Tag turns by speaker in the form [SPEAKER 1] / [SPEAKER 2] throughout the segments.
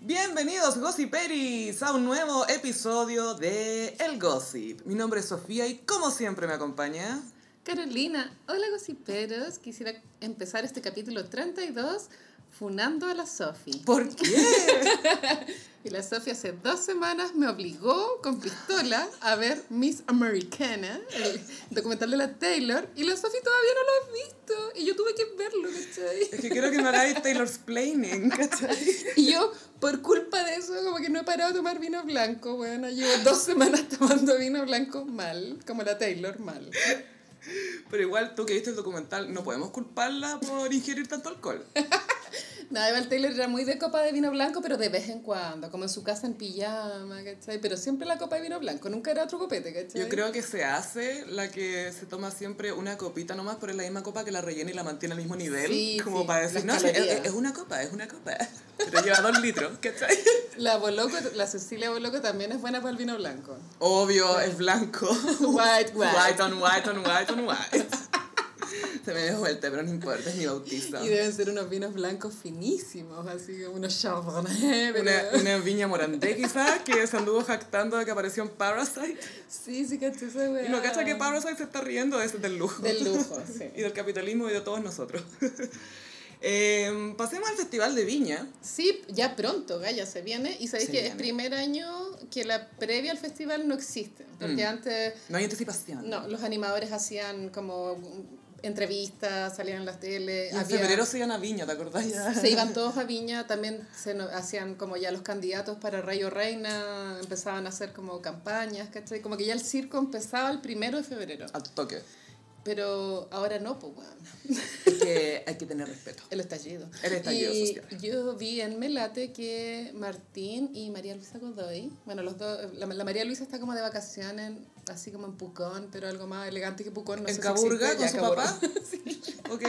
[SPEAKER 1] Bienvenidos Gossiperis a un nuevo episodio de El Gossip. Mi nombre es Sofía y como siempre me acompaña
[SPEAKER 2] Carolina, hola gossiperos. Quisiera empezar este capítulo 32 funando a la Sofi.
[SPEAKER 1] ¿Por qué?
[SPEAKER 2] Y la Sofi hace dos semanas me obligó con pistola a ver Miss Americana, el documental de la Taylor, y la Sofi todavía no lo ha visto. Y yo tuve que verlo, ¿cachai?
[SPEAKER 1] Es que quiero que me hagáis Taylor's Planning, ¿cachai?
[SPEAKER 2] Y yo, por culpa de eso, como que no he parado de tomar vino blanco, bueno, llevo dos semanas tomando vino blanco mal, como la Taylor mal.
[SPEAKER 1] Pero igual tú que viste el documental, no podemos culparla por ingerir tanto alcohol.
[SPEAKER 2] Nada, Val Taylor era muy de copa de vino blanco, pero de vez en cuando, como en su casa en pijama, ¿cachai? Pero siempre la copa de vino blanco, nunca era otro copete, ¿cachai?
[SPEAKER 1] Yo creo que se hace la que se toma siempre una copita nomás, pero es la misma copa que la rellena y la mantiene al mismo nivel.
[SPEAKER 2] Sí,
[SPEAKER 1] como
[SPEAKER 2] sí,
[SPEAKER 1] para decir,
[SPEAKER 2] las
[SPEAKER 1] no, sí, es,
[SPEAKER 2] calorías.
[SPEAKER 1] es una copa, es una copa. Pero lleva dos litros, ¿cachai?
[SPEAKER 2] La Boloco, la Cecilia Boloco también es buena para el vino blanco.
[SPEAKER 1] Obvio, es blanco.
[SPEAKER 2] White, white.
[SPEAKER 1] White on white on white on white. Se me dejó el té, pero no importa, es mi bautizo.
[SPEAKER 2] Y deben ser unos vinos blancos finísimos, así como unos chardonnay, pero...
[SPEAKER 1] Una, una viña morandé quizás, que se anduvo jactando de que apareció en Parasite.
[SPEAKER 2] Sí, sí, ¿cachai? Esa weá.
[SPEAKER 1] Y no cacha que Parasite se está riendo de ese- del lujo.
[SPEAKER 2] Del lujo, sí.
[SPEAKER 1] y del capitalismo y de todos nosotros. Em, pasemos al Festival de Viña.
[SPEAKER 2] Sí, ya pronto, Gaya, se viene. Y sabéis
[SPEAKER 1] Se
[SPEAKER 2] que es
[SPEAKER 1] viene.
[SPEAKER 2] primer año que la previa al festival no existe. Porque
[SPEAKER 1] Mm.
[SPEAKER 2] antes
[SPEAKER 1] No hay anticipación.
[SPEAKER 2] No, los animadores hacían como entrevistas, salían en las
[SPEAKER 1] Y
[SPEAKER 2] teles.
[SPEAKER 1] en
[SPEAKER 2] había-
[SPEAKER 1] febrero se iban a Viña, ¿te acordás?
[SPEAKER 2] se iban todos a Viña, también se no- hacían como ya los candidatos para Rey o Reina, empezaban a hacer como campañas, ¿cachai? Como que ya el circo empezaba el primero de febrero.
[SPEAKER 1] Al toque.
[SPEAKER 2] Pero ahora no, pues weón.
[SPEAKER 1] Porque hay que tener respeto.
[SPEAKER 2] El estallido.
[SPEAKER 1] El estallido
[SPEAKER 2] y
[SPEAKER 1] social.
[SPEAKER 2] Yo vi en Melate que Martín y María Luisa Godoy, bueno, los dos, la, la María Luisa está como de vacaciones, así como en Pucón, pero algo más elegante que Pucón. No
[SPEAKER 1] en
[SPEAKER 2] sé si
[SPEAKER 1] Caburga
[SPEAKER 2] existe
[SPEAKER 1] con
[SPEAKER 2] ya,
[SPEAKER 1] su
[SPEAKER 2] Caburga.
[SPEAKER 1] papá. Ok.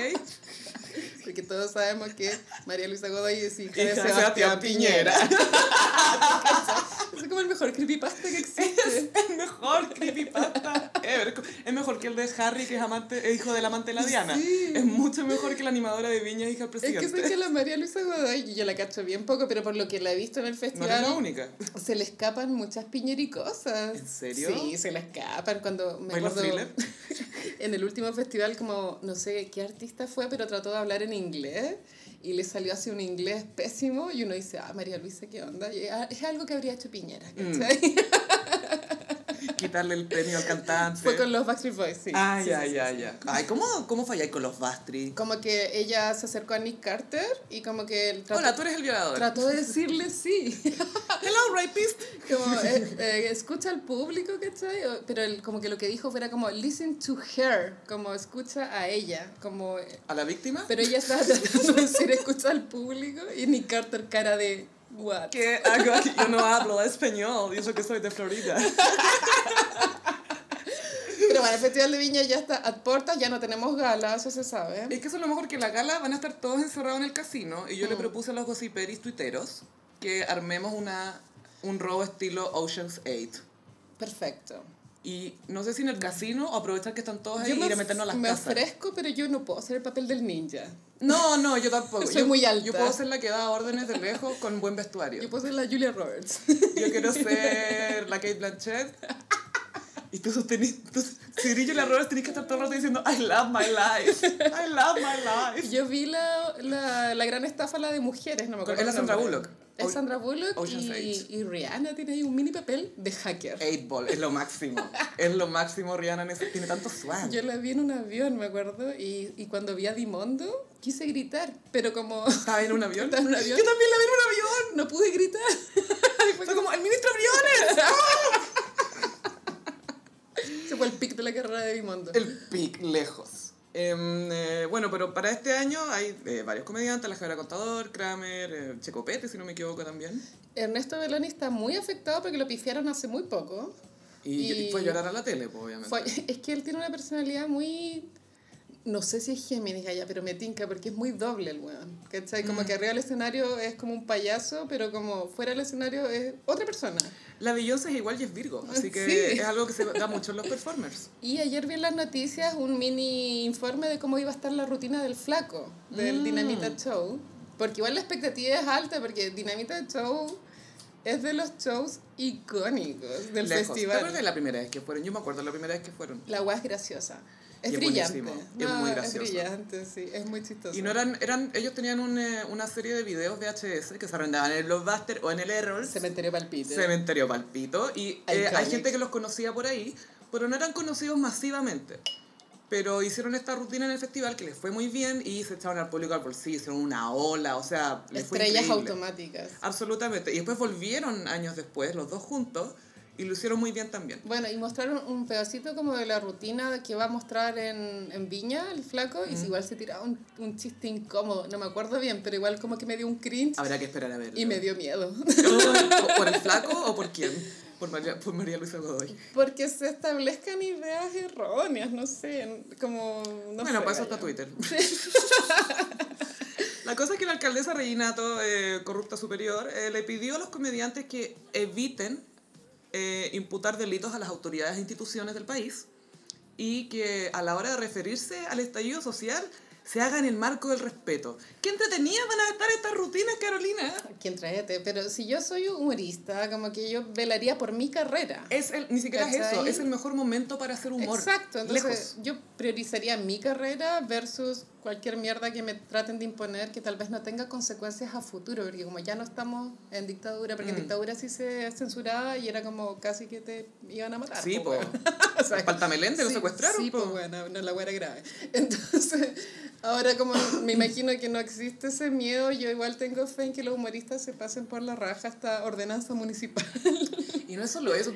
[SPEAKER 2] Porque todos sabemos que María Luisa Godoy es hija, de
[SPEAKER 1] Hija de
[SPEAKER 2] Sebastián,
[SPEAKER 1] Sebastián
[SPEAKER 2] Piñera. es como el mejor creepypasta que existe.
[SPEAKER 1] El mejor creepypasta ever. Es co- Es mejor que el de Harry, que es amante, es hijo del amante de la Diana.
[SPEAKER 2] Sí.
[SPEAKER 1] Es mucho mejor que la animadora de Viña, hija del
[SPEAKER 2] Es
[SPEAKER 1] presidente.
[SPEAKER 2] que sé que la María Luisa Godoy, yo la cacho bien poco, pero por lo que la he visto en el
[SPEAKER 1] No eres
[SPEAKER 2] festival,
[SPEAKER 1] la única.
[SPEAKER 2] se le escapan muchas piñericosas.
[SPEAKER 1] ¿En serio?
[SPEAKER 2] Sí, se le escapan cuando me
[SPEAKER 1] ¿Baila
[SPEAKER 2] acuerdo
[SPEAKER 1] thriller?
[SPEAKER 2] en el último festival como no sé qué artista fue, pero trató de hablar en inglés y le salió así un inglés pésimo y uno dice, "Ah, María Luisa, ¿qué onda?" Y, ah, es algo que habría hecho Piñera,
[SPEAKER 1] Mm.
[SPEAKER 2] ¿cachai?
[SPEAKER 1] Quitarle el premio al cantante.
[SPEAKER 2] Fue con los Backstreet Boys, sí.
[SPEAKER 1] Ay,
[SPEAKER 2] Sí, sí,
[SPEAKER 1] ay,
[SPEAKER 2] sí,
[SPEAKER 1] ay, ay. Ay, ¿cómo, cómo falláis con los Bastri?
[SPEAKER 2] sí. Como que ella se acercó a Nick Carter y como que él trató,
[SPEAKER 1] Hola, tú eres el violador.
[SPEAKER 2] trató de decirle sí.
[SPEAKER 1] Hello, rapist.
[SPEAKER 2] Como, eh, eh, escucha al público, ¿cachai? O- Pero él como que lo que dijo fuera como, listen to her, como escucha a ella, como... eh,
[SPEAKER 1] ¿A la víctima?
[SPEAKER 2] Pero ella estaba tratando de decir escucha al público y Nick Carter cara de, what?
[SPEAKER 1] que hago aquí? yo no hablo español, y eso que soy de Florida.
[SPEAKER 2] Pero bueno, el Festival de Viña ya está a puertas, ya no tenemos gala, eso se sabe.
[SPEAKER 1] Es que eso es lo mejor que en la gala van a estar todos encerrados en el casino. Y yo le
[SPEAKER 2] Mm.
[SPEAKER 1] propuse a los gossiperis tuiteros que armemos una, un robo estilo Ocean's 8.
[SPEAKER 2] Perfecto.
[SPEAKER 1] Y no sé si en el casino o aprovechar que están todos ahí
[SPEAKER 2] Yo
[SPEAKER 1] y ir
[SPEAKER 2] me,
[SPEAKER 1] a meternos a las
[SPEAKER 2] me
[SPEAKER 1] casas.
[SPEAKER 2] ofrezco, pero yo no puedo hacer el papel del ninja.
[SPEAKER 1] No, no, yo tampoco.
[SPEAKER 2] Soy
[SPEAKER 1] yo,
[SPEAKER 2] muy alta.
[SPEAKER 1] Yo puedo ser la que da órdenes de lejos con buen vestuario.
[SPEAKER 2] Yo puedo ser la Julia Roberts.
[SPEAKER 1] Yo quiero ser la Kate Blanchett. Y tú sostenés, tú, Cirillo y la Roberts tenés que estar todo el rato diciendo I love my life, I love my life.
[SPEAKER 2] Yo vi la, la, la gran estafa, la de mujeres, no me acuerdo.
[SPEAKER 1] Es la
[SPEAKER 2] el
[SPEAKER 1] Sandra
[SPEAKER 2] nombre.
[SPEAKER 1] Bullock.
[SPEAKER 2] Es Sandra Bullock
[SPEAKER 1] Ocean's
[SPEAKER 2] y,
[SPEAKER 1] Eight.
[SPEAKER 2] y Rihanna tiene ahí un mini papel de hacker.
[SPEAKER 1] Eight Ball, es lo máximo. Es lo máximo Rihanna, en ese- tiene tanto swag.
[SPEAKER 2] Yo la vi en un avión, me acuerdo, y, y cuando vi a Dimondo quise gritar, pero como
[SPEAKER 1] ¿Estaba en un avión?
[SPEAKER 2] Estaba en un avión.
[SPEAKER 1] Yo también la vi en un avión.
[SPEAKER 2] no pude gritar. Fue
[SPEAKER 1] Fue como, ¡el ministro Briones!
[SPEAKER 2] Se fue el pic de la carrera de Dimondo.
[SPEAKER 1] El pic, lejos. Em, eh, bueno, pero para este año hay eh, varios comediantes, la Javiera Contador, Kramer, eh, Checopete, si no me equivoco también.
[SPEAKER 2] Ernesto Beloni está muy afectado porque lo pifiaron hace muy poco.
[SPEAKER 1] Y,
[SPEAKER 2] Y-
[SPEAKER 1] y fue a llorar a la tele, pues, obviamente.
[SPEAKER 2] Fue- es que él tiene una personalidad muy... No sé si es Géminis allá, pero me tinca porque es muy doble el weón. ¿Cachai?
[SPEAKER 1] Mm.
[SPEAKER 2] Como que arriba del escenario es como un payaso, pero como fuera del escenario es otra persona.
[SPEAKER 1] La Beyoncé es igual y es Virgo, así que
[SPEAKER 2] Sí.
[SPEAKER 1] es algo que se da mucho en los performers.
[SPEAKER 2] Y ayer vi en las noticias un mini informe de cómo iba a estar la rutina del flaco, del
[SPEAKER 1] Mm.
[SPEAKER 2] Dinamita Show. Porque igual la expectativa es alta, porque Dinamita Show es de los shows icónicos del
[SPEAKER 1] Lejos. ¿Te
[SPEAKER 2] festival.
[SPEAKER 1] acuerdas de la primera vez que fueron? Yo me acuerdo la primera vez que fueron.
[SPEAKER 2] La weá es graciosa. Es
[SPEAKER 1] Y es
[SPEAKER 2] brillante.
[SPEAKER 1] buenísimo, y es muy gracioso.
[SPEAKER 2] Es brillante, sí. Es muy chistoso.
[SPEAKER 1] Y no eran, eran, ellos tenían un, eh, una serie de videos VHS que se arrendaban en el Blockbuster o en el Errol.
[SPEAKER 2] Cementerio Palpite.
[SPEAKER 1] Cementerio Palpito. Y eh, hay
[SPEAKER 2] Iconic.
[SPEAKER 1] gente que los conocía por ahí, pero no eran conocidos masivamente. Pero hicieron esta rutina en el festival que les fue muy bien y se echaron al público al bolsillo, hicieron una ola, o sea, les fue
[SPEAKER 2] Estrellas
[SPEAKER 1] increíble.
[SPEAKER 2] automáticas.
[SPEAKER 1] Absolutamente. Y después volvieron años después, los dos juntos, y lo hicieron muy bien también.
[SPEAKER 2] Bueno, y mostraron un pedacito como de la rutina que va a mostrar en, en Viña, el flaco, y igual se tiraba un, un chiste incómodo, no me acuerdo bien, pero igual como que me dio un cringe
[SPEAKER 1] Habrá que esperar a verlo.
[SPEAKER 2] y me dio miedo.
[SPEAKER 1] ¿Por el flaco o por quién? Por María, por María Luisa Godoy.
[SPEAKER 2] Porque se establezcan ideas erróneas, no sé, como... No
[SPEAKER 1] bueno,
[SPEAKER 2] sé,
[SPEAKER 1] pasó hasta
[SPEAKER 2] vaya.
[SPEAKER 1] Twitter. la cosa es que la alcaldesa Reginato, eh, corrupta superior, eh, le pidió a los comediantes que eviten eh, imputar delitos a las autoridades e instituciones del país y que a la hora de referirse al estallido social se haga en el marco del respeto. ¿Qué entretenidas van a estar estas rutinas, Carolina?
[SPEAKER 2] Quien traete, este? pero si yo soy humorista, como que yo velaría por mi carrera.
[SPEAKER 1] Es el, ni siquiera es eso,
[SPEAKER 2] ¿Cachai?
[SPEAKER 1] es el mejor momento para hacer humor.
[SPEAKER 2] Exacto,
[SPEAKER 1] Lejos.
[SPEAKER 2] entonces yo priorizaría mi carrera versus cualquier mierda que me traten de imponer que tal vez no tenga consecuencias a futuro, porque como ya no estamos en dictadura, porque
[SPEAKER 1] Mm.
[SPEAKER 2] en dictadura sí se censuraba y era como casi que te iban a matar.
[SPEAKER 1] Sí, po.
[SPEAKER 2] weón. O sea,
[SPEAKER 1] Falta Melende, lo
[SPEAKER 2] sí,
[SPEAKER 1] secuestraron,
[SPEAKER 2] Sí,
[SPEAKER 1] po.
[SPEAKER 2] po, bueno, no, la weá era grave. Entonces, ahora como me imagino que no existe ese miedo, yo igual tengo fe en que los humoristas se pasen por la raja hasta ordenanza municipal.
[SPEAKER 1] Y no es solo eso.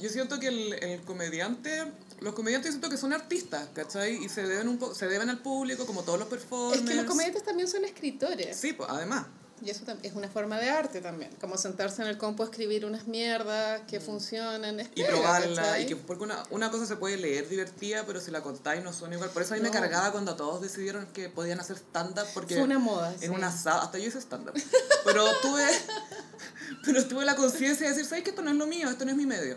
[SPEAKER 1] Yo siento que el, el comediante, los comediantes siento que son artistas, ¿cachai? Y se deben, un po- se deben al público, como todos los performers.
[SPEAKER 2] es que los comediantes también son escritores.
[SPEAKER 1] Sí, pues, además.
[SPEAKER 2] Y eso tam- es una forma de arte también, como sentarse en el compo a escribir unas mierdas que funcionan. es
[SPEAKER 1] Mm. Y
[SPEAKER 2] pega,
[SPEAKER 1] probarla.
[SPEAKER 2] ¿cachai?
[SPEAKER 1] Y que, porque una, una cosa se puede leer divertida, pero si la contáis no son igual. Por eso a mí me
[SPEAKER 2] No.
[SPEAKER 1] cargaba cuando todos decidieron que podían hacer stand-up, porque
[SPEAKER 2] Fue una moda. sí.
[SPEAKER 1] en una sala, hasta yo hice stand-up. Pero tuve, pero tuve la conciencia de decir, ¿sabes que esto no es lo mío? Esto no es mi medio.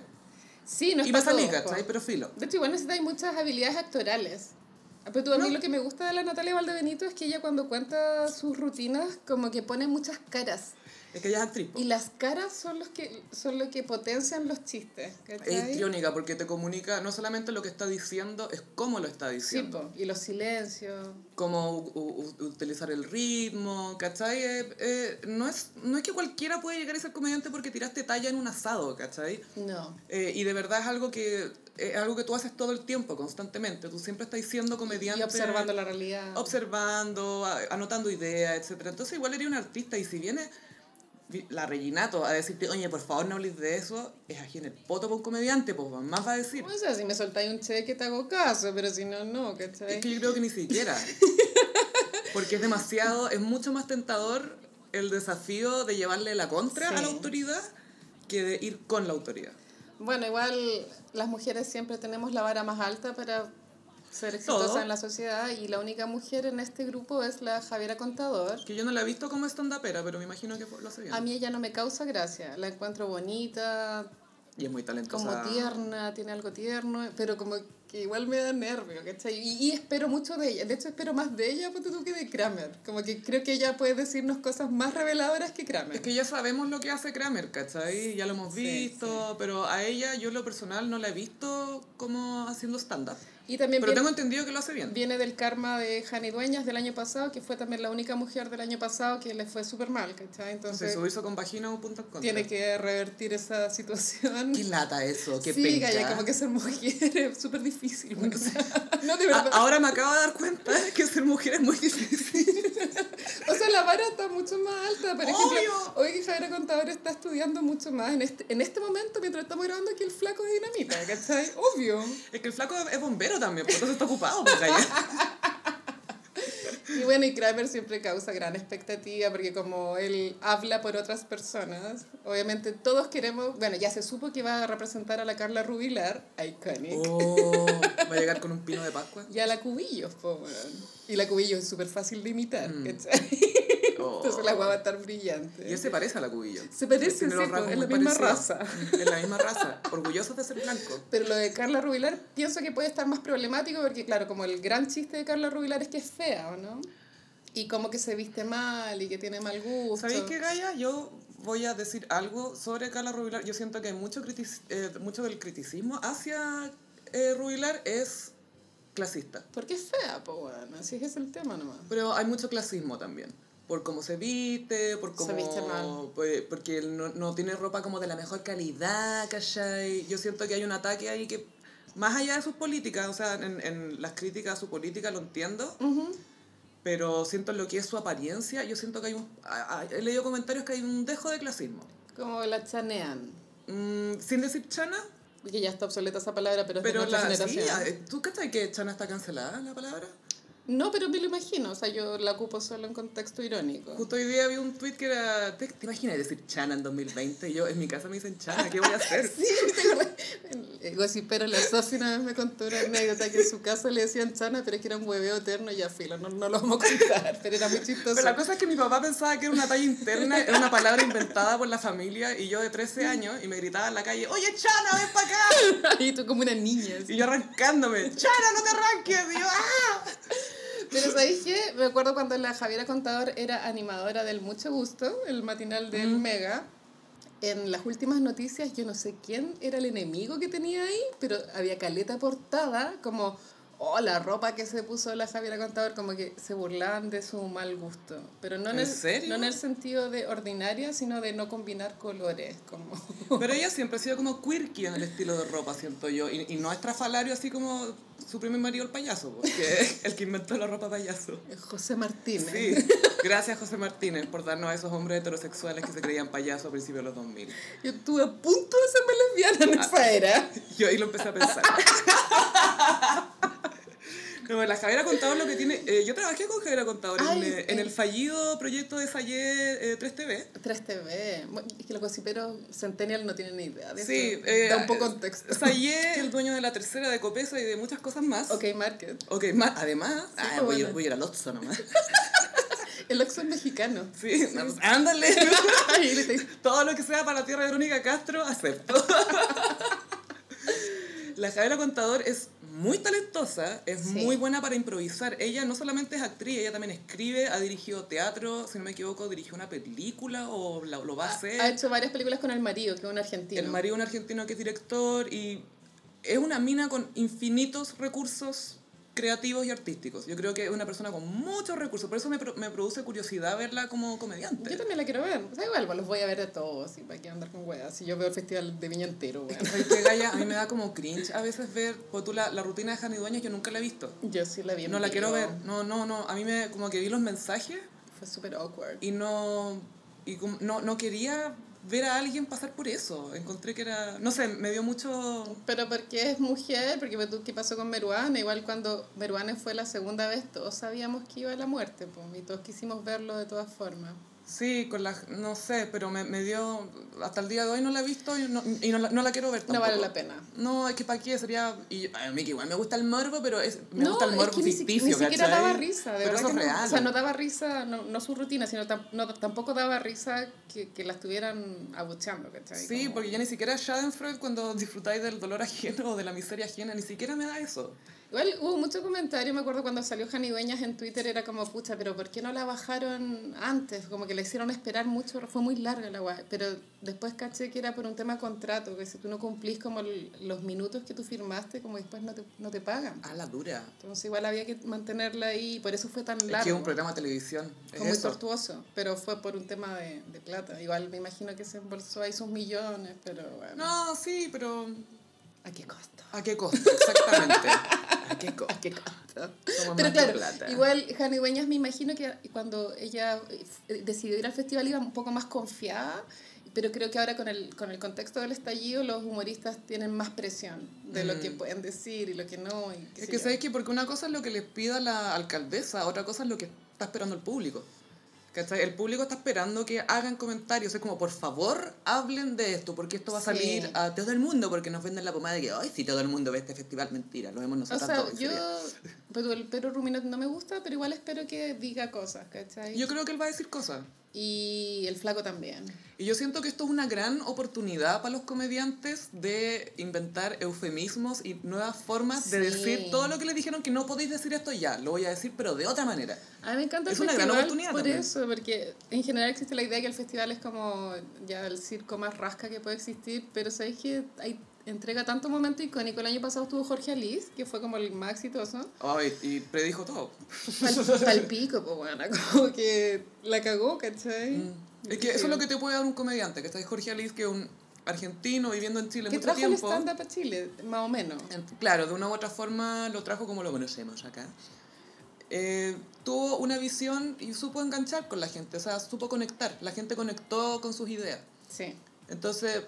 [SPEAKER 2] Sí, no es
[SPEAKER 1] y
[SPEAKER 2] para
[SPEAKER 1] pasa a mí,
[SPEAKER 2] todos, po.
[SPEAKER 1] ¿cachai? Pero filo.
[SPEAKER 2] De hecho, igual necesitas muchas habilidades actorales. Ah, Pero tú, a mí
[SPEAKER 1] No.
[SPEAKER 2] lo que me gusta de la Natalia Valdebenito es que ella cuando cuenta sus rutinas como que pone muchas caras.
[SPEAKER 1] Es que ella es actriz. po.
[SPEAKER 2] Y las caras son, los que, son lo que potencian los chistes.
[SPEAKER 1] Es
[SPEAKER 2] ¿cachai?
[SPEAKER 1] histriónica porque te comunica no solamente lo que está diciendo, es cómo lo está
[SPEAKER 2] Sí,
[SPEAKER 1] diciendo.
[SPEAKER 2] po, y los silencios.
[SPEAKER 1] Cómo u- u- u- utilizar el ritmo, ¿cachai? Eh, eh, no, es, no es que cualquiera puede llegar a ser comediante porque tiraste talla en un asado, ¿cachai?
[SPEAKER 2] No.
[SPEAKER 1] Eh, y de verdad es algo que es algo que tú haces todo el tiempo, constantemente. Tú siempre estás siendo comediante.
[SPEAKER 2] Y observando la realidad.
[SPEAKER 1] observando, a- anotando ideas, etcétera. Entonces igual eres un artista y si viene vi- la Reginato a decirte, oye, por favor no hables de eso, es aquí en el poto para un comediante, pues más va a decir.
[SPEAKER 2] O sea, si me soltáis un cheque te hago caso, pero si no, no, ¿cachai?
[SPEAKER 1] Es que yo creo que ni siquiera. Porque es demasiado, es mucho más tentador el desafío de llevarle la contra a la
[SPEAKER 2] Sí.
[SPEAKER 1] autoridad que de ir con la autoridad.
[SPEAKER 2] Bueno, igual las mujeres siempre tenemos la vara más alta para ser exitosas
[SPEAKER 1] Todo.
[SPEAKER 2] en la sociedad y la única mujer en este grupo es la Javiera Contador.
[SPEAKER 1] Que yo no la he visto como stand-upera, pero me imagino que lo hace bien.
[SPEAKER 2] A mí ella no me causa gracia, la encuentro bonita,
[SPEAKER 1] Y es muy
[SPEAKER 2] como
[SPEAKER 1] talentosa.
[SPEAKER 2] tierna, tiene algo tierno, pero como que igual me da nervio, ¿cachai? Y, y espero mucho de ella, de hecho espero más de ella ponte tú, que de Kramer, como que creo que ella puede decirnos cosas más reveladoras que Kramer.
[SPEAKER 1] Es que ya sabemos lo que hace Kramer, ¿cachai? Ya lo hemos
[SPEAKER 2] Sí,
[SPEAKER 1] visto, pero a ella yo en lo personal no la he visto como haciendo stand-up.
[SPEAKER 2] Y también
[SPEAKER 1] Pero
[SPEAKER 2] viene-
[SPEAKER 1] tengo entendido que lo hace bien.
[SPEAKER 2] Viene del karma de Jani Dueñas del año pasado, que fue también la única mujer del año pasado que le fue súper mal,
[SPEAKER 1] Entonces,
[SPEAKER 2] ¿cachai? Entonces
[SPEAKER 1] subirse con vagina o un punto en contra.
[SPEAKER 2] tiene que revertir esa situación.
[SPEAKER 1] Qué lata eso, qué
[SPEAKER 2] sí,
[SPEAKER 1] penca.
[SPEAKER 2] calla, como que ser mujer es súper difícil. bueno, o sea, no, de
[SPEAKER 1] A-
[SPEAKER 2] verdad.
[SPEAKER 1] ahora me acabo de dar cuenta que ser mujer es muy difícil.
[SPEAKER 2] O sea, la vara está mucho más alta. Por ejemplo,
[SPEAKER 1] Obvio.
[SPEAKER 2] hoy que Javier Contador está estudiando mucho más en este, en este momento, mientras estamos grabando, que el flaco de dinamita, ¿cachai? Obvio.
[SPEAKER 1] Es que el flaco es bombero también, por entonces está ocupado. Pues, calla.
[SPEAKER 2] Y bueno, y Kramer siempre causa gran expectativa porque como él habla por otras personas, obviamente todos queremos, bueno, ya se supo que va a representar a la Carla Rubilar, iconic,
[SPEAKER 1] Oh, va a llegar con un pino de Pascua.
[SPEAKER 2] y a la Cubillos, po, weón. Y la Cubillos es súper fácil de imitar,
[SPEAKER 1] Mm.
[SPEAKER 2] ¿cachai?
[SPEAKER 1] Oh.
[SPEAKER 2] Entonces la guava va a estar brillante.
[SPEAKER 1] Y él se parece a la cubillo.
[SPEAKER 2] Se parece,
[SPEAKER 1] Tiene los
[SPEAKER 2] sí, po,
[SPEAKER 1] rasgos
[SPEAKER 2] es
[SPEAKER 1] muy
[SPEAKER 2] la misma
[SPEAKER 1] parecidos.
[SPEAKER 2] raza.
[SPEAKER 1] Mm, Es la misma raza. Orgullosos de ser blanco.
[SPEAKER 2] Pero lo de Carla Rubilar pienso que puede estar más problemático porque, claro, como el gran chiste de Carla Rubilar es que es fea, ¿o no? Y como que se viste mal y que tiene mal gusto.
[SPEAKER 1] ¿Sabéis qué, Gaia? Yo voy a decir algo sobre Carla Rubilar. Yo siento que mucho, critic- eh, mucho del criticismo hacia eh, Rubilar es clasista.
[SPEAKER 2] Porque es fea, po, weón. Así que es el tema nomás.
[SPEAKER 1] Pero hay mucho clasismo también. Por cómo se viste, por
[SPEAKER 2] Se
[SPEAKER 1] cómo...
[SPEAKER 2] viste mal.
[SPEAKER 1] pues, porque él no, no tiene ropa como de la mejor calidad, ¿cachai? Yo siento que hay un ataque ahí que, más allá de sus políticas, o sea, en, en las críticas a su política lo entiendo, pero siento en lo que es su apariencia, yo siento que hay un... a- a- he leído comentarios que hay un dejo de clasismo.
[SPEAKER 2] Como la chanean.
[SPEAKER 1] Mm, sin decir chana,
[SPEAKER 2] Porque ya está obsoleta esa palabra, pero, es de
[SPEAKER 1] pero
[SPEAKER 2] nuestra
[SPEAKER 1] la... Sí, ah, eh.
[SPEAKER 2] generación.
[SPEAKER 1] a- ¿Tú crees que chana está cancelada la palabra?
[SPEAKER 2] No, pero me lo imagino. O sea, yo la ocupo solo en contexto irónico.
[SPEAKER 1] Justo hoy día vi un tweet que era, ¿te, te imaginas decir Chana en 2020? Y yo, en mi casa me dicen Chana, ¿qué voy a hacer?
[SPEAKER 2] Sí, ¿te acordás? El Gossipero, la Sofi una vez me contó una anécdota que en su casa le decían chana, pero es que era un hueveo eterno y ya filo, no, no lo vamos a contar, pero era muy chistoso.
[SPEAKER 1] Pero la cosa es que mi papá pensaba que era una talla interna, era una palabra inventada por la familia, y yo de 13 años, y me gritaba en la calle, oye Chana, ven para acá.
[SPEAKER 2] Y tú como una niña. así.
[SPEAKER 1] Y yo arrancándome, Chana, no te arranques. Y yo, ¡ah!
[SPEAKER 2] Pero ¿sabéis qué? Me acuerdo cuando la Javiera Contador era animadora del Mucho Gusto, el matinal del
[SPEAKER 1] Mm.
[SPEAKER 2] Mega. En las últimas noticias, yo no sé quién era el enemigo que tenía ahí, pero había caleta portada, como, oh, la ropa que se puso la Javiera Contador, como que se burlaban de su mal gusto. Pero no en,
[SPEAKER 1] ¿En
[SPEAKER 2] el,
[SPEAKER 1] serio?
[SPEAKER 2] No en el sentido de ordinaria, sino de no combinar colores, como...
[SPEAKER 1] Pero ella siempre ha sido como quirky en el estilo de ropa, siento yo, y, y no es trafalario así como su primer marido el payaso, porque es el que inventó la ropa payaso.
[SPEAKER 2] José Martínez.
[SPEAKER 1] Sí, gracias José Martínez por darnos a esos hombres heterosexuales que se creían payasos a principios de los 2000.
[SPEAKER 2] Yo estuve a punto de hacerme lesbiana
[SPEAKER 1] Ah,
[SPEAKER 2] en esa era.
[SPEAKER 1] Yo ahí lo empecé a pensar. No, la Javiera Contador lo que tiene... eh, yo trabajé con Javiera Contador en,
[SPEAKER 2] Ay,
[SPEAKER 1] eh, en
[SPEAKER 2] eh.
[SPEAKER 1] el fallido proyecto de eh, Fallé 3TV.
[SPEAKER 2] 3TV. Bueno, Es que los gossiperos centennial no tienen ni idea de
[SPEAKER 1] Sí,
[SPEAKER 2] eso.
[SPEAKER 1] eh,
[SPEAKER 2] da un poco de contexto.
[SPEAKER 1] Fallé, el dueño de la tercera de Copesa y de muchas cosas más.
[SPEAKER 2] Ok, Market.
[SPEAKER 1] Ok, más, además, ah,
[SPEAKER 2] pues,
[SPEAKER 1] voy, a ir-
[SPEAKER 2] bueno.
[SPEAKER 1] voy a ir al Otso nomás.
[SPEAKER 2] El Oxxo es mexicano.
[SPEAKER 1] Sí, no, pues, ándale.
[SPEAKER 2] Y le te-
[SPEAKER 1] Todo lo que sea para la tierra de Verónica Castro, acepto. La Javiera Contador es muy talentosa, es
[SPEAKER 2] Sí.
[SPEAKER 1] muy buena para improvisar. Ella no solamente es actriz, ella también escribe, ha dirigido teatro, si no me equivoco, dirigió una película o la- lo va a hacer.
[SPEAKER 2] ha hecho varias películas con el marido, que es un argentino.
[SPEAKER 1] Eh, El marido es un argentino que es director y es una mina con infinitos recursos creativos y artísticos. Yo creo que es una persona con muchos recursos, por eso me, pro- me produce curiosidad verla como comediante.
[SPEAKER 2] Yo también la quiero ver. O sea, igual, pues, los voy a ver a todos. Y para qué andar con weas. Si yo veo el festival de Viña entero,
[SPEAKER 1] Es que,
[SPEAKER 2] weón.
[SPEAKER 1] ¿sabes qué, Gaya? A mí me da como cringe a veces ver, por tú, la, la rutina de Jani Dueñas, yo nunca la he visto.
[SPEAKER 2] Yo sí la vi. en
[SPEAKER 1] No la quiero
[SPEAKER 2] vivo.
[SPEAKER 1] ver. No, no, no. A mí me, como que vi los mensajes
[SPEAKER 2] Fue súper awkward.
[SPEAKER 1] y no, y como- no, no quería ver a alguien pasar por eso. Encontré que era, no sé, me dio mucho...
[SPEAKER 2] Pero porque es mujer, porque pues, tú, ¿qué pasó con Meruana? Igual cuando Meruana fue la segunda vez, todos sabíamos que iba a la muerte, pues, y todos quisimos verlo de todas formas.
[SPEAKER 1] Sí, con las, no sé, pero me, me dio, hasta el día de hoy no la he visto y no, y no, la, no la quiero ver
[SPEAKER 2] No
[SPEAKER 1] tampoco.
[SPEAKER 2] vale la pena.
[SPEAKER 1] No, es que para qué sería. Y yo- a mí que igual me gusta el morbo, pero es, me
[SPEAKER 2] no,
[SPEAKER 1] gusta el morbo
[SPEAKER 2] es que ni si-
[SPEAKER 1] ficticio.
[SPEAKER 2] ni, siquiera
[SPEAKER 1] ¿cachai?
[SPEAKER 2] daba risa, de
[SPEAKER 1] pero eso
[SPEAKER 2] verdad
[SPEAKER 1] es
[SPEAKER 2] que no.
[SPEAKER 1] real.
[SPEAKER 2] O sea, no daba risa, no, no su rutina, sino tam- no- tampoco daba risa que, que la estuvieran abucheando, ¿cachai?
[SPEAKER 1] Sí,
[SPEAKER 2] Como-
[SPEAKER 1] porque ya ni siquiera Schadenfreude cuando disfrutáis del dolor ajeno o de la miseria ajena, ni siquiera me da eso.
[SPEAKER 2] Igual hubo mucho comentario, me acuerdo cuando salió Jani Dueñas en Twitter, era como, pucha, pero ¿por qué no la bajaron antes? Como que la hicieron esperar mucho, fue muy larga la guay. Pero después caché que era por un tema de contrato, que si tú no cumplís como el- los minutos que tú firmaste, como después no te, no te pagan.
[SPEAKER 1] A la dura.
[SPEAKER 2] Entonces igual había que mantenerla ahí, y por eso fue tan largo.
[SPEAKER 1] Es que es un programa de televisión. Es
[SPEAKER 2] Fue muy
[SPEAKER 1] eso.
[SPEAKER 2] tortuoso, pero fue por un tema de, de plata. Igual me imagino que se embolsó ahí sus millones, pero bueno.
[SPEAKER 1] No, sí, pero
[SPEAKER 2] ¿A qué costo?
[SPEAKER 1] ¿a qué costo? Exactamente. ¿A qué costo?
[SPEAKER 2] ¿A qué costo?
[SPEAKER 1] Somos
[SPEAKER 2] Pero
[SPEAKER 1] más que
[SPEAKER 2] claro,
[SPEAKER 1] plata.
[SPEAKER 2] igual Jani Dueñas me imagino que cuando ella eh, decidió ir al festival iba un poco más confiada, pero creo que ahora con el, con el contexto del estallido los humoristas tienen más presión de lo que pueden decir y lo que no. y
[SPEAKER 1] Mm.
[SPEAKER 2] qué
[SPEAKER 1] Es
[SPEAKER 2] sé
[SPEAKER 1] que
[SPEAKER 2] yo.
[SPEAKER 1] sabes que porque una cosa es lo que les pida la alcaldesa, otra cosa es lo que está esperando el público. ¿Cachai? El público está esperando que hagan comentarios, es como por favor hablen de esto, porque esto va a
[SPEAKER 2] Sí.
[SPEAKER 1] salir a todo el mundo, porque nos venden la pomada de que ay si todo el mundo ve este festival, mentira, lo vemos
[SPEAKER 2] O
[SPEAKER 1] nosotros.
[SPEAKER 2] sea, yo, pero el perro rumino no me gusta, pero igual espero que diga cosas, ¿cachai?
[SPEAKER 1] yo creo que él va a decir cosas.
[SPEAKER 2] Y el flaco también.
[SPEAKER 1] Y yo siento que esto es una gran oportunidad para los comediantes de inventar eufemismos y nuevas formas de
[SPEAKER 2] Sí.
[SPEAKER 1] decir todo lo que les dijeron que no podéis decir esto ya, lo voy a decir, pero de otra manera.
[SPEAKER 2] A mí me encanta
[SPEAKER 1] Es
[SPEAKER 2] el
[SPEAKER 1] una gran
[SPEAKER 2] festival
[SPEAKER 1] oportunidad
[SPEAKER 2] por
[SPEAKER 1] también.
[SPEAKER 2] eso, porque en general existe la idea que el festival es como ya el circo más rasca que puede existir, pero sabéis que hay, entrega tanto momento icónico. El año pasado estuvo Jorge Alice, que fue como el más exitoso.
[SPEAKER 1] Ay, y predijo todo.
[SPEAKER 2] Pal, palpico, pues bueno, como que la cagó, ¿cachai?
[SPEAKER 1] Mm. Es que eso es lo que te puede dar un comediante, que está ahí Jorge Alice, que es un argentino viviendo en Chile
[SPEAKER 2] Que
[SPEAKER 1] mucho
[SPEAKER 2] trajo el
[SPEAKER 1] tiempo.
[SPEAKER 2] stand-up a Chile, más o menos.
[SPEAKER 1] En- Claro, de una u otra forma lo trajo como lo conocemos acá. Eh, tuvo una visión y supo enganchar con la gente, o sea, supo conectar. La gente conectó con sus ideas.
[SPEAKER 2] Sí.
[SPEAKER 1] Entonces,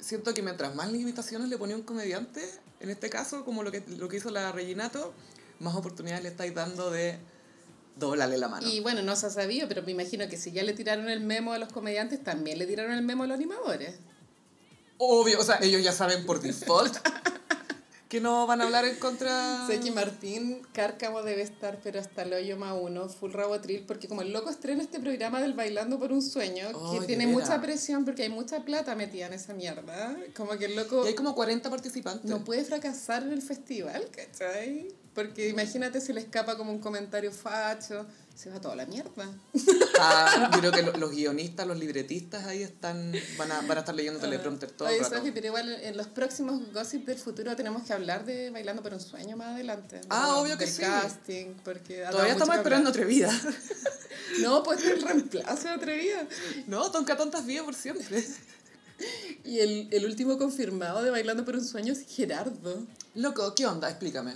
[SPEAKER 1] siento que mientras más limitaciones le ponía un comediante, en este caso, como lo que, lo que hizo la Reginato, más oportunidades le estáis dando de doblarle la mano.
[SPEAKER 2] Y bueno, no se ha sabido, pero me imagino que si ya le tiraron el memo a los comediantes, también le tiraron el memo a los animadores.
[SPEAKER 1] Obvio, o sea, ellos ya saben por default que no van a hablar en contra.
[SPEAKER 2] Sé que Martín Cárcamo debe estar, pero hasta el hoyo más uno, full rabotril, porque como el loco estrena este programa del Bailando por un Sueño,
[SPEAKER 1] Ay,
[SPEAKER 2] que
[SPEAKER 1] Oh, de
[SPEAKER 2] tiene
[SPEAKER 1] veras.
[SPEAKER 2] mucha presión porque hay mucha plata metida en esa mierda, como que el loco
[SPEAKER 1] Y hay como 40 participantes.
[SPEAKER 2] no puede fracasar en el festival, ¿cachai? Porque
[SPEAKER 1] Mm.
[SPEAKER 2] imagínate si le escapa como un comentario facho, se va toda la mierda.
[SPEAKER 1] Está- Ah, yo creo que lo- los guionistas, los libretistas ahí están, van, a, van a estar leyendo teleprompter todo el
[SPEAKER 2] Ah, Oye,
[SPEAKER 1] rato.
[SPEAKER 2] Sofi, pero igual en los próximos Gossip del futuro tenemos que hablar de Bailando por un Sueño más adelante.
[SPEAKER 1] Ah,
[SPEAKER 2] ¿no?
[SPEAKER 1] obvio que
[SPEAKER 2] Del
[SPEAKER 1] sí.
[SPEAKER 2] casting, porque ha dado
[SPEAKER 1] Todavía
[SPEAKER 2] mucho
[SPEAKER 1] estamos
[SPEAKER 2] que hablar.
[SPEAKER 1] esperando atrevida.
[SPEAKER 2] No, pues el reemplazo de Atrevida.
[SPEAKER 1] No, tonca tantas vidas por siempre.
[SPEAKER 2] Y el, el último confirmado de Bailando por un Sueño es Gerardo.
[SPEAKER 1] Loco, ¿qué onda? Explícame.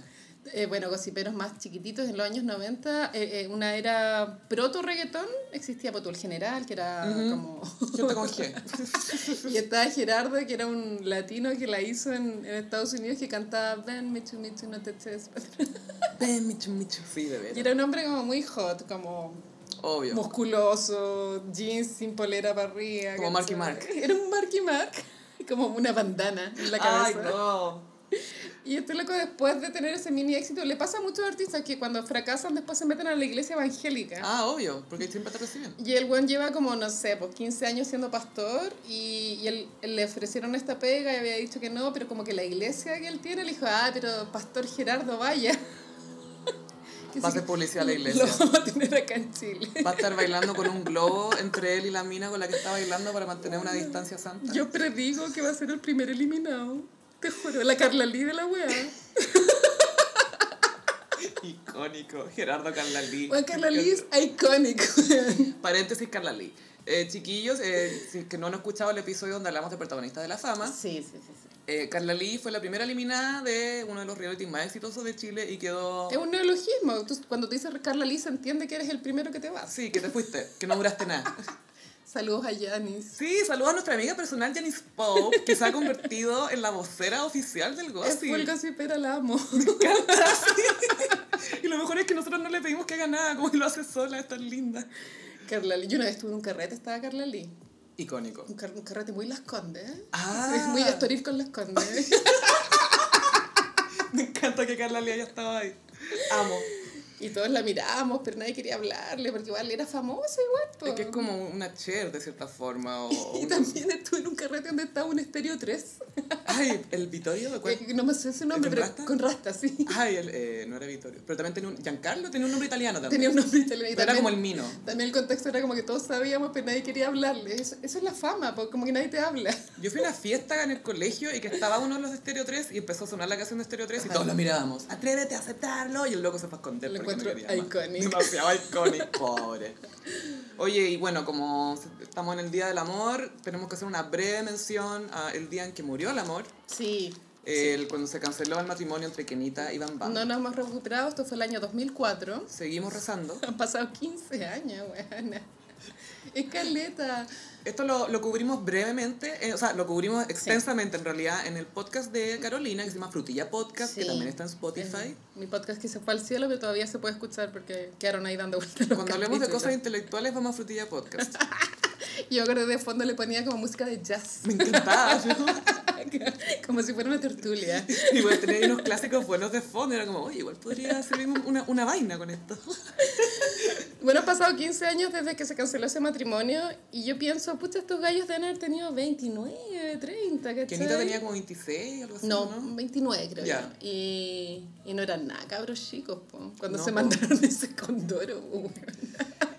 [SPEAKER 2] Eh, bueno, gossiperos más chiquititos en los años 90, eh, eh, una era proto-reggaetón, existía Potul General, que era
[SPEAKER 1] Ujú.
[SPEAKER 2] como...
[SPEAKER 1] Gente con G.
[SPEAKER 2] y estaba Gerardo, que era un latino que la hizo en, en Estados Unidos, que cantaba Ven, Michu, Michu, no te eches para atrás". Eh,
[SPEAKER 1] Ven, michu, michu. Sí, de
[SPEAKER 2] Y
[SPEAKER 1] veras.
[SPEAKER 2] era un hombre como muy hot, como
[SPEAKER 1] Obvio.
[SPEAKER 2] musculoso, jeans sin polera para arriba.
[SPEAKER 1] Como Marky
[SPEAKER 2] ¿cachai?
[SPEAKER 1] Mark.
[SPEAKER 2] Era un Marky Mark, como una bandana en la cabeza.
[SPEAKER 1] Ay, no.
[SPEAKER 2] Y este loco después de tener ese mini éxito, le pasa a muchos artistas que cuando fracasan después se meten a la iglesia evangélica.
[SPEAKER 1] Ah, obvio, porque siempre te reciben.
[SPEAKER 2] Y el buen lleva como, no sé, pues 15 años siendo pastor y, y él, él le ofrecieron esta pega y había dicho que no, pero como que la iglesia que él tiene le dijo, ah, pero pastor Gerardo, vaya. Que
[SPEAKER 1] Va a
[SPEAKER 2] sí
[SPEAKER 1] hacer publicidad a la
[SPEAKER 2] que
[SPEAKER 1] iglesia.
[SPEAKER 2] Lo vamos a tener acá en Chile.
[SPEAKER 1] Va a estar bailando con un globo entre él y la mina con la que está bailando para mantener una distancia santa.
[SPEAKER 2] Yo predigo que va a ser el primer eliminado. Te juro, la Carla Lee de la wea.
[SPEAKER 1] Icónico. Gerardo Carlalí.
[SPEAKER 2] Bueno, Carla Lee es icónico. weón.
[SPEAKER 1] Paréntesis, Carla Lee. Eh, chiquillos, eh, si- que no han escuchado el episodio donde hablamos de protagonistas de la fama,
[SPEAKER 2] Sí, sí, sí. sí.
[SPEAKER 1] eh, Carla Lee fue la primera eliminada de uno de los reality más exitosos de Chile y quedó...
[SPEAKER 2] Es un neologismo. Tú- cuando te dice Carla Lee, se entiende que eres el primero que te vas.
[SPEAKER 1] Ah, Sí, que te fuiste, que no duraste nada.
[SPEAKER 2] Saludos a Yanis.
[SPEAKER 1] Sí, saludos a nuestra amiga personal Janice Pope, que se ha convertido en la vocera oficial del
[SPEAKER 2] Es full
[SPEAKER 1] gossip.
[SPEAKER 2] gossipera, la amo.
[SPEAKER 1] Y lo mejor es que nosotros no le pedimos que haga nada, como que lo hace sola, es tan linda.
[SPEAKER 2] Carla Lee. Yo una vez estuve en un carrete, estaba Carla Lee.
[SPEAKER 1] Icónico.
[SPEAKER 2] Un, car- un carrete muy Las Condes. ¿eh?
[SPEAKER 1] Ah.
[SPEAKER 2] Es muy estoril con Las Condes.
[SPEAKER 1] Me encanta que Carla Lee haya estado ahí. Amo.
[SPEAKER 2] y todos la miramos, pero nadie quería hablarle, porque igual era famosa igual. po.
[SPEAKER 1] Es que es como una chair de cierta forma. O
[SPEAKER 2] Y
[SPEAKER 1] un-
[SPEAKER 2] también estuve en un carrete donde estaba un estéreo 3.
[SPEAKER 1] Ay, el Vittorio, ¿de cuál?
[SPEAKER 2] no me sé su nombre,
[SPEAKER 1] ¿Con
[SPEAKER 2] pero
[SPEAKER 1] rasta?
[SPEAKER 2] con rasta, sí.
[SPEAKER 1] Ay, el, eh, no era Vittorio. Pero también tenía un. Giancarlo tenía un nombre italiano Ah, también.
[SPEAKER 2] Tenía un nombre italiano. y
[SPEAKER 1] Pero era
[SPEAKER 2] también-
[SPEAKER 1] como el Mino.
[SPEAKER 2] También el contexto era como que todos sabíamos, pero nadie quería hablarle. Eso, eso es la fama, po, como que nadie te habla.
[SPEAKER 1] Yo fui a una fiesta en el colegio y que estaba uno de los de Stereo 3 y empezó a sonar la canción de Stereo 3 y
[SPEAKER 2] Ajá.
[SPEAKER 1] todos lo mirábamos. Atrévete a aceptarlo. Y el loco se fue a esconder.
[SPEAKER 2] Lo
[SPEAKER 1] porque no
[SPEAKER 2] encuentro
[SPEAKER 1] quería más.
[SPEAKER 2] icónico.
[SPEAKER 1] Demasiado icónico, pobre. Oye, y bueno, como estamos en el Día del Amor, tenemos que hacer una breve mención al día en que murió el amor.
[SPEAKER 2] Sí.
[SPEAKER 1] El, Cuando se canceló el matrimonio entre Kenita y Bam Bam.
[SPEAKER 2] No nos hemos recuperado, esto fue el año 2004.
[SPEAKER 1] Seguimos rezando.
[SPEAKER 2] Han pasado 15 años, weana. Es caleta.
[SPEAKER 1] Esto lo, lo cubrimos brevemente, eh, o sea, lo cubrimos extensamente en realidad en el podcast de Carolina, que se llama Frutilla Podcast, que
[SPEAKER 2] Sí.
[SPEAKER 1] también está en Spotify.
[SPEAKER 2] Es Mi podcast que se fue al cielo, pero todavía se puede escuchar porque quedaron ahí dando vueltas. los
[SPEAKER 1] Cuando hablemos de
[SPEAKER 2] capítulos.
[SPEAKER 1] cosas intelectuales, vamos a Frutilla Podcast.
[SPEAKER 2] Yo creo que de fondo le ponía como música de jazz.
[SPEAKER 1] Me encantaba. ¿no?
[SPEAKER 2] vaca, como si fuera una tertulia.
[SPEAKER 1] Y bueno, tenía ahí unos clásicos buenos de fondo. Era como, oye, igual podría hacer una, una vaina con esto.
[SPEAKER 2] Bueno, han pasado 15 años desde que se canceló ese matrimonio y yo pienso, pucha, estos gallos deben haber tenido 29, 30, ¿cachai?
[SPEAKER 1] Kenita tenía como 26, algo así.
[SPEAKER 2] No, 29 creo
[SPEAKER 1] Ya.
[SPEAKER 2] yo. Y, y no eran nada cabros chicos, po. Cuando
[SPEAKER 1] No,
[SPEAKER 2] se
[SPEAKER 1] po.
[SPEAKER 2] mandaron ese condoro, uh. weón.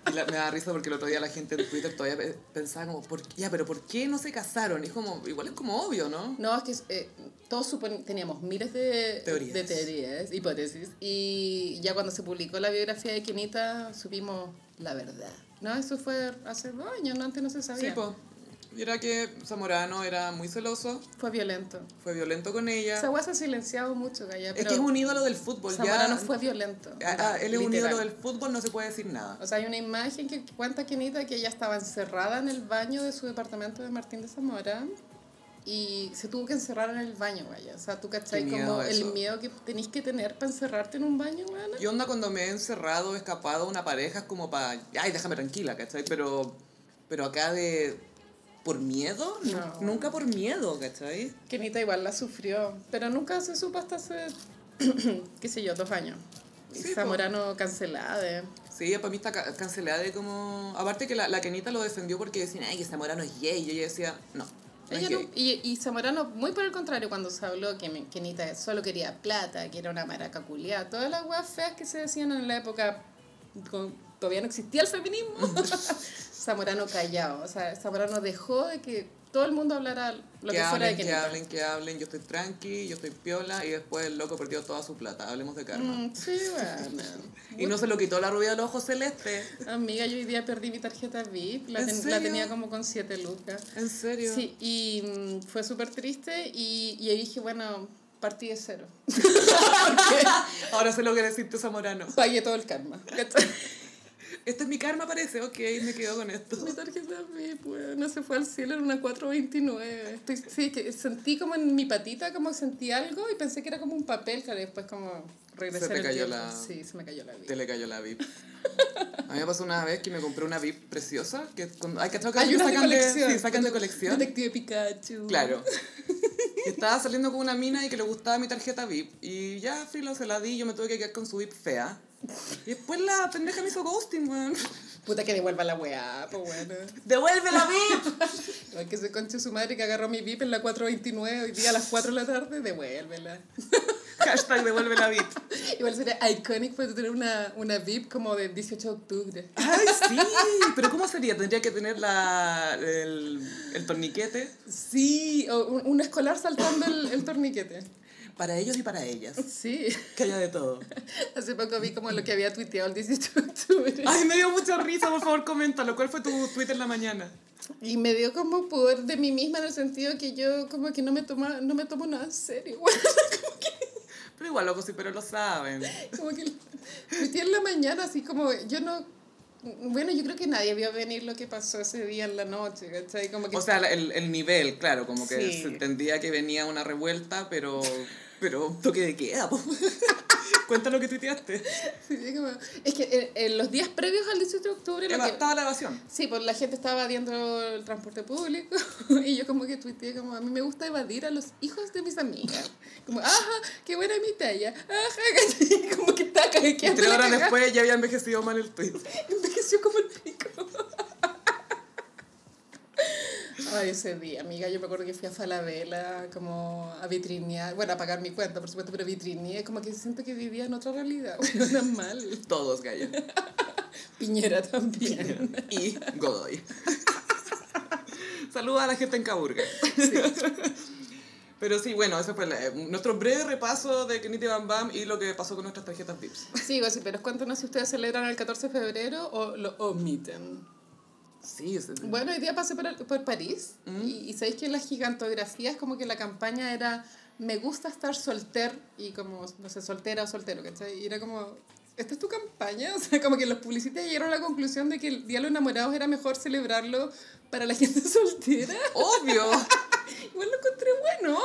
[SPEAKER 1] Y la- me da risa porque el otro día la gente en Twitter todavía pe- pensaba como, ¿por, qué- ya, pero ¿por qué no se casaron? Y es como, igual es como obvio, ¿no?
[SPEAKER 2] No, es que eh, todos supon- teníamos miles de
[SPEAKER 1] Teorías.
[SPEAKER 2] de teorías, hipótesis. Y ya cuando se publicó la biografía de Kenita, supimos la verdad. No, eso fue hace dos años, ¿no? antes no se sabía.
[SPEAKER 1] Sí, po. Y era que Zamorano era muy celoso,
[SPEAKER 2] Fue violento.
[SPEAKER 1] fue violento con ella.
[SPEAKER 2] Esa weá se ha silenciado mucho, Gaya.
[SPEAKER 1] es que es un ídolo del fútbol, ya.
[SPEAKER 2] Zamorano fue violento.
[SPEAKER 1] Ah, ah, él es un
[SPEAKER 2] literal.
[SPEAKER 1] ídolo del fútbol, no se puede decir nada.
[SPEAKER 2] O sea, hay una imagen que cuenta Kenita que ella estaba encerrada en el baño de su departamento de Martín de Zamora y se tuvo que encerrar en el baño, vaya. O sea, tú cachai
[SPEAKER 1] Qué miedo
[SPEAKER 2] como
[SPEAKER 1] eso.
[SPEAKER 2] el miedo que tenés que tener para encerrarte en un baño, weona.
[SPEAKER 1] Y onda cuando me he encerrado, escapado a una pareja, es como para, ay, déjame tranquila, ¿cachai? Pero, pero acá de, por miedo, nu-
[SPEAKER 2] No.
[SPEAKER 1] nunca por miedo, ¿cachai?
[SPEAKER 2] Kenita igual la sufrió, pero nunca se supo hasta hace, qué sé yo, dos años. Y
[SPEAKER 1] Sí, po.
[SPEAKER 2] Zamorano cancelada. eh.
[SPEAKER 1] Sí, para mí está ca- cancelada de como... Aparte que la, la Kenita lo defendió porque decían, ay, que Zamorano es gay. Y ella decía, no, no
[SPEAKER 2] Ella
[SPEAKER 1] es
[SPEAKER 2] no-
[SPEAKER 1] gay.
[SPEAKER 2] y, y Zamorano, muy por el contrario, cuando se habló que me- Kenita solo quería plata, que era una maraca culiá, todas las weas feas que se decían en la época, con- todavía no existía el feminismo, Zamorano callado, o sea, Zamorano dejó de que todo el mundo hablara lo que,
[SPEAKER 1] que
[SPEAKER 2] fuera de
[SPEAKER 1] hablen, que
[SPEAKER 2] Kenita.
[SPEAKER 1] hablen, que hablen, yo estoy tranqui, yo estoy piola. Y después el loco perdió toda su plata, hablemos de karma.
[SPEAKER 2] Mm, sí, bueno.
[SPEAKER 1] Y no se lo quitó la rubia del ojo celeste.
[SPEAKER 2] Amiga, yo hoy día perdí mi tarjeta VIP, la,
[SPEAKER 1] ¿En
[SPEAKER 2] ten- la
[SPEAKER 1] serio?
[SPEAKER 2] tenía como con 7 lucas.
[SPEAKER 1] ¿En serio?
[SPEAKER 2] Sí, y mm, fue súper triste y, y ahí dije, bueno, partí de cero.
[SPEAKER 1] Ahora sé lo que decirte, Zamorano.
[SPEAKER 2] Pagué todo el karma. ¿cachai?
[SPEAKER 1] Este es mi karma, parece. Ok, me quedo con esto.
[SPEAKER 2] Mi tarjeta VIP, weón, no se fue al cielo en una 429. Estoy, sí, que sentí como en mi patita, como sentí algo y pensé que era como un papel, claro, y después como regresé.
[SPEAKER 1] Se te
[SPEAKER 2] en el
[SPEAKER 1] cayó
[SPEAKER 2] tiempo.
[SPEAKER 1] la-
[SPEAKER 2] Sí, se me cayó la vida.
[SPEAKER 1] Te le cayó la VIP. A mí me pasó una vez que me compré una VIP preciosa. Que con- Hay que que
[SPEAKER 2] Hay unas
[SPEAKER 1] sacan
[SPEAKER 2] de
[SPEAKER 1] de,
[SPEAKER 2] colección.
[SPEAKER 1] sí, sacan de colección.
[SPEAKER 2] Detective Pikachu.
[SPEAKER 1] Claro. Y Estaba saliendo con una mina y que le gustaba mi tarjeta VIP. Y ya, filo, se la di. Yo me tuve que quedar con su VIP fea. Y después la pendeja me hizo ghosting, weón.
[SPEAKER 2] Puta que devuelva la weá, pues bueno.
[SPEAKER 1] ¡Devuelve la VIP!
[SPEAKER 2] Ay, que se conche su madre que agarró mi VIP en la 429 hoy día a las 4 de la tarde, devuélvela.
[SPEAKER 1] Hashtag devuelve la VIP.
[SPEAKER 2] Igual sería iconic pues tener una, una VIP como del 18 de octubre.
[SPEAKER 1] ¡Ay, sí! Pero ¿cómo sería? Tendría que tener la, el, el torniquete
[SPEAKER 2] Sí, o un, un escolar saltando el, el torniquete.
[SPEAKER 1] para ellos y para ellas.
[SPEAKER 2] Sí.
[SPEAKER 1] Que haya de todo.
[SPEAKER 2] Hace poco vi como lo que había tuiteado el 18 de octubre.
[SPEAKER 1] Ay, me dio mucha risa. Por favor, coméntalo. ¿Cuál fue tu Twitter en la mañana?
[SPEAKER 2] Y me dio como poder de mí misma en el sentido que yo como que no me, toma, no me tomo nada en serio.
[SPEAKER 1] Pero igual, loco, sí, pero lo saben.
[SPEAKER 2] Como que tuiteé en la mañana, así como yo no. Bueno, yo creo que nadie vio venir lo que pasó ese día en la noche, ¿cachai? Como que
[SPEAKER 1] O sea, la- el, el nivel, claro, como que
[SPEAKER 2] Sí.
[SPEAKER 1] se entendía que venía una revuelta, pero, pero toque de queda, po. Cuenta lo que tuiteaste.
[SPEAKER 2] Sí, como- es que en, en los días previos al 18 de octubre, lo
[SPEAKER 1] Eva,
[SPEAKER 2] que-
[SPEAKER 1] estaba la evasión.
[SPEAKER 2] sí, pues la gente estaba evadiendo el transporte público y yo como que tuiteé como, a mí me gusta evadir a los hijos de mis amigas. Como, ajá, qué buena mi talla. Ajá, ¿cachai? como que está
[SPEAKER 1] Y
[SPEAKER 2] cajequeando
[SPEAKER 1] tres
[SPEAKER 2] la
[SPEAKER 1] horas
[SPEAKER 2] cagada.
[SPEAKER 1] después ya había envejecido mal el tweet.
[SPEAKER 2] Envejeció como el pico. Ay, ese día, amiga, yo me acuerdo que fui a Falabella como a vitrinear, bueno, a pagar mi cuenta, por supuesto, pero vitrineé, como que siento que vivía en otra realidad, una mal.
[SPEAKER 1] Todos, Gaya.
[SPEAKER 2] Piñera también.
[SPEAKER 1] Y Godoy. Saluda a la gente en Caburga. Pero sí, bueno, ese fue la- eh, nuestro breve repaso de Kenita Bam Bam y lo que pasó con nuestras tarjetas VIPs.
[SPEAKER 2] Sí, sí, pero cuéntanos si ustedes celebran el 14 de febrero o lo omiten.
[SPEAKER 1] Sí, ese-
[SPEAKER 2] Bueno, hoy día pasé por, el- por París y, y sabéis que en las gigantografías como que la campaña era me gusta estar solter y como, no sé, soltera o soltero, ¿cachai? Y era como, ¿esta es tu campaña? O sea, como que los publicistas llegaron a la conclusión de que el Día de los Enamorados era mejor celebrarlo para la gente soltera.
[SPEAKER 1] obvio.
[SPEAKER 2] Igual lo encontré bueno.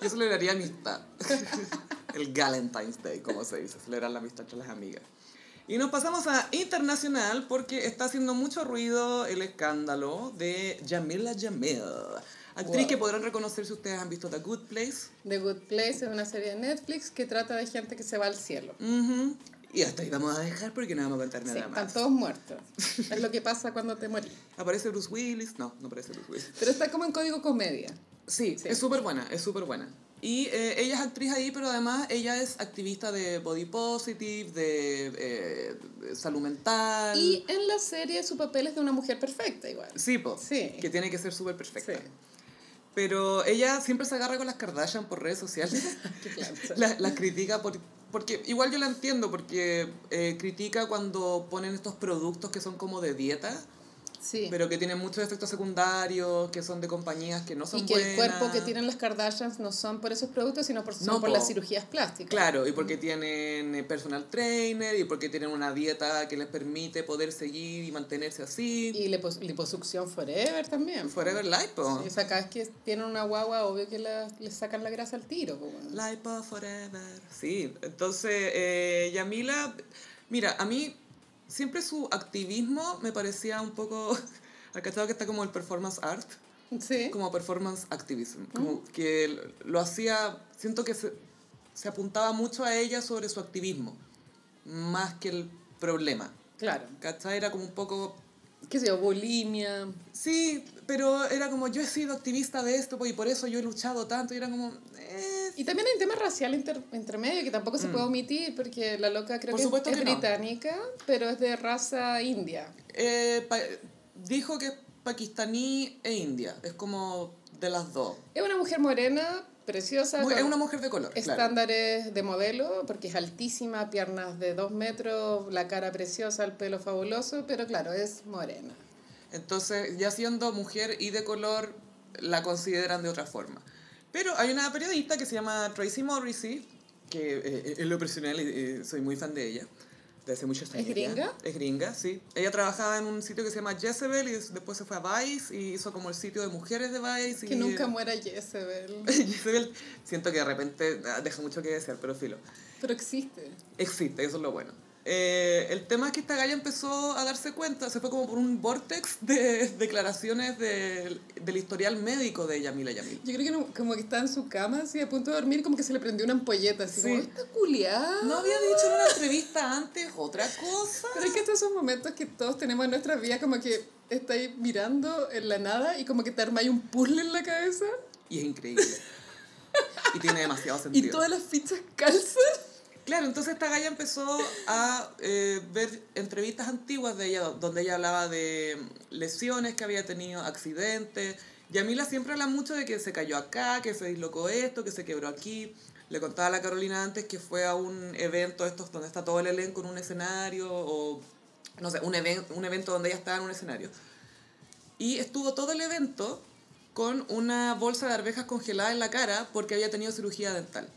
[SPEAKER 1] Yo celebraría amistad. El Valentine's Day, como se dice, celebrar la amistad entre las amigas. Y nos pasamos a internacional porque está haciendo mucho ruido el escándalo de Jamila Jamil. Actriz
[SPEAKER 2] Wow.
[SPEAKER 1] que podrán reconocer si ustedes han visto The Good Place.
[SPEAKER 2] The Good Place es una serie de Netflix que trata de gente que se va al cielo.
[SPEAKER 1] Ujú. Y hasta ahí vamos a dejar porque no vamos a contar
[SPEAKER 2] Sí,
[SPEAKER 1] nada
[SPEAKER 2] están
[SPEAKER 1] más.
[SPEAKER 2] todos muertos. Es lo que pasa cuando te morís.
[SPEAKER 1] Aparece Bruce Willis. No, no aparece Bruce Willis.
[SPEAKER 2] Pero está como en código comedia.
[SPEAKER 1] Sí,
[SPEAKER 2] Sí.
[SPEAKER 1] es súper buena, es súper buena. Y eh, ella es actriz ahí, pero además ella es activista de body positive, de eh, de salud mental.
[SPEAKER 2] Y en la serie su papel es de una mujer perfecta igual.
[SPEAKER 1] Sí, po,
[SPEAKER 2] Sí.
[SPEAKER 1] que tiene que ser súper perfecta.
[SPEAKER 2] Sí.
[SPEAKER 1] Pero ella siempre se agarra con las Kardashian por redes sociales.
[SPEAKER 2] Qué plancha.
[SPEAKER 1] las las critica por, porque igual yo la entiendo, porque eh, critica cuando ponen estos productos que son como de dieta,
[SPEAKER 2] Sí.
[SPEAKER 1] pero que tienen muchos efectos secundarios, que son de compañías que no son
[SPEAKER 2] y que el
[SPEAKER 1] buenas.
[SPEAKER 2] cuerpo que tienen las Kardashians no son por esos productos, sino por, son
[SPEAKER 1] No,
[SPEAKER 2] por
[SPEAKER 1] po.
[SPEAKER 2] las cirugías plásticas.
[SPEAKER 1] Claro, y porque tienen eh, personal trainer, y porque tienen una dieta que les permite poder seguir y mantenerse así.
[SPEAKER 2] Y lipo- liposucción forever también. po.
[SPEAKER 1] Forever Lipo.
[SPEAKER 2] O sea, cada vez que tienen una guagua, obvio que la- les sacan la grasa al tiro. po, weón.
[SPEAKER 1] Lipo Forever. Sí, entonces eh, Yamila, mira, a mí siempre su activismo me parecía un poco, ha cachado que está como el performance art,
[SPEAKER 2] Sí.
[SPEAKER 1] como performance activism, como que lo- lo hacía, siento que se, se apuntaba mucho a ella sobre su activismo, más que el problema.
[SPEAKER 2] Claro.
[SPEAKER 1] ¿Cachai? Era como un poco
[SPEAKER 2] ¿Qué sé yo? Bulimia.
[SPEAKER 1] Sí, pero era como, yo he sido activista de esto po, y por eso yo he luchado tanto. Y era como, eh,
[SPEAKER 2] Y también hay un tema racial inter- entre medio que tampoco se puede omitir porque la loca creo
[SPEAKER 1] Mm. Por
[SPEAKER 2] que es-
[SPEAKER 1] supuesto
[SPEAKER 2] es,
[SPEAKER 1] que no.
[SPEAKER 2] británica, pero es de raza india.
[SPEAKER 1] eh, pa- dijo que es pakistaní e india. Es como de las dos.
[SPEAKER 2] Es una mujer morena, preciosa,
[SPEAKER 1] Muy-
[SPEAKER 2] con
[SPEAKER 1] es una mujer de color. Claro.
[SPEAKER 2] estándares de modelo porque es altísima, piernas de dos metros, la cara preciosa, el pelo fabuloso, pero claro, es morena.
[SPEAKER 1] Entonces, ya siendo mujer y de color, la consideran de otra forma. Pero hay una periodista que se llama Tracy Morrissey, que eh, en lo personal eh, soy muy fan de ella. De hace muchos años.
[SPEAKER 2] ¿Es
[SPEAKER 1] ya.
[SPEAKER 2] gringa?
[SPEAKER 1] Es gringa, sí. Ella trabajaba en un sitio que se llama Jezebel y des- después se fue a Vice y hizo como el sitio de mujeres de Vice.
[SPEAKER 2] Que
[SPEAKER 1] y,
[SPEAKER 2] nunca muera Jezebel,
[SPEAKER 1] Jezebel, siento que de repente ah, deja mucho que desear, pero filo.
[SPEAKER 2] pero existe.
[SPEAKER 1] Existe, eso es lo bueno. Eh, el tema es que esta galla empezó a darse cuenta, se fue como por un vortex de declaraciones del, del historial médico de Yamila Yamil.
[SPEAKER 2] Yo creo que no- como que está en su cama, así a punto de dormir, como que se le prendió una ampolleta, así
[SPEAKER 1] Sí.
[SPEAKER 2] como, ¡está culiada!
[SPEAKER 1] No había dicho en una entrevista antes otra cosa.
[SPEAKER 2] Pero es que estos son momentos que todos tenemos en nuestras vidas, como que estáis mirando en la nada y como que te armáis un puzzle en la cabeza
[SPEAKER 1] Y es increíble. Y tiene demasiado
[SPEAKER 2] y
[SPEAKER 1] sentido.
[SPEAKER 2] todas las fichas calzan.
[SPEAKER 1] Claro, entonces esta galla empezó a eh, ver entrevistas antiguas de ella, donde ella hablaba de lesiones que había tenido, accidentes. Yamila siempre habla mucho de que se cayó acá, que se dislocó esto, que se quebró aquí. Le contaba a la Carolina antes que fue a un evento estos donde está todo el elenco en un escenario o, no sé, un, even- un evento donde ella estaba en un escenario. Y estuvo todo el evento con una bolsa de arvejas congelada en la cara porque había tenido cirugía dental.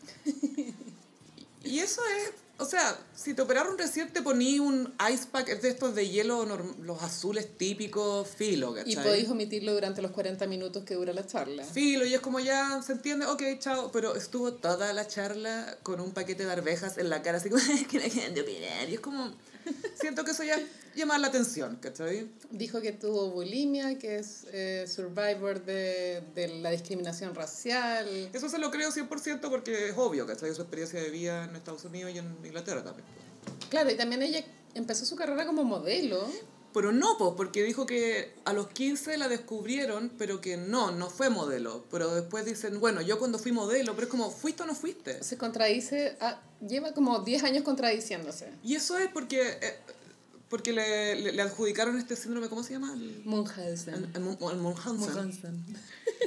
[SPEAKER 1] Y eso es, o sea, si te operaron recién te poní un ice pack es de estos de hielo, norm- los azules típicos, filo, ¿cachai?
[SPEAKER 2] Y podéis omitirlo durante los 40 minutos que dura la charla.
[SPEAKER 1] Filo, y es como ya, ¿se entiende? Ok, chao. Pero estuvo toda la charla con un paquete de arvejas en la cara, así como, "Es que la gente operar. Y es como, siento que eso ya llama la atención, ¿cachai?
[SPEAKER 2] Dijo que tuvo bulimia, que es eh, survivor de, de la discriminación racial.
[SPEAKER 1] Eso se lo creo 100% porque es obvio, ¿cachai? Su experiencia de vida en Estados Unidos y en Inglaterra también. pues.
[SPEAKER 2] Claro, y también ella empezó su carrera como modelo.
[SPEAKER 1] Pero no, pues, porque dijo que a los 15 la descubrieron, pero que no, no fue modelo. Pero después dicen, bueno, yo cuando fui modelo, pero es como, ¿fuiste o no fuiste?
[SPEAKER 2] Se contradice, ah, lleva como 10 años contradiciéndose.
[SPEAKER 1] Y eso es porque, eh, porque le, le- le adjudicaron este síndrome, ¿cómo se llama? El, el,
[SPEAKER 2] Munchausen.
[SPEAKER 1] el Mun- el Munchausen.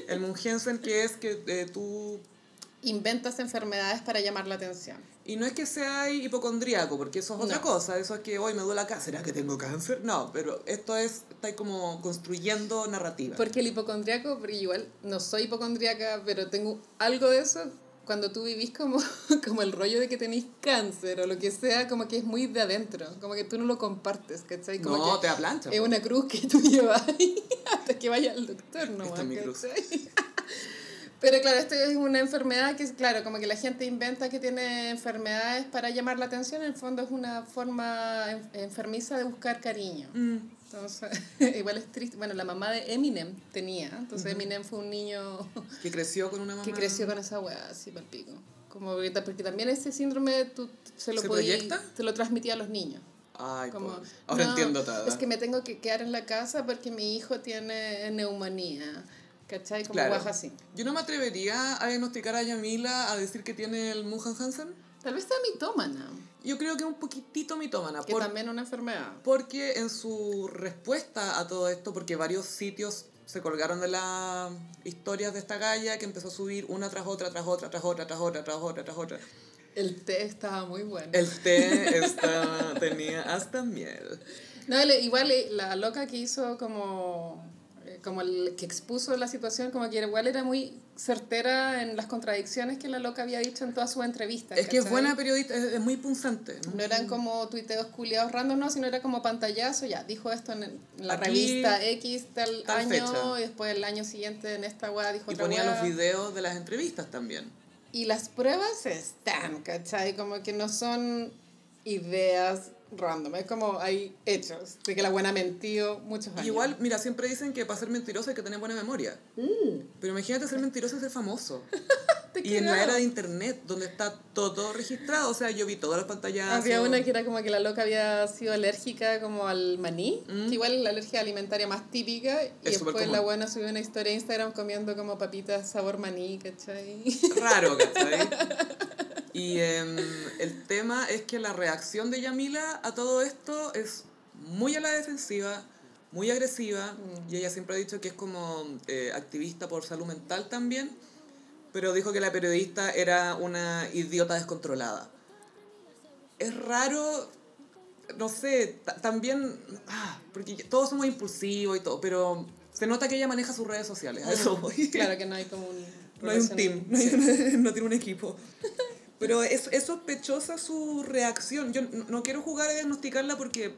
[SPEAKER 1] El Munchausen, que es que eh, tú...
[SPEAKER 2] Inventas enfermedades para llamar la atención.
[SPEAKER 1] Y no es que sea hipocondríaco, porque eso es otra
[SPEAKER 2] No.
[SPEAKER 1] cosa. Eso es que hoy me duele acá, ¿será que tengo cáncer? No, pero esto es, está como construyendo narrativa.
[SPEAKER 2] Porque el hipocondriaco, porque igual no soy hipocondriaca, pero tengo algo de eso. Cuando tú vivís como, como el rollo de que tenéis cáncer o lo que sea, como que es muy de adentro, como que tú no lo compartes, ¿cachai? Como
[SPEAKER 1] no,
[SPEAKER 2] que
[SPEAKER 1] te aplancha.
[SPEAKER 2] es una cruz que tú llevas ahí hasta que vayas al doctor, ¿no?
[SPEAKER 1] Esta es mi cruz.
[SPEAKER 2] Pero claro, esto es una enfermedad que, es claro, como que la gente inventa que tiene enfermedades para llamar la atención, en el fondo es una forma en- enfermiza de buscar cariño.
[SPEAKER 1] Mm.
[SPEAKER 2] Entonces, igual es triste. Bueno, la mamá de Eminem tenía. Entonces, Eminem fue un niño
[SPEAKER 1] Que creció con una mamá.
[SPEAKER 2] que creció con esa weá, así para pico. Como que ta- porque también ese síndrome tú se lo
[SPEAKER 1] ¿Se
[SPEAKER 2] podí-
[SPEAKER 1] proyecta?
[SPEAKER 2] se lo transmitía a los niños.
[SPEAKER 1] Ay,
[SPEAKER 2] Como,
[SPEAKER 1] pobre. Ahora
[SPEAKER 2] "No,
[SPEAKER 1] entiendo todo.
[SPEAKER 2] Es que me tengo que quedar en la casa porque mi hijo tiene neumonía. ¿Cachai? Como
[SPEAKER 1] Claro.
[SPEAKER 2] guaja así.
[SPEAKER 1] Yo no me atrevería a diagnosticar a Yamila a decir que tiene el Muhan-Hansen.
[SPEAKER 2] Tal vez sea mitómana,
[SPEAKER 1] Yo creo que es un poquitito mitómana.
[SPEAKER 2] que
[SPEAKER 1] por-
[SPEAKER 2] también es una enfermedad.
[SPEAKER 1] porque en su respuesta a todo esto, porque varios sitios se colgaron de las historias de esta galla que empezó a subir una tras otra, tras otra, tras otra, tras otra, tras otra, tras otra.
[SPEAKER 2] El té estaba muy bueno.
[SPEAKER 1] El té está- tenía hasta miel.
[SPEAKER 2] No, le- igual eh, la loca que hizo como, eh, como el que expuso la situación, como que igual era muy certera en las contradicciones que la loca había dicho en todas sus entrevistas.
[SPEAKER 1] Es que es
[SPEAKER 2] ¿cachai?
[SPEAKER 1] buena periodista, es, es muy punzante.
[SPEAKER 2] No eran como tuiteos culiados random, no, sino era como pantallazo, ya, dijo esto en, el- en la
[SPEAKER 1] Aquí,
[SPEAKER 2] revista X tal,
[SPEAKER 1] tal
[SPEAKER 2] año,
[SPEAKER 1] fecha.
[SPEAKER 2] y después el año siguiente en esta weá dijo
[SPEAKER 1] Y
[SPEAKER 2] otra
[SPEAKER 1] ponía
[SPEAKER 2] weá.
[SPEAKER 1] los videos de las entrevistas también.
[SPEAKER 2] Y las pruebas están, ¿cachai? Como que no son ideas random, es como hay hechos, de que la buena mentió muchos años.
[SPEAKER 1] Igual, mira, siempre dicen que para ser mentiroso hay que tener buena memoria.
[SPEAKER 2] Mm.
[SPEAKER 1] Pero imagínate ser mentiroso y ser famoso.
[SPEAKER 2] Te
[SPEAKER 1] y en la
[SPEAKER 2] cagaba.
[SPEAKER 1] era de internet, donde está todo registrado, o sea, yo vi todas las pantallas.
[SPEAKER 2] Había una que era como que la loca había sido alérgica como al maní, que igual es la alergia alimentaria más típica, y
[SPEAKER 1] Mm. Es súper
[SPEAKER 2] después la
[SPEAKER 1] común.
[SPEAKER 2] buena subió una historia a Instagram comiendo como papitas sabor maní, ¿cachai?
[SPEAKER 1] Raro, ¿cachai? Y em, el tema es que la reacción de Yamila a todo esto es muy a la defensiva, muy agresiva, y ella siempre ha dicho que es como eh, activista por salud mental también, pero dijo que la periodista era una idiota descontrolada. Es raro, no sé, ta- también, ah, porque todos somos impulsivos y todo, pero se nota que ella maneja sus redes sociales, a eso voy.
[SPEAKER 2] claro que no hay como un...
[SPEAKER 1] No hay un team,
[SPEAKER 2] relacionamiento.
[SPEAKER 1] no, hay una- no tiene un equipo. Pero es, es sospechosa su reacción. Yo n- no quiero jugar a diagnosticarla porque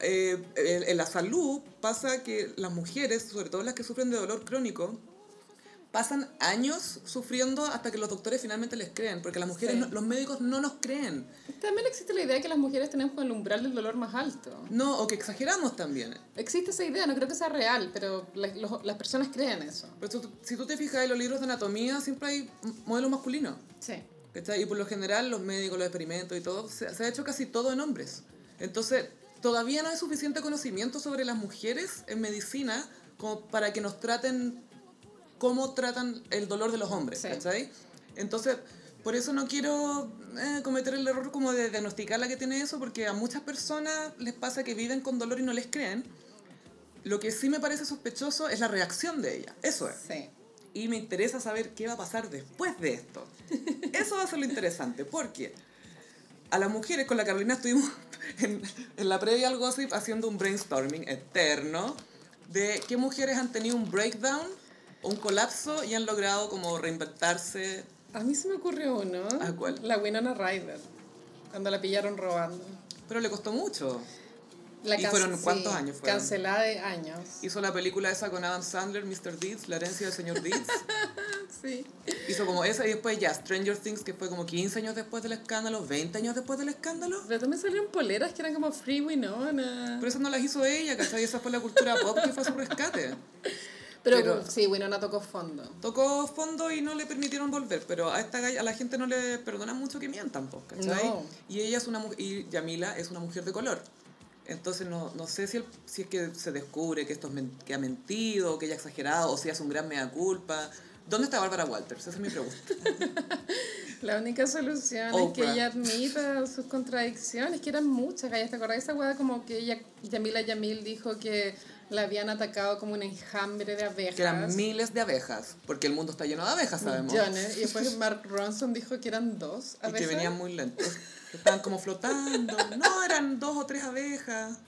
[SPEAKER 1] eh, en, en la salud pasa que las mujeres, sobre todo las que sufren de dolor crónico, pasan años sufriendo hasta que los doctores finalmente les creen, porque las mujeres,
[SPEAKER 2] Sí.
[SPEAKER 1] no- los médicos no nos creen.
[SPEAKER 2] También existe la idea de que las mujeres tenemos como el umbral del dolor más alto.
[SPEAKER 1] No, o que exageramos también.
[SPEAKER 2] Existe esa idea, no creo que sea real, pero la- los- las personas creen eso.
[SPEAKER 1] Pero si tú- si tú te fijas en los libros de anatomía, siempre hay m- modelos masculinos.
[SPEAKER 2] Sí.
[SPEAKER 1] ¿Cachai? Y por lo general los médicos, los experimentos y todo, se, se ha hecho casi todo en hombres. Entonces, todavía no hay suficiente conocimiento sobre las mujeres en medicina como para que nos traten cómo tratan el dolor de los hombres.
[SPEAKER 2] Sí.
[SPEAKER 1] ¿cachai? Entonces, por eso no quiero eh, cometer el error como de diagnosticar la que tiene eso, porque a muchas personas les pasa que viven con dolor y no les creen. Lo que sí me parece sospechoso es la reacción de ella. Eso es.
[SPEAKER 2] Sí.
[SPEAKER 1] Y me interesa saber qué va a pasar después de esto. Eso va a ser lo interesante, porque a las mujeres con la Carolina estuvimos en, en la previa al gossip haciendo un brainstorming eterno de qué mujeres han tenido un breakdown o un colapso y han logrado como reinventarse.
[SPEAKER 2] A mí se me ocurrió uno.
[SPEAKER 1] ¿A cuál?
[SPEAKER 2] La Winona Ryder, cuando la pillaron robando.
[SPEAKER 1] Pero le costó mucho.
[SPEAKER 2] La
[SPEAKER 1] ¿Y
[SPEAKER 2] cance-
[SPEAKER 1] fueron cuántos años fueron?
[SPEAKER 2] Cancelada de años.
[SPEAKER 1] Hizo la película esa con Adam Sandler, Mr. Deeds, La herencia del señor Deeds.
[SPEAKER 2] Sí.
[SPEAKER 1] Hizo como esa y después ya Stranger Things, que fue como 15 años después del escándalo, 20 años después del escándalo.
[SPEAKER 2] Pero también salieron poleras que eran como Free Winona.
[SPEAKER 1] Pero esas no las hizo ella, ¿cachai? Esa fue la cultura pop que fue su rescate.
[SPEAKER 2] Pero,
[SPEAKER 1] pero-
[SPEAKER 2] sí, Winona tocó fondo.
[SPEAKER 1] Tocó fondo y no le permitieron volver, pero a esta galla- a la gente no le perdona mucho que mientan, po, ¿cachai?
[SPEAKER 2] No.
[SPEAKER 1] Y ella es una mujer, y Yamila es una mujer de color. Entonces no, no sé si, el- si es que se descubre que esto es men- que ha mentido, que ella ha exagerado, o si hace un gran mea culpa. ¿Dónde está Bárbara Walters? Esa es mi pregunta.
[SPEAKER 2] La única solución es que
[SPEAKER 1] Oprah.
[SPEAKER 2] ella admita sus contradicciones, que eran muchas. gallas. ¿Te acordás de esa hueá como que ella, Yamila Yamil dijo que la habían atacado como un enjambre de abejas?
[SPEAKER 1] Que eran miles de abejas, porque el mundo está lleno de abejas, sabemos.
[SPEAKER 2] millones. Y después Mark Ronson dijo que eran dos
[SPEAKER 1] Y que
[SPEAKER 2] abejas.
[SPEAKER 1] venían muy lentos. Que estaban como flotando. No, eran dos o tres abejas.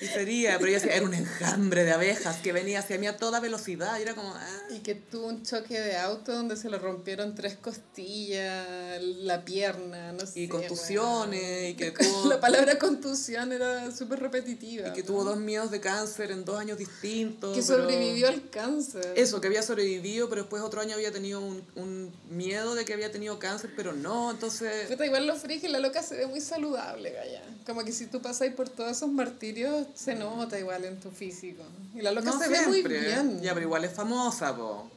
[SPEAKER 1] Y sería, pero ella decía, era un enjambre de abejas que venía hacia mí a toda velocidad. Y era como, ah.
[SPEAKER 2] Y que tuvo un choque de auto donde se le rompieron tres costillas, la pierna, no sé.
[SPEAKER 1] Y contusiones,
[SPEAKER 2] weón.
[SPEAKER 1] y que tuvo-
[SPEAKER 2] La palabra contusión era súper repetitiva.
[SPEAKER 1] Y que
[SPEAKER 2] ¿no?
[SPEAKER 1] tuvo dos miedos de cáncer en dos años distintos.
[SPEAKER 2] Que
[SPEAKER 1] pero-
[SPEAKER 2] sobrevivió al cáncer.
[SPEAKER 1] Eso, que había sobrevivido, pero después otro año había tenido un, un miedo de que había tenido cáncer, pero no, entonces...
[SPEAKER 2] Puta, igual lo frige, la loca se ve muy saludable, gaya. Como que si tú pasáis por todos esos martirios, Se nota igual en tu físico. Y la loca
[SPEAKER 1] Mm. No
[SPEAKER 2] se ve muy
[SPEAKER 1] siempre. ¿eh?
[SPEAKER 2] bien.
[SPEAKER 1] Ya, pero igual es famosa, po.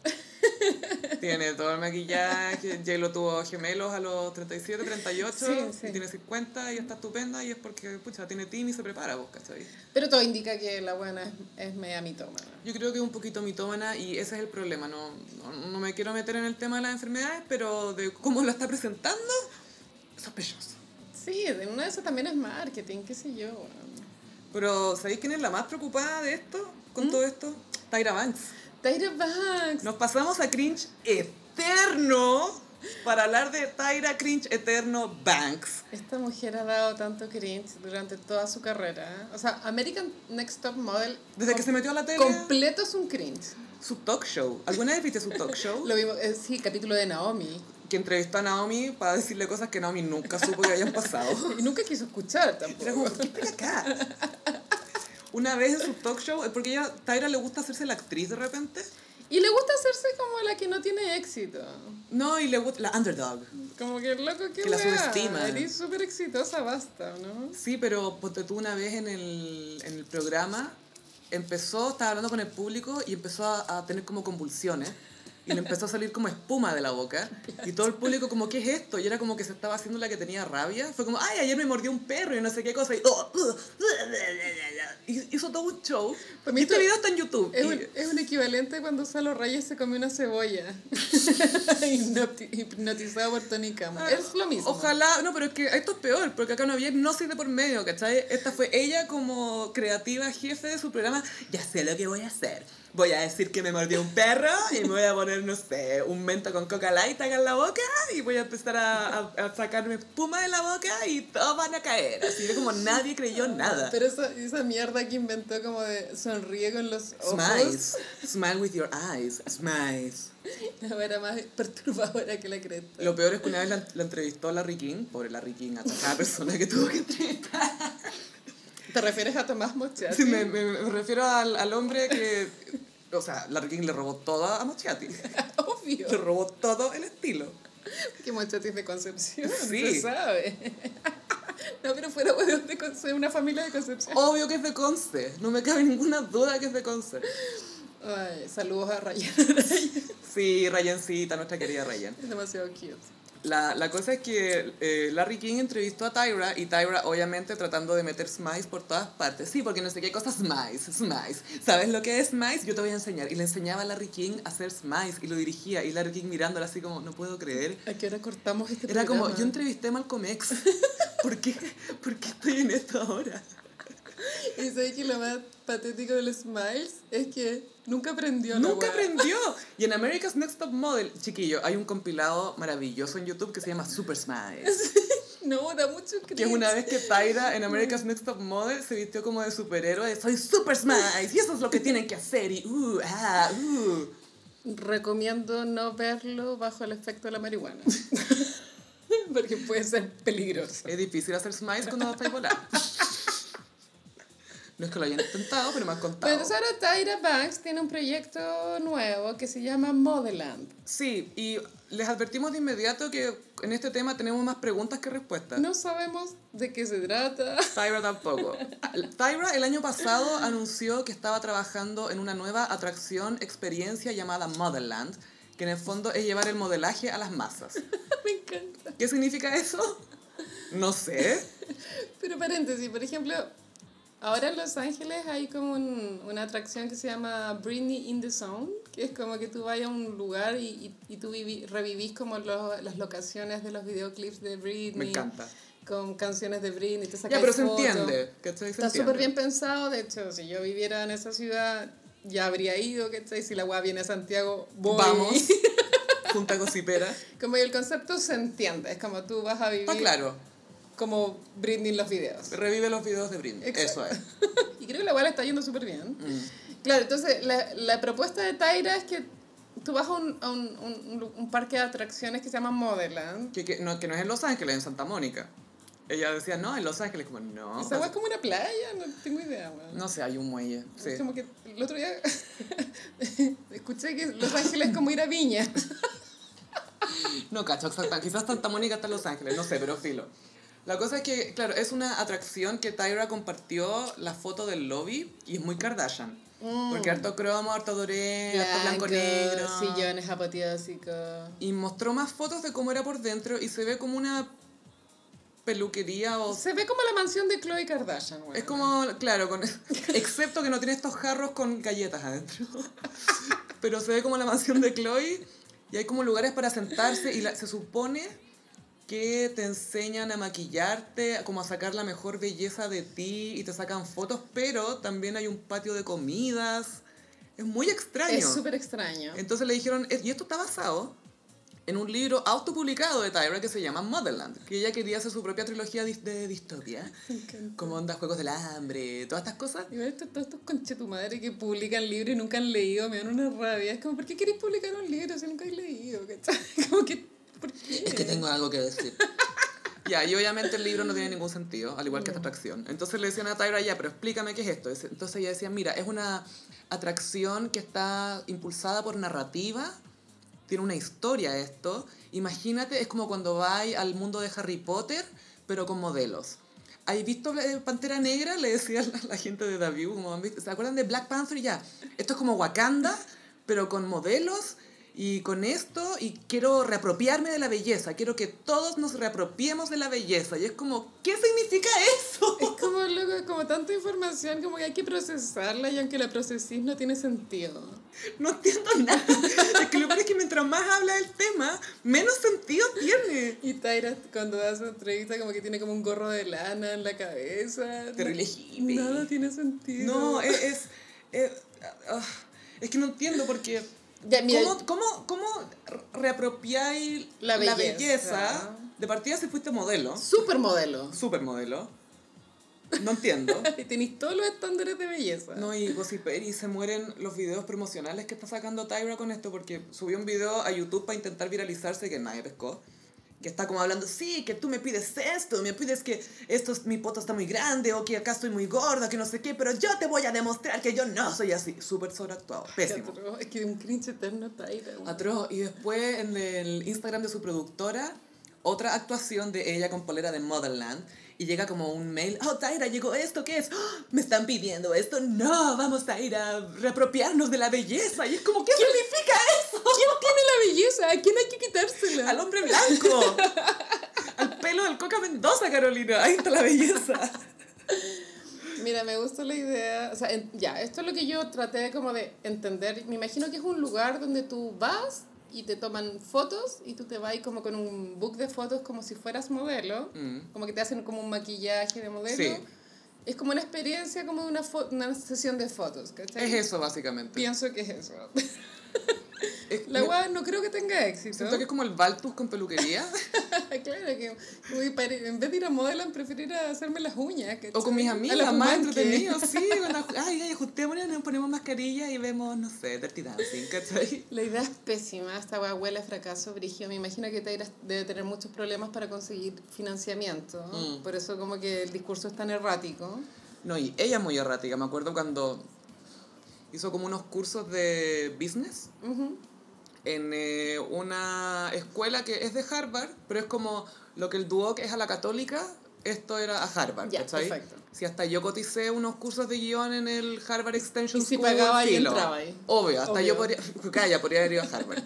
[SPEAKER 1] tiene todo el maquillaje. J-Lo tuvo gemelos a los 37, 38.
[SPEAKER 2] Sí, sí.
[SPEAKER 1] y tiene 50 y está estupenda. Y es porque, pucha, tiene team y se prepara, vos, ¿cachai?
[SPEAKER 2] Pero todo indica que la buena es, es media mitómana.
[SPEAKER 1] Yo creo que es un poquito mitómana y ese es el problema. No, no, no me quiero meter en el tema de las enfermedades, pero de cómo lo está presentando, sospechoso.
[SPEAKER 2] Sí, de una de esas también es marketing, qué sé yo. weón.
[SPEAKER 1] Pero, ¿sabéis quién es la más preocupada de esto?
[SPEAKER 2] ¿Mm?
[SPEAKER 1] Con todo esto. Tyra Banks.
[SPEAKER 2] Tyra Banks.
[SPEAKER 1] Nos pasamos a cringe eterno para hablar de Tyra Cringe Eterno Banks.
[SPEAKER 2] Esta mujer ha dado tanto cringe durante toda su carrera. ¿eh? O sea, American Next Top Model
[SPEAKER 1] Desde que
[SPEAKER 2] com-
[SPEAKER 1] se metió a la tele,
[SPEAKER 2] completo es un cringe.
[SPEAKER 1] su talk show. ¿Alguna vez viste su talk show?
[SPEAKER 2] Lo vimos, eh, sí, capítulo de Naomi.
[SPEAKER 1] Que entrevistó a Naomi para decirle cosas que Naomi nunca supo que habían pasado.
[SPEAKER 2] Y nunca quiso escuchar
[SPEAKER 1] Era como,
[SPEAKER 2] tampoco.
[SPEAKER 1] ¿qué está acá? Una vez en su talk show, porque ella, Tyra le gusta hacerse la actriz de repente.
[SPEAKER 2] Y le gusta hacerse como la que no tiene éxito.
[SPEAKER 1] No, y le gusta la underdog.
[SPEAKER 2] Como que loco, qué
[SPEAKER 1] Que la
[SPEAKER 2] weá,
[SPEAKER 1] subestiman.
[SPEAKER 2] Eres súper exitosa, basta, ¿no?
[SPEAKER 1] Sí, pero ponte tú una vez en el, en el programa, empezó, estaba hablando con el público y empezó a, a tener como convulsiones. Y le empezó a salir como espuma de la boca. Y todo el público como, ¿qué es esto? Y era como que se estaba haciendo la que tenía rabia. Fue como, ay, ayer me mordió un perro y no sé qué cosa. Y "Oh, uh, y hizo todo un show.
[SPEAKER 2] Para mí
[SPEAKER 1] Y este
[SPEAKER 2] esto-
[SPEAKER 1] video está en YouTube.
[SPEAKER 2] Es
[SPEAKER 1] Y-
[SPEAKER 2] un, es un equivalente cuando Salo Reyes se come una cebolla. Hipnoti- Hipnotizado por Tony Camo. Es lo mismo.
[SPEAKER 1] Ah, Ojalá, no, pero es que esto es peor, porque acá no había no de por medio, ¿cachai? Esta fue ella como creativa jefe de su programa. Ya sé lo que voy a hacer. Voy a decir que me mordió un perro y me voy a poner, no sé, un menta con coca light acá en la boca y voy a empezar a, a- a sacarme espuma de la boca y todos van a caer. Así que como nadie creyó nada.
[SPEAKER 2] Pero esa, esa mierda que inventó como de sonríe con los ojos.
[SPEAKER 1] Smiles. Smile with your eyes. Smiles.
[SPEAKER 2] La Era más perturbadora que la cresta.
[SPEAKER 1] Lo peor es que una vez la, la entrevistó Larry King, pobre Larry King, a cada persona que tuvo que entrevistar.
[SPEAKER 2] ¿Te refieres a Tomás Mochati?
[SPEAKER 1] Sí, me, me- me refiero al, al hombre que. O sea, Larry King le robó todo a Mochiati.
[SPEAKER 2] Obvio.
[SPEAKER 1] Le robó todo el estilo.
[SPEAKER 2] Que Mochati es de Concepción,
[SPEAKER 1] Sí.
[SPEAKER 2] se sabe. No, pero fuera huevón de Concepción, una familia de Concepción.
[SPEAKER 1] Obvio que es de Conce. No me cabe ninguna duda que es de Conce.
[SPEAKER 2] Ay, saludos a Ryan.
[SPEAKER 1] Sí, Rayancita, nuestra querida Rayan.
[SPEAKER 2] Es demasiado cute.
[SPEAKER 1] La, la cosa es que eh, Larry King entrevistó a Tyra y Tyra, obviamente, tratando de meter smiles por todas partes. Sí, porque no sé qué cosa smiles, smiles. ¿Sabes lo que es smiles? Yo te voy a enseñar. Y le enseñaba a Larry King a hacer smiles y lo dirigía. Y Larry King mirándola así como, no puedo creer
[SPEAKER 2] ¿A qué hora cortamos este
[SPEAKER 1] Era como,
[SPEAKER 2] programa?
[SPEAKER 1] yo entrevisté a Malcolm X. ¿Por qué, ¿Por qué estoy en esto ahora?
[SPEAKER 2] Y sabes que lo más patético del Smiles es que nunca aprendió la
[SPEAKER 1] Nunca
[SPEAKER 2] wea.
[SPEAKER 1] aprendió. Y en America's Next Top Model, chiquillo, hay un compilado maravilloso en YouTube que se llama Super Smiles.
[SPEAKER 2] No, da mucho cringe.
[SPEAKER 1] Que es una vez que Tyra en America's Next Top Model se vistió como de superhéroe. Soy Super Smiles y eso es lo que tienen que hacer. Y uh, ah, uh.
[SPEAKER 2] Recomiendo no verlo bajo el efecto de la marihuana. Porque puede ser peligroso.
[SPEAKER 1] Es difícil hacer smiles cuando vas a volar. No es que lo hayan intentado, pero me han
[SPEAKER 2] Pero
[SPEAKER 1] contado.
[SPEAKER 2] entonces Pues ahora Tyra Banks tiene un proyecto nuevo que se llama Modeland.
[SPEAKER 1] Sí, y les advertimos de inmediato que en este tema tenemos más preguntas que respuestas.
[SPEAKER 2] No sabemos de qué se trata.
[SPEAKER 1] Tyra tampoco. Tyra el año pasado anunció que estaba trabajando en una nueva atracción, experiencia llamada Motherland, que en el fondo es llevar el modelaje a las masas.
[SPEAKER 2] Me encanta.
[SPEAKER 1] ¿Qué significa eso? No sé.
[SPEAKER 2] Pero paréntesis, por ejemplo, ahora en Los Ángeles hay como un- una atracción que se llama Britney in the Zone, que es como que tú vas a un lugar y, y, y tú vivi- revivís como los- las locaciones de los videoclips de Britney.
[SPEAKER 1] Me encanta.
[SPEAKER 2] Con canciones de Britney, te
[SPEAKER 1] Ya,
[SPEAKER 2] sacáis
[SPEAKER 1] pero se
[SPEAKER 2] fotos.
[SPEAKER 1] entiende. ¿cachai? Se
[SPEAKER 2] Está
[SPEAKER 1] entiende.
[SPEAKER 2] súper bien pensado, de hecho, si yo viviera en esa ciudad, ya habría ido, ¿cachai? Si la guay viene a Santiago, voy.
[SPEAKER 1] Vamos. Junta Cocipera.
[SPEAKER 2] Como el concepto se entiende, es como tú vas a vivir
[SPEAKER 1] Está claro.
[SPEAKER 2] como Britney en los videos.
[SPEAKER 1] Revive los videos de Britney. Eso
[SPEAKER 2] Exacto.
[SPEAKER 1] es. Mm.
[SPEAKER 2] Y creo que la guay le está yendo súper bien. Claro, entonces la, la propuesta de Tyra es que tú vas a un, a un, un- un lu- un parque de atracciones que se llama Modeland.
[SPEAKER 1] Que, que no, que no es en Los Ángeles, en Santa Mónica. Ella decía, no, en Los Ángeles. Como, no.
[SPEAKER 2] Esa guay es como una playa, no tengo idea, weón.
[SPEAKER 1] Ah, No sé, hay un muelle. Sí.
[SPEAKER 2] Es como que el otro día escuché que Los Ángeles es como ir a Viña.
[SPEAKER 1] No, cacho, exacta- Quizás Santa Mónica está en Los Ángeles, no sé, pero filo. La cosa es que, claro, es una atracción que Tyra compartió la foto del lobby y es muy Kardashian. Porque harto cromo, harto doré, harto blanco negro.
[SPEAKER 2] sillones apoteósicos.
[SPEAKER 1] Y mostró más fotos de cómo era por dentro y se ve como una peluquería o...
[SPEAKER 2] Se ve como la mansión de Chloe Kardashian, güey.
[SPEAKER 1] Es como, claro, con, excepto que no tiene estos jarros con galletas adentro. Pero se ve como la mansión de Chloe y hay como lugares para sentarse y la- se supone que te enseñan a maquillarte, como a sacar la mejor belleza de ti y te sacan fotos, pero también hay un patio de comidas. Es muy extraño.
[SPEAKER 2] Es súper extraño.
[SPEAKER 1] Entonces le dijeron, "Es- y esto está basado en un libro autopublicado de Tyra que se llama Motherland, que ella quería hacer su propia trilogía dis- de distopia, como onda Juegos del Hambre, todas estas cosas.
[SPEAKER 2] Igual estos, todos estos conchetumadres que publican libros y nunca han leído, me dan una rabia. Es como, ¿por qué queréis publicar un libro si nunca has leído? ¿Cachai? Como que, ¿por qué?
[SPEAKER 1] algo que decir. Ya, y obviamente el libro no tiene ningún sentido, al igual que esta atracción. Entonces le decían a Tyra, ya, pero explícame qué es esto. Dice- Entonces ella decía, mira, es una atracción que está impulsada por narrativa, tiene una historia esto. Imagínate, es como cuando vais al mundo de Harry Potter, pero con modelos. ¿Hay visto eh, Pantera Negra? Le decía la, la gente de Daviu, como han visto. ¿Se acuerdan de Black Panther? Ya, esto es como Wakanda, pero con modelos y con esto, y quiero reapropiarme de la belleza, quiero que todos nos reapropiemos de la belleza. Y es como, ¿qué significa eso?
[SPEAKER 2] Es como, loco, como tanta información, como que hay que procesarla y aunque la procesís no tiene sentido.
[SPEAKER 1] No entiendo nada. Es que lo peor es que mientras más habla del tema, menos sentido tiene.
[SPEAKER 2] Y Tyra cuando da su entrevista como que tiene como un gorro de lana en la cabeza.
[SPEAKER 1] Terrible
[SPEAKER 2] Na-
[SPEAKER 1] hippie.
[SPEAKER 2] Nada tiene sentido.
[SPEAKER 1] No, es... Es, es, ah, es que no entiendo porque...
[SPEAKER 2] Ya, Eh, mira,
[SPEAKER 1] ¿Cómo, cómo, cómo reapropiáis la
[SPEAKER 2] La
[SPEAKER 1] belleza?
[SPEAKER 2] belleza.
[SPEAKER 1] De partida si fuiste modelo,
[SPEAKER 2] Supermodelo.
[SPEAKER 1] supermodelo. No entiendo.
[SPEAKER 2] Y tenéis todos los estándares de belleza.
[SPEAKER 1] No, y Gossiper, y se mueren los videos promocionales que está sacando Tyra con esto, porque subió un video a YouTube para intentar viralizarse que nadie pescó. Que está como hablando, sí, que tú me pides esto, me pides que esto es- mi poto está muy grande, o que acá estoy muy gorda, que no sé qué, pero yo te voy a demostrar que yo no soy así. Súper sobreactuado, pésimo.
[SPEAKER 2] Atroz, Es que un cringe eterno Tyra. güey.
[SPEAKER 1] Atroz. Y después en el Instagram de su productora, otra actuación de ella con polera de Motherland. Y llega como un mail, oh Tyra, llegó esto, ¿qué es? ¡Ah! Me están pidiendo esto, no, vamos a ir a reapropiarnos de la belleza. Y es como, ¿qué significa eso?
[SPEAKER 2] ¿Quién tiene la belleza? ¿A quién hay que quitársela?
[SPEAKER 1] Al hombre blanco, al pelo del Coca Mendoza, Carolina, ahí está la belleza.
[SPEAKER 2] Mira, me gusta la idea. O sea, en- ya, esto es lo que yo traté como de entender. Me imagino que es un lugar donde tú vas y te toman fotos y tú te vas como con un book de fotos como si fueras modelo. Como que te hacen como un maquillaje de modelo.
[SPEAKER 1] Mm. Sí.
[SPEAKER 2] Es como una experiencia, como una, fo- una sesión de fotos, ¿cachai?
[SPEAKER 1] Es eso, básicamente.
[SPEAKER 2] Pienso que es eso.
[SPEAKER 1] Es-
[SPEAKER 2] La weá no creo que tenga éxito.
[SPEAKER 1] siento que es como el Baltus con peluquería.
[SPEAKER 2] claro que uy, pare- en vez de ir a modelar, prefiero ir a hacerme las uñas. ¿cachai?
[SPEAKER 1] O con mis
[SPEAKER 2] A la
[SPEAKER 1] amigas, más
[SPEAKER 2] Pumanque.
[SPEAKER 1] entretenido, sí. Bueno, ay, ay, juntémonos, nos ponemos mascarilla y vemos, no sé, Dirty Dancing, ¿cachai?
[SPEAKER 2] La idea es pésima, esta weá huele a fracaso, Brigio. Me imagino que Taira debe tener muchos problemas para conseguir financiamiento.
[SPEAKER 1] Mm.
[SPEAKER 2] Por eso como que el discurso es tan errático.
[SPEAKER 1] No, y ella es muy errática. Me acuerdo cuando hizo como unos cursos de business
[SPEAKER 2] Ujú.
[SPEAKER 1] en eh, una escuela que es de Harvard, pero es como lo que el Duoc es a la católica, esto era a Harvard,
[SPEAKER 2] Ya,
[SPEAKER 1] ¿cachai?
[SPEAKER 2] perfecto.
[SPEAKER 1] Si hasta yo coticé unos cursos de guión en el Harvard Extension
[SPEAKER 2] Y si
[SPEAKER 1] School,
[SPEAKER 2] pagaba y
[SPEAKER 1] filo.
[SPEAKER 2] entraba ahí.
[SPEAKER 1] Obvio, hasta
[SPEAKER 2] Obvio.
[SPEAKER 1] yo podría... Calla, podría haber ido a Harvard.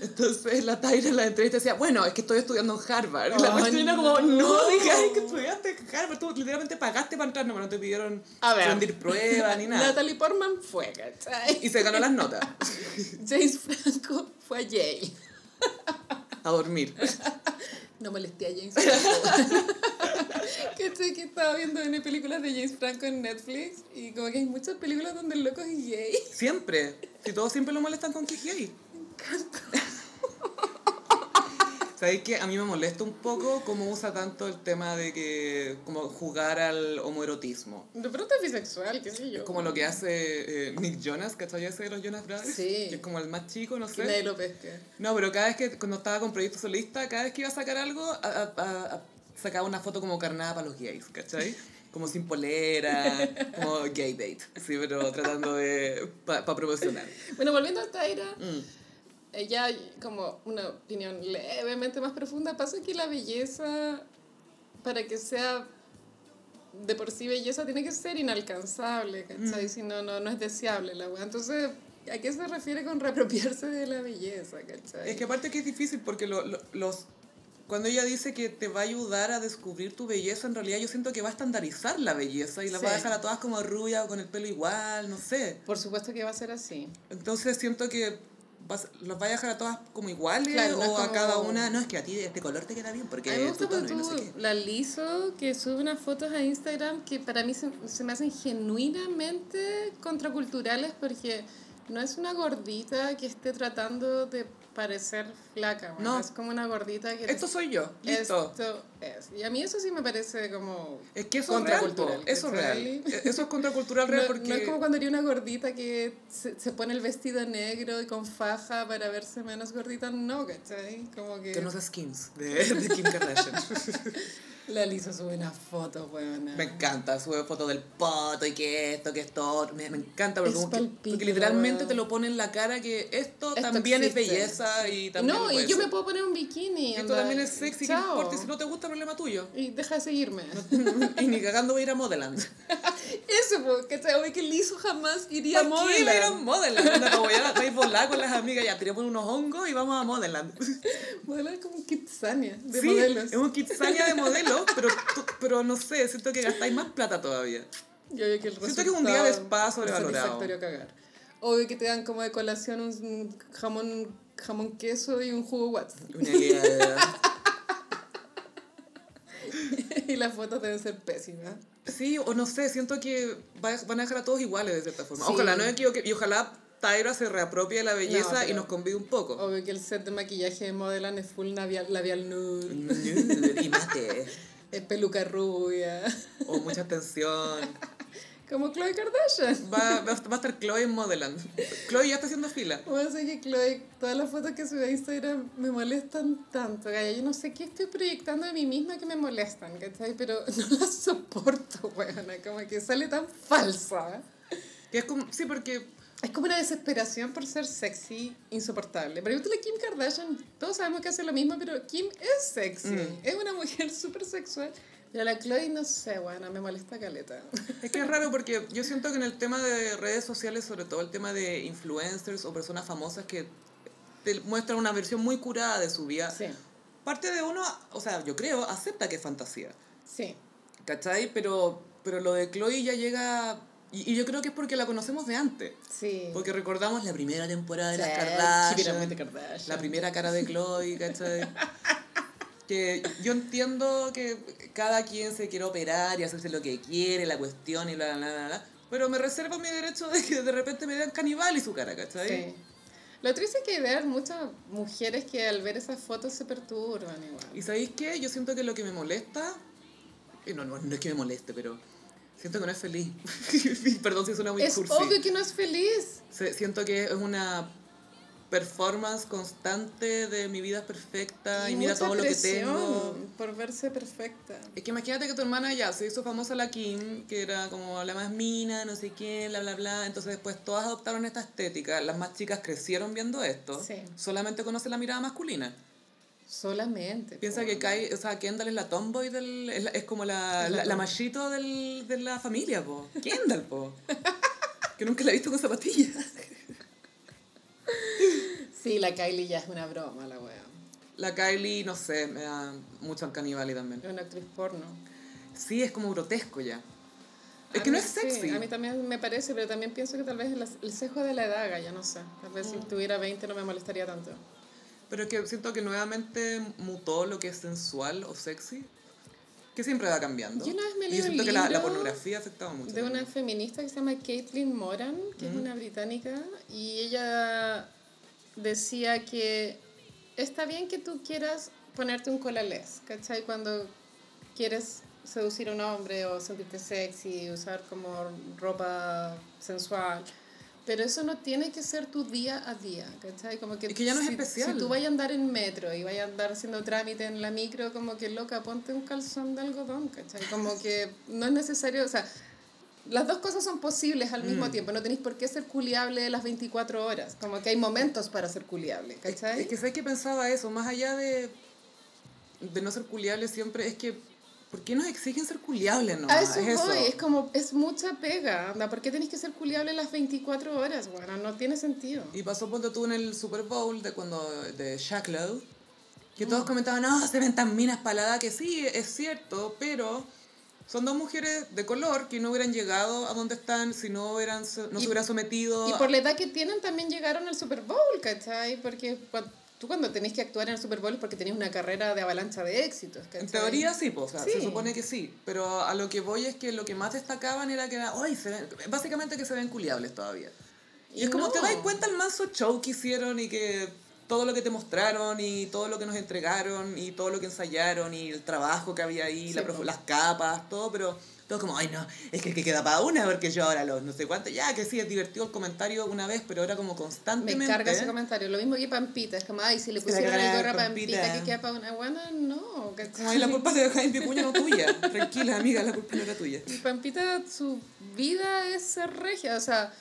[SPEAKER 1] Entonces la Tyra en la entrevista decía, bueno, es que estoy estudiando en Harvard. Y la
[SPEAKER 2] Ay,
[SPEAKER 1] cuestión era como, no,
[SPEAKER 2] no.
[SPEAKER 1] digas que estudiaste en Harvard. Tú literalmente pagaste para entrar, no, pero no te pidieron
[SPEAKER 2] A ver.
[SPEAKER 1] rendir pruebas ni nada.
[SPEAKER 2] Natalie Portman fue, ¿cachai?
[SPEAKER 1] Y se ganó las notas.
[SPEAKER 2] James Franco fue a Yale.
[SPEAKER 1] A dormir.
[SPEAKER 2] No molesté a James Franco. ¿Cachai? Que estaba viendo en películas de James Franco en Netflix y como que hay muchas películas donde el loco es gay.
[SPEAKER 1] Siempre. Si todos siempre lo molestan con que es gay. ¿Sabéis que a mí me molesta un poco cómo usa tanto el tema de que como jugar al homoerotismo?
[SPEAKER 2] De pronto es bisexual, qué sé yo.
[SPEAKER 1] Es como lo que hace eh, Nick Jonas, ¿cachai? Ese de los Jonas Brothers.
[SPEAKER 2] Sí.
[SPEAKER 1] Que es como el más chico, no
[SPEAKER 2] Que nadie
[SPEAKER 1] sé.
[SPEAKER 2] lo pesca.
[SPEAKER 1] No, pero cada vez que, cuando estaba con Proyecto Solista, cada vez que iba a sacar algo, a- a- a- a- sacaba una foto como carnada para los gays, ¿cachai? Como sin polera, como gay bait. Sí, pero tratando de... para promocionar.
[SPEAKER 2] Bueno, volviendo a Taira.
[SPEAKER 1] Mm.
[SPEAKER 2] Eh, ya como una opinión levemente más profunda, pasa que la belleza para que sea de por sí belleza, tiene que ser inalcanzable, ¿cachai? Si no, no, no es deseable la weá. Entonces, ¿a qué se refiere con reapropiarse de la belleza, cachai?
[SPEAKER 1] Es que aparte que es difícil porque lo- lo- los... Cuando ella dice que te va a ayudar a descubrir tu belleza, en realidad yo siento que va a estandarizar la belleza y la va a
[SPEAKER 2] Sí.
[SPEAKER 1] dejar a todas como rubia o con el pelo igual, no sé.
[SPEAKER 2] Por supuesto que va a ser así.
[SPEAKER 1] Entonces siento que vas- las va a dejar a todas como iguales
[SPEAKER 2] Claro, no es
[SPEAKER 1] o a
[SPEAKER 2] como-
[SPEAKER 1] cada una. No, es que a ti este color te queda bien porque
[SPEAKER 2] A mí me
[SPEAKER 1] es
[SPEAKER 2] gusta
[SPEAKER 1] tu tono
[SPEAKER 2] cuando
[SPEAKER 1] y no sé
[SPEAKER 2] tú,
[SPEAKER 1] qué.
[SPEAKER 2] la Liso, que sube unas fotos a Instagram que para mí se, se me hacen genuinamente contraculturales porque no es una gordita que esté tratando de parecer flaca, weón.
[SPEAKER 1] No.
[SPEAKER 2] es como una gordita que...
[SPEAKER 1] Esto soy yo, listo.
[SPEAKER 2] Esto es. Y a mí eso sí me parece como...
[SPEAKER 1] Es que eso es real, po,
[SPEAKER 2] Contracultural,
[SPEAKER 1] eso es real.
[SPEAKER 2] ¿cachai?
[SPEAKER 1] E- Eso es contracultural real
[SPEAKER 2] No,
[SPEAKER 1] porque...
[SPEAKER 2] no es como cuando haría una gordita que se, se pone el vestido negro y con faja para verse menos gordita, no, ¿cachai? Como que...
[SPEAKER 1] Que no sea skins de, de Kim Kardashian.
[SPEAKER 2] La Lisa sube una foto, weona.
[SPEAKER 1] me encanta, sube fotos del poto y que esto, que esto. Me, me encanta porque,
[SPEAKER 2] Es
[SPEAKER 1] como que-
[SPEAKER 2] palpito,
[SPEAKER 1] porque literalmente
[SPEAKER 2] weón.
[SPEAKER 1] te lo pone en la cara que esto,
[SPEAKER 2] Esto
[SPEAKER 1] también es
[SPEAKER 2] existe.
[SPEAKER 1] belleza y también
[SPEAKER 2] No,
[SPEAKER 1] puede
[SPEAKER 2] y yo
[SPEAKER 1] ser.
[SPEAKER 2] me puedo poner un bikini.
[SPEAKER 1] Esto
[SPEAKER 2] anda,
[SPEAKER 1] también es sexy,
[SPEAKER 2] chao.
[SPEAKER 1] no importa, si no te gusta, problema tuyo.
[SPEAKER 2] Y deja de seguirme.
[SPEAKER 1] y ni cagando voy a ir a Modeland.
[SPEAKER 2] Eso, po, ¿cachai? Obvio que Liso jamás iría a
[SPEAKER 1] ¿Para qué iba a ir a
[SPEAKER 2] Modeland.
[SPEAKER 1] Modeland? Anda, como ya la estáis volada con las amigas, ya tiramos unos hongos y vamos a Modeland.
[SPEAKER 2] Modelar como Kitsania de
[SPEAKER 1] sí,
[SPEAKER 2] modelos.
[SPEAKER 1] es un kitsania de modelos, pero, tú- pero no sé, siento que gastáis más plata todavía.
[SPEAKER 2] Y obvio que el
[SPEAKER 1] Siento que es un día de
[SPEAKER 2] resultado
[SPEAKER 1] spa
[SPEAKER 2] es
[SPEAKER 1] sobrevalorado.
[SPEAKER 2] satisfactorio cagar. Obvio que te dan como de colación un jamón, jamón queso y un jugo Watts.
[SPEAKER 1] Una idea.
[SPEAKER 2] y las fotos deben ser pésimas.
[SPEAKER 1] Sí, o no sé, siento que va- van a dejar a todos iguales de cierta forma.
[SPEAKER 2] Sí.
[SPEAKER 1] Ojalá no me equivoque y ojalá Tyra se reapropie de la belleza
[SPEAKER 2] No, pero-
[SPEAKER 1] y nos convide un poco.
[SPEAKER 2] Obvio que el set de maquillaje de Modeland es full labial, labial nude, Mm,
[SPEAKER 1] Nude y mate.
[SPEAKER 2] es peluca rubia.
[SPEAKER 1] O mucha tensión.
[SPEAKER 2] Como Khloe Kardashian.
[SPEAKER 1] Va, va, va a estar Chloe en Modeland. Chloe ya está haciendo fila.
[SPEAKER 2] Bueno, sé que Chloe, todas las fotos que sube a Instagram me molestan tanto, gaya. Yo no sé qué estoy proyectando de mí misma que me molestan, ¿cachai? Pero no las soporto, weona. Como que sale tan falsa.
[SPEAKER 1] Que es como, sí, porque
[SPEAKER 2] Es como una desesperación por ser sexy insoportable. Pregúntale a Kim Kardashian, todos sabemos que hace lo mismo, pero Kim es sexy.
[SPEAKER 1] Mm.
[SPEAKER 2] Es una mujer súper sexual. Pero la Chloe, no sé, weona, me molesta caleta.
[SPEAKER 1] Es que es raro porque yo siento que en el tema de redes sociales, sobre todo el tema de influencers o personas famosas que te muestran una versión muy curada de su vida,
[SPEAKER 2] Sí,
[SPEAKER 1] parte de uno, o sea, yo creo, acepta que es fantasía,
[SPEAKER 2] sí.
[SPEAKER 1] ¿cachai? Pero, pero lo de Chloe ya llega, y, y yo creo que es porque la conocemos de antes,
[SPEAKER 2] Sí.
[SPEAKER 1] porque recordamos la primera temporada de
[SPEAKER 2] Sí,
[SPEAKER 1] las
[SPEAKER 2] típicamente
[SPEAKER 1] Kardashian,
[SPEAKER 2] Kardashian.
[SPEAKER 1] la primera cara de Chloe, ¿cachai? Que yo entiendo que cada quien se quiere operar y hacerse lo que quiere, la cuestión y bla, bla, bla, bla. Pero me reservo mi derecho de que de repente me digan canibal y su cara, ¿cachai?
[SPEAKER 2] Sí. Lo triste es que hay muchas mujeres que al ver esas fotos se perturban igual.
[SPEAKER 1] ¿Y sabéis qué? Yo siento que lo que me molesta... y No, no, no es que me moleste, pero... Siento que no es feliz. Perdón si suena muy
[SPEAKER 2] Es
[SPEAKER 1] cursi.
[SPEAKER 2] obvio que no es feliz.
[SPEAKER 1] Se- Siento que es una performance constante de mi vida es perfecta y, mira
[SPEAKER 2] mucha
[SPEAKER 1] todo lo que
[SPEAKER 2] presión
[SPEAKER 1] tengo.
[SPEAKER 2] Por verse perfecta.
[SPEAKER 1] Es que imagínate que tu hermana ya se hizo famosa la Kim, que era como la más mina, no sé quién, bla, bla, bla. Entonces después todas adoptaron esta estética. Las más chicas crecieron viendo esto.
[SPEAKER 2] Sí.
[SPEAKER 1] Solamente conocen la mirada masculina.
[SPEAKER 2] Solamente.
[SPEAKER 1] Piensa
[SPEAKER 2] po.
[SPEAKER 1] que Kai, o sea, Kendall es la tomboy del... Es, la- es como la, la, la machito del, de la familia, po. Kendall, po. que nunca la he visto con zapatillas.
[SPEAKER 2] Sí, la Kylie ya es una broma, la wea.
[SPEAKER 1] La Kylie, no sé, me da mucho Uncanny Valley también.
[SPEAKER 2] Es una actriz porno.
[SPEAKER 1] Sí, es como grotesco ya. Es
[SPEAKER 2] A
[SPEAKER 1] que no
[SPEAKER 2] mí
[SPEAKER 1] es
[SPEAKER 2] sí,
[SPEAKER 1] sexy.
[SPEAKER 2] a mí también me parece, pero también pienso que tal vez el, el sesgo de la edad, ya no sé. Tal vez
[SPEAKER 1] Mm.
[SPEAKER 2] si tuviera 20 no me molestaría tanto.
[SPEAKER 1] Pero es que siento que nuevamente mutó lo que es sensual o sexy, que siempre va cambiando.
[SPEAKER 2] Yo una vez me
[SPEAKER 1] Y
[SPEAKER 2] leí
[SPEAKER 1] yo
[SPEAKER 2] un
[SPEAKER 1] siento que la, la
[SPEAKER 2] libro
[SPEAKER 1] pornografía ha afectado mucho.
[SPEAKER 2] de una
[SPEAKER 1] también.
[SPEAKER 2] feminista que se llama Caitlin Moran, que es una británica, y ella decía que está bien que tú quieras ponerte un colalés, ¿cachai? Cuando quieres seducir a un hombre o sentirte sexy, usar como ropa sensual. Pero eso no tiene que ser tu día a día, ¿cachai? Como que
[SPEAKER 1] Es que ya no es
[SPEAKER 2] si,
[SPEAKER 1] especial.
[SPEAKER 2] Si tú vayas a andar en metro y vayas a andar haciendo trámite en la micro, como que loca, ponte un calzón de algodón, ¿cachai? Como que no es necesario, o sea, las dos cosas son posibles al mismo
[SPEAKER 1] Mm.
[SPEAKER 2] tiempo, no tenéis por qué ser culiable las 24 horas, como que hay momentos para ser culiable,
[SPEAKER 1] Es,
[SPEAKER 2] ¿cachai?
[SPEAKER 1] es que sé que pensaba eso, más allá de, de no ser culiable siempre, es que ¿Por qué nos exigen ser culiables nomás?
[SPEAKER 2] A eso
[SPEAKER 1] Es eso.
[SPEAKER 2] voy, es como, es mucha pega. Anda, ¿por qué tenés que ser culiable las 24 horas, bueno? No tiene sentido.
[SPEAKER 1] Y pasó ponte tú en el Super Bowl de cuando de Shacklow, que todos comentaban, no, se ven tan minas para la edad", que sí, es cierto, pero son dos mujeres de color que no hubieran llegado a donde están si no, hubieran, so- no
[SPEAKER 2] Y-
[SPEAKER 1] se hubieran sometido
[SPEAKER 2] Y
[SPEAKER 1] a-
[SPEAKER 2] por la edad que tienen también llegaron al Super Bowl, ¿cachai? Porque cua- tú cuando tenés que actuar en el Super Bowl es porque tenés una carrera de avalancha de éxitos, ¿cachai?
[SPEAKER 1] En teoría sí, pues, o sea, se
[SPEAKER 2] Sí.
[SPEAKER 1] supone que sí, pero a lo que voy es que lo que más destacaban era que era, "Ay, se ven", básicamente que se ven culiables todavía. Y, es como
[SPEAKER 2] no.
[SPEAKER 1] te das cuenta el manso show que hicieron y que todo lo que te mostraron y todo lo que nos entregaron y todo lo que ensayaron y el trabajo que había ahí,
[SPEAKER 2] Sí,
[SPEAKER 1] la prof-
[SPEAKER 2] po.
[SPEAKER 1] las capas, todo, pero todo como, ay no, es que, que queda para una porque yo ahora los no sé cuánto, ya que sí, es divertido el comentario una vez, pero era como
[SPEAKER 2] Me
[SPEAKER 1] constantemente.
[SPEAKER 2] carga ese comentario. Lo mismo que Pampita. Es como, ay, si le
[SPEAKER 1] ¿eh? Se la
[SPEAKER 2] pusieron el
[SPEAKER 1] cagaba
[SPEAKER 2] gorra a
[SPEAKER 1] Pampita.
[SPEAKER 2] Pampita, que queda para una guana, no.
[SPEAKER 1] como "Ay, la
[SPEAKER 2] ¿cachai?
[SPEAKER 1] culpa de Jaime Picuña no tuya, tranquila amiga, la culpa no era tuya.
[SPEAKER 2] Y Pampita, su vida es ser regia. O sea,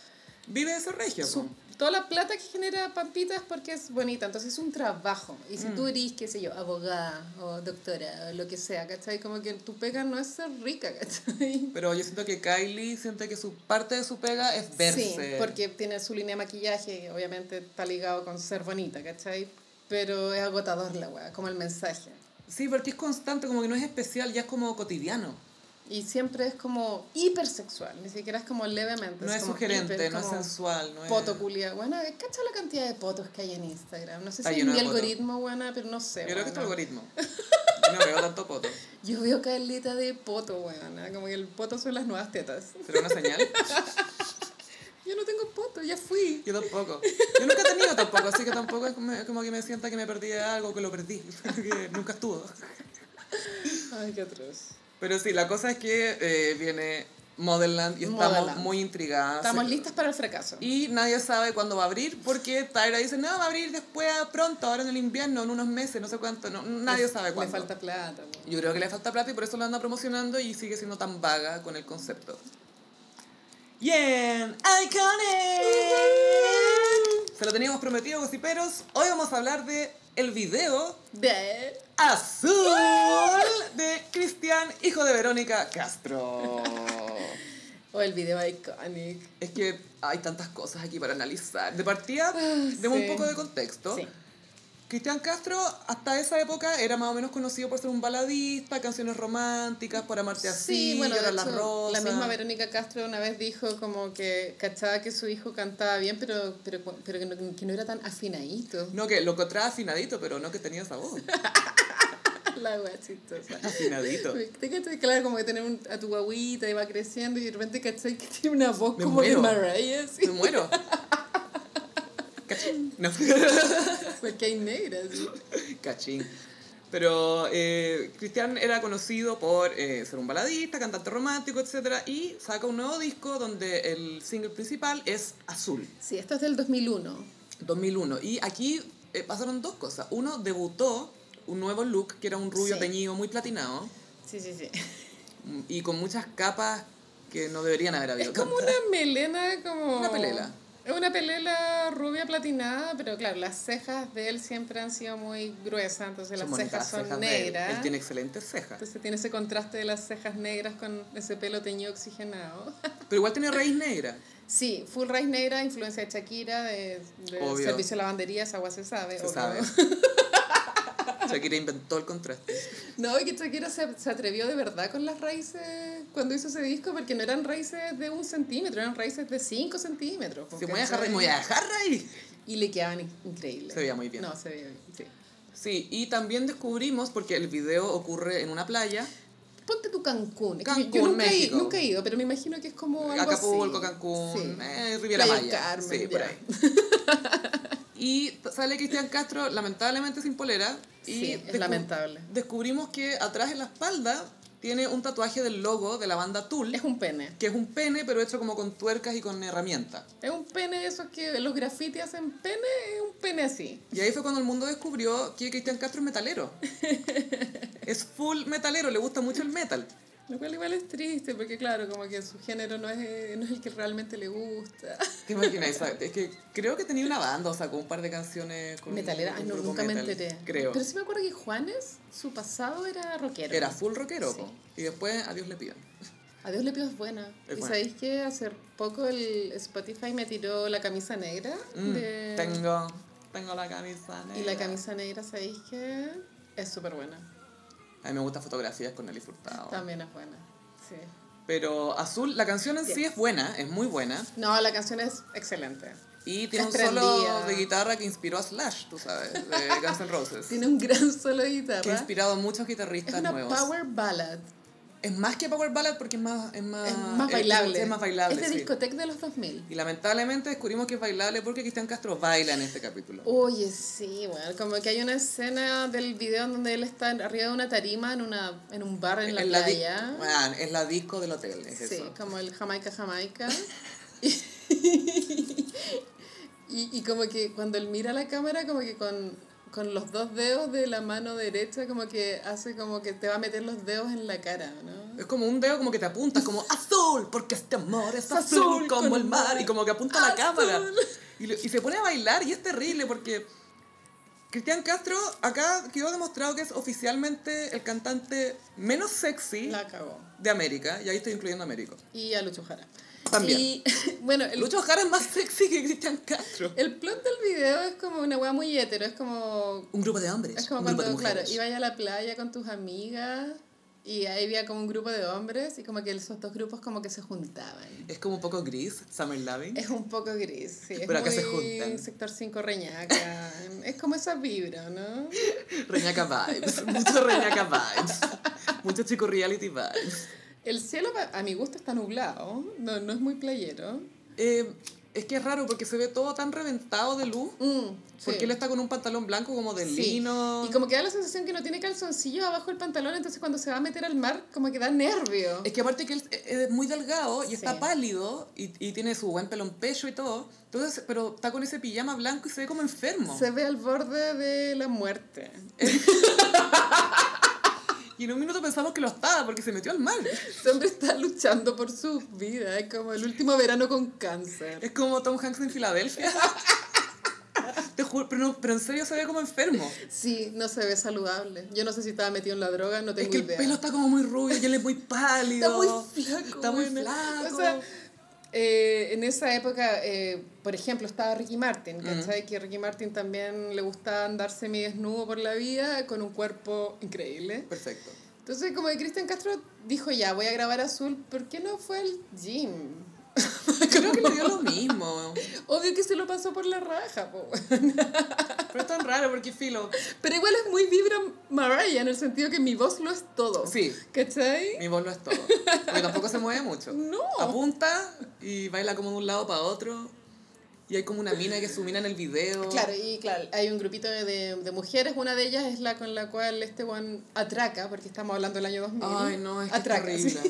[SPEAKER 1] Vive de esa región.
[SPEAKER 2] su- toda la plata que genera Pampita es porque es bonita. Entonces es un trabajo. Y
[SPEAKER 1] Mm.
[SPEAKER 2] si tú eres, qué sé yo, abogada o doctora o lo que sea, ¿cachai? Como que tu pega no es ser rica, ¿cachai?
[SPEAKER 1] Pero yo siento que Kylie siente que su parte de su pega es verse.
[SPEAKER 2] Sí, porque tiene su línea de maquillaje y obviamente está ligado con ser bonita, ¿cachai? Pero es agotador la weá, como el mensaje.
[SPEAKER 1] Sí, porque es constante, como que no es especial, ya es como cotidiano.
[SPEAKER 2] Y siempre es como hipersexual, ni siquiera es como levemente.
[SPEAKER 1] No es
[SPEAKER 2] como
[SPEAKER 1] sugerente,
[SPEAKER 2] hiper,
[SPEAKER 1] no es
[SPEAKER 2] como
[SPEAKER 1] sensual, no es...
[SPEAKER 2] Poto culia. Bueno, eh, cacha la cantidad de potos que hay en Instagram. No sé
[SPEAKER 1] Está
[SPEAKER 2] si es
[SPEAKER 1] lleno
[SPEAKER 2] mi
[SPEAKER 1] de potos.
[SPEAKER 2] algoritmo, buena, pero no sé.
[SPEAKER 1] Yo creo que es tu
[SPEAKER 2] weona.
[SPEAKER 1] algoritmo. Yo no veo tanto poto.
[SPEAKER 2] Yo veo caleta de poto, buena. Como que el poto son las nuevas tetas.
[SPEAKER 1] ¿Será una señal?
[SPEAKER 2] Yo no tengo poto, ya fui.
[SPEAKER 1] Yo tampoco. Yo nunca he tenido tampoco, así que tampoco es como, es como que me sienta que me perdí de algo, que lo perdí, que nunca estuvo.
[SPEAKER 2] Ay, qué atroz.
[SPEAKER 1] Pero sí, la cosa es que eh, viene Modelland y estamos
[SPEAKER 2] Modelland.
[SPEAKER 1] muy intrigadas.
[SPEAKER 2] Estamos
[SPEAKER 1] Sí.
[SPEAKER 2] listas para el fracaso.
[SPEAKER 1] Y nadie sabe cuándo va a abrir porque Tyra dice, no, va a abrir después, pronto, ahora en el invierno, en unos meses, no sé cuánto, no, nadie
[SPEAKER 2] Le-
[SPEAKER 1] sabe cuándo.
[SPEAKER 2] Le falta plata, weona.
[SPEAKER 1] Yo creo que le falta plata y por eso lo anda promocionando y sigue siendo tan vaga con el concepto. Bien, iconic. Se lo teníamos prometido, gossiperos. Hoy vamos a hablar de el video
[SPEAKER 2] De...
[SPEAKER 1] azul de Cristian, hijo de Verónica Castro.
[SPEAKER 2] O el video iconic.
[SPEAKER 1] Es que hay tantas cosas aquí para analizar. De partida, demos un
[SPEAKER 2] Ah, sí.
[SPEAKER 1] poco de contexto.
[SPEAKER 2] Sí.
[SPEAKER 1] Cristian Castro hasta esa época era más o menos conocido por ser un baladista, canciones románticas, por amarte así,
[SPEAKER 2] Sí, bueno, de
[SPEAKER 1] llorar las
[SPEAKER 2] hecho, la
[SPEAKER 1] rosas.
[SPEAKER 2] misma Verónica Castro una vez dijo como que cachaba que su hijo cantaba bien, pero, pero, cu- pero que, no, que no era tan afinadito.
[SPEAKER 1] No, que lo encontraba afinadito, pero no que tenía esa voz.
[SPEAKER 2] La wea chistosa.
[SPEAKER 1] Afinadito.
[SPEAKER 2] Tengo que claro, como que tener un- a tu guaguita y va creciendo y de repente cachai que tiene una voz
[SPEAKER 1] Me
[SPEAKER 2] como
[SPEAKER 1] muero.
[SPEAKER 2] de
[SPEAKER 1] Me
[SPEAKER 2] Mariah, así,
[SPEAKER 1] muero. Cachín. No.
[SPEAKER 2] porque hay negras.
[SPEAKER 1] Cachín. Pero eh, Cristian era conocido por eh, ser un baladista, cantante romántico, etc. Y saca un nuevo disco donde el single principal es Azul.
[SPEAKER 2] Sí, esto es del 2001.
[SPEAKER 1] 2001. Y aquí eh, pasaron dos cosas. Uno, debutó un nuevo look, que era un rubio
[SPEAKER 2] Sí.
[SPEAKER 1] teñido muy platinado
[SPEAKER 2] Sí, sí, sí.
[SPEAKER 1] mm, y con muchas capas que no deberían haber habido.
[SPEAKER 2] Es como una
[SPEAKER 1] tantas.
[SPEAKER 2] melena, como...
[SPEAKER 1] Una pelela.
[SPEAKER 2] Es una pelela rubia platinada, pero claro, las cejas de él siempre han sido muy gruesas, entonces
[SPEAKER 1] Son
[SPEAKER 2] las
[SPEAKER 1] bonitas
[SPEAKER 2] cejas son
[SPEAKER 1] de él.
[SPEAKER 2] negras. Pues,
[SPEAKER 1] Él tiene excelentes cejas.
[SPEAKER 2] Entonces tiene ese contraste de las cejas negras con ese pelo teñido oxigenado.
[SPEAKER 1] Pero igual tiene raíz negra.
[SPEAKER 2] Sí, Full Raíz Negra, influencia de Shakira, de, de
[SPEAKER 1] Obvio.
[SPEAKER 2] Servicio de Lavandería, esa agua se sabe.
[SPEAKER 1] Se
[SPEAKER 2] obvio.
[SPEAKER 1] sabe. Shakira inventó el contraste.
[SPEAKER 2] No, y que Shakira se, se atrevió de verdad con las raíces cuando hizo ese disco, porque no eran raíces de un centímetro, eran raíces de cinco centímetros.
[SPEAKER 1] Si
[SPEAKER 2] porque
[SPEAKER 1] me voy a dejar raíz, me voy a dejar raíz.
[SPEAKER 2] Y le quedaban in- increíbles.
[SPEAKER 1] Se veía muy bien.
[SPEAKER 2] No, se veía bien, sí.
[SPEAKER 1] Sí, y también descubrimos, porque el video ocurre en una playa,
[SPEAKER 2] Ponte tu Cancún. Es que yo-
[SPEAKER 1] Cancún,
[SPEAKER 2] yo nunca, he-
[SPEAKER 1] México.
[SPEAKER 2] nunca he ido, pero me imagino que es como algo
[SPEAKER 1] Acapulco,
[SPEAKER 2] así.
[SPEAKER 1] Cancún,
[SPEAKER 2] Sí.
[SPEAKER 1] eh, Riviera
[SPEAKER 2] Playa
[SPEAKER 1] Maya.
[SPEAKER 2] Carmen,
[SPEAKER 1] sí, por
[SPEAKER 2] ya.
[SPEAKER 1] ahí. Y t- sale Cristian Castro, lamentablemente sin polera. Y
[SPEAKER 2] Sí, es
[SPEAKER 1] descu-
[SPEAKER 2] lamentable.
[SPEAKER 1] Descubrimos que atrás en la espalda tiene un tatuaje del logo de la banda Tool,
[SPEAKER 2] Es un pene.
[SPEAKER 1] que es un pene, pero hecho como con tuercas y con herramientas.
[SPEAKER 2] Es un pene de esos que los grafitis hacen pene, es un pene así.
[SPEAKER 1] Y ahí fue cuando el mundo descubrió que Cristian Castro es metalero. Es full metalero, le gusta mucho el metal.
[SPEAKER 2] Lo cual igual es triste, porque claro, como que su género no es, no es el que realmente le gusta.
[SPEAKER 1] ¿Te imaginas? Es que creo que tenía una banda, o sacó un par de canciones con
[SPEAKER 2] Metalera,
[SPEAKER 1] un
[SPEAKER 2] ah, no,
[SPEAKER 1] grupo
[SPEAKER 2] nunca me
[SPEAKER 1] metal,
[SPEAKER 2] enteré.
[SPEAKER 1] Creo.
[SPEAKER 2] Pero sí me acuerdo que Juanes, su pasado era rockero.
[SPEAKER 1] Era full rockero,
[SPEAKER 2] Sí.
[SPEAKER 1] po. Y después, adiós le pidan.
[SPEAKER 2] A Dios le pido es buena.
[SPEAKER 1] Es
[SPEAKER 2] y
[SPEAKER 1] buena.
[SPEAKER 2] sabéis que hace poco el Spotify me tiró la camisa negra.
[SPEAKER 1] Mm,
[SPEAKER 2] de...
[SPEAKER 1] Tengo, tengo la camisa negra.
[SPEAKER 2] Y la camisa negra, sabéis que es súper buena.
[SPEAKER 1] A mí me gustan fotografías con Nelly Furtado.
[SPEAKER 2] También es buena. Sí.
[SPEAKER 1] Pero Azul, la canción en sí
[SPEAKER 2] Yes.
[SPEAKER 1] es buena, es muy buena.
[SPEAKER 2] No, la canción es excelente.
[SPEAKER 1] Y tiene un
[SPEAKER 2] Es prendida.
[SPEAKER 1] solo de guitarra que inspiró a Slash, tú sabes, de Guns N' Roses.
[SPEAKER 2] Tiene un gran solo de
[SPEAKER 1] que ha
[SPEAKER 2] guitarra.
[SPEAKER 1] inspirado a muchos
[SPEAKER 2] Es
[SPEAKER 1] guitarristas
[SPEAKER 2] una
[SPEAKER 1] nuevos.
[SPEAKER 2] power ballad.
[SPEAKER 1] Es más que Power Ballad porque es más, es más, eh,
[SPEAKER 2] es más bailable.
[SPEAKER 1] Ah, Es, más bailable.
[SPEAKER 2] Es de
[SPEAKER 1] sí.
[SPEAKER 2] discoteca de los 2000.
[SPEAKER 1] Y lamentablemente descubrimos que es bailable porque Cristian Castro baila en este capítulo.
[SPEAKER 2] Oye, sí, bueno, como que hay una escena del video en donde él está arriba de una tarima en, una, en un bar en la
[SPEAKER 1] es, la di-
[SPEAKER 2] playa.
[SPEAKER 1] Man, es la disco del hotel, es
[SPEAKER 2] Sí,
[SPEAKER 1] eso.
[SPEAKER 2] como el Jamaica Jamaica. y, y como que cuando él mira la cámara, como que con, con los dos dedos de la mano derecha, como que hace como que te va a meter los dedos en la cara, ¿no?
[SPEAKER 1] Es como un dedo como que te apuntas, como azul, porque este amor es azul,
[SPEAKER 2] Azul con
[SPEAKER 1] como el mar, y como que apunta a la
[SPEAKER 2] Azul.
[SPEAKER 1] cámara. Y, lo- y se pone a bailar y es terrible porque Cristian Castro acá quedó demostrado que es oficialmente el cantante menos sexy
[SPEAKER 2] La cagó.
[SPEAKER 1] de América, y ahí estoy incluyendo a Américo.
[SPEAKER 2] Y a Lucho Jara.
[SPEAKER 1] También.
[SPEAKER 2] Y bueno, el,
[SPEAKER 1] Lucho Jara es más sexy que Cristian Castro.
[SPEAKER 2] el plot del video es como una weá muy hétero, es como
[SPEAKER 1] Un grupo de hombres.
[SPEAKER 2] Es como
[SPEAKER 1] un
[SPEAKER 2] cuando,
[SPEAKER 1] grupo de
[SPEAKER 2] claro,
[SPEAKER 1] mujeres.
[SPEAKER 2] ibas a la playa con tus amigas y ahí había como un grupo de hombres y como que esos dos grupos como que se juntaban.
[SPEAKER 1] Es como un poco gris, Summer Loving.
[SPEAKER 2] Es un poco gris, sí. Es
[SPEAKER 1] Pero acá
[SPEAKER 2] muy
[SPEAKER 1] se juntan.
[SPEAKER 2] sector 5 reñaca. es como esa vibra, ¿no?
[SPEAKER 1] Reñaca vibes. Mucho Reñaca vibes. Mucho chico reality vibes.
[SPEAKER 2] El cielo pa- a mi gusto está nublado, no, no es muy playero.
[SPEAKER 1] Eh, es que es raro porque se ve todo tan reventado de luz.
[SPEAKER 2] Mm, sí.
[SPEAKER 1] Porque él está con un pantalón blanco como de
[SPEAKER 2] Sí.
[SPEAKER 1] lino.
[SPEAKER 2] Y como que da la sensación que no tiene calzoncillo abajo el pantalón, entonces cuando se va a meter al mar como que da nervio.
[SPEAKER 1] Es que aparte que él es muy delgado y
[SPEAKER 2] Sí.
[SPEAKER 1] está pálido y, y tiene su buen pelo en pecho y todo. Entonces, pero está con ese pijama blanco y se ve como enfermo.
[SPEAKER 2] Se ve al borde de la muerte.
[SPEAKER 1] Y en un minuto pensamos que lo estaba porque se metió al mar.
[SPEAKER 2] Este hombre está luchando por su vida, es como el último verano con cáncer.
[SPEAKER 1] Es como Tom Hanks en Filadelfia. Te juro, pero, no- pero en serio se ve como enfermo.
[SPEAKER 2] Sí, no se ve saludable. Yo no sé si estaba metido en la droga, no
[SPEAKER 1] Es
[SPEAKER 2] tengo
[SPEAKER 1] que el
[SPEAKER 2] idea.
[SPEAKER 1] pelo está como muy rubio y él es muy pálido.
[SPEAKER 2] Está muy flaco.
[SPEAKER 1] Está muy
[SPEAKER 2] bueno.
[SPEAKER 1] flaco.
[SPEAKER 2] O sea, eh, en esa época, eh, por ejemplo, estaba Ricky Martin, ¿cachai? Que Ricky Martin también le gustaba andar semidesnudo por la vida con un cuerpo increíble.
[SPEAKER 1] Perfecto.
[SPEAKER 2] Entonces, como que Cristian Castro dijo, ya, voy a grabar azul, ¿por qué no fue al gym?
[SPEAKER 1] Creo que le dio lo mismo.
[SPEAKER 2] Obvio que se lo pasó por la raja, po.
[SPEAKER 1] Pero es tan raro porque filo.
[SPEAKER 2] Pero igual es muy vibra Mariah en el sentido que mi voz lo es todo.
[SPEAKER 1] Sí,
[SPEAKER 2] ¿Cachai?
[SPEAKER 1] mi voz lo es todo. Porque tampoco se mueve mucho.
[SPEAKER 2] No.
[SPEAKER 1] Apunta y baila como de un lado para otro. Y hay como una mina que sumina en el video.
[SPEAKER 2] Claro, y claro, hay un grupito de, de mujeres, una de ellas es la con la cual este one atraca, porque estamos hablando del año 2000.
[SPEAKER 1] Ay, no, es que es
[SPEAKER 2] sí.
[SPEAKER 1] terrible.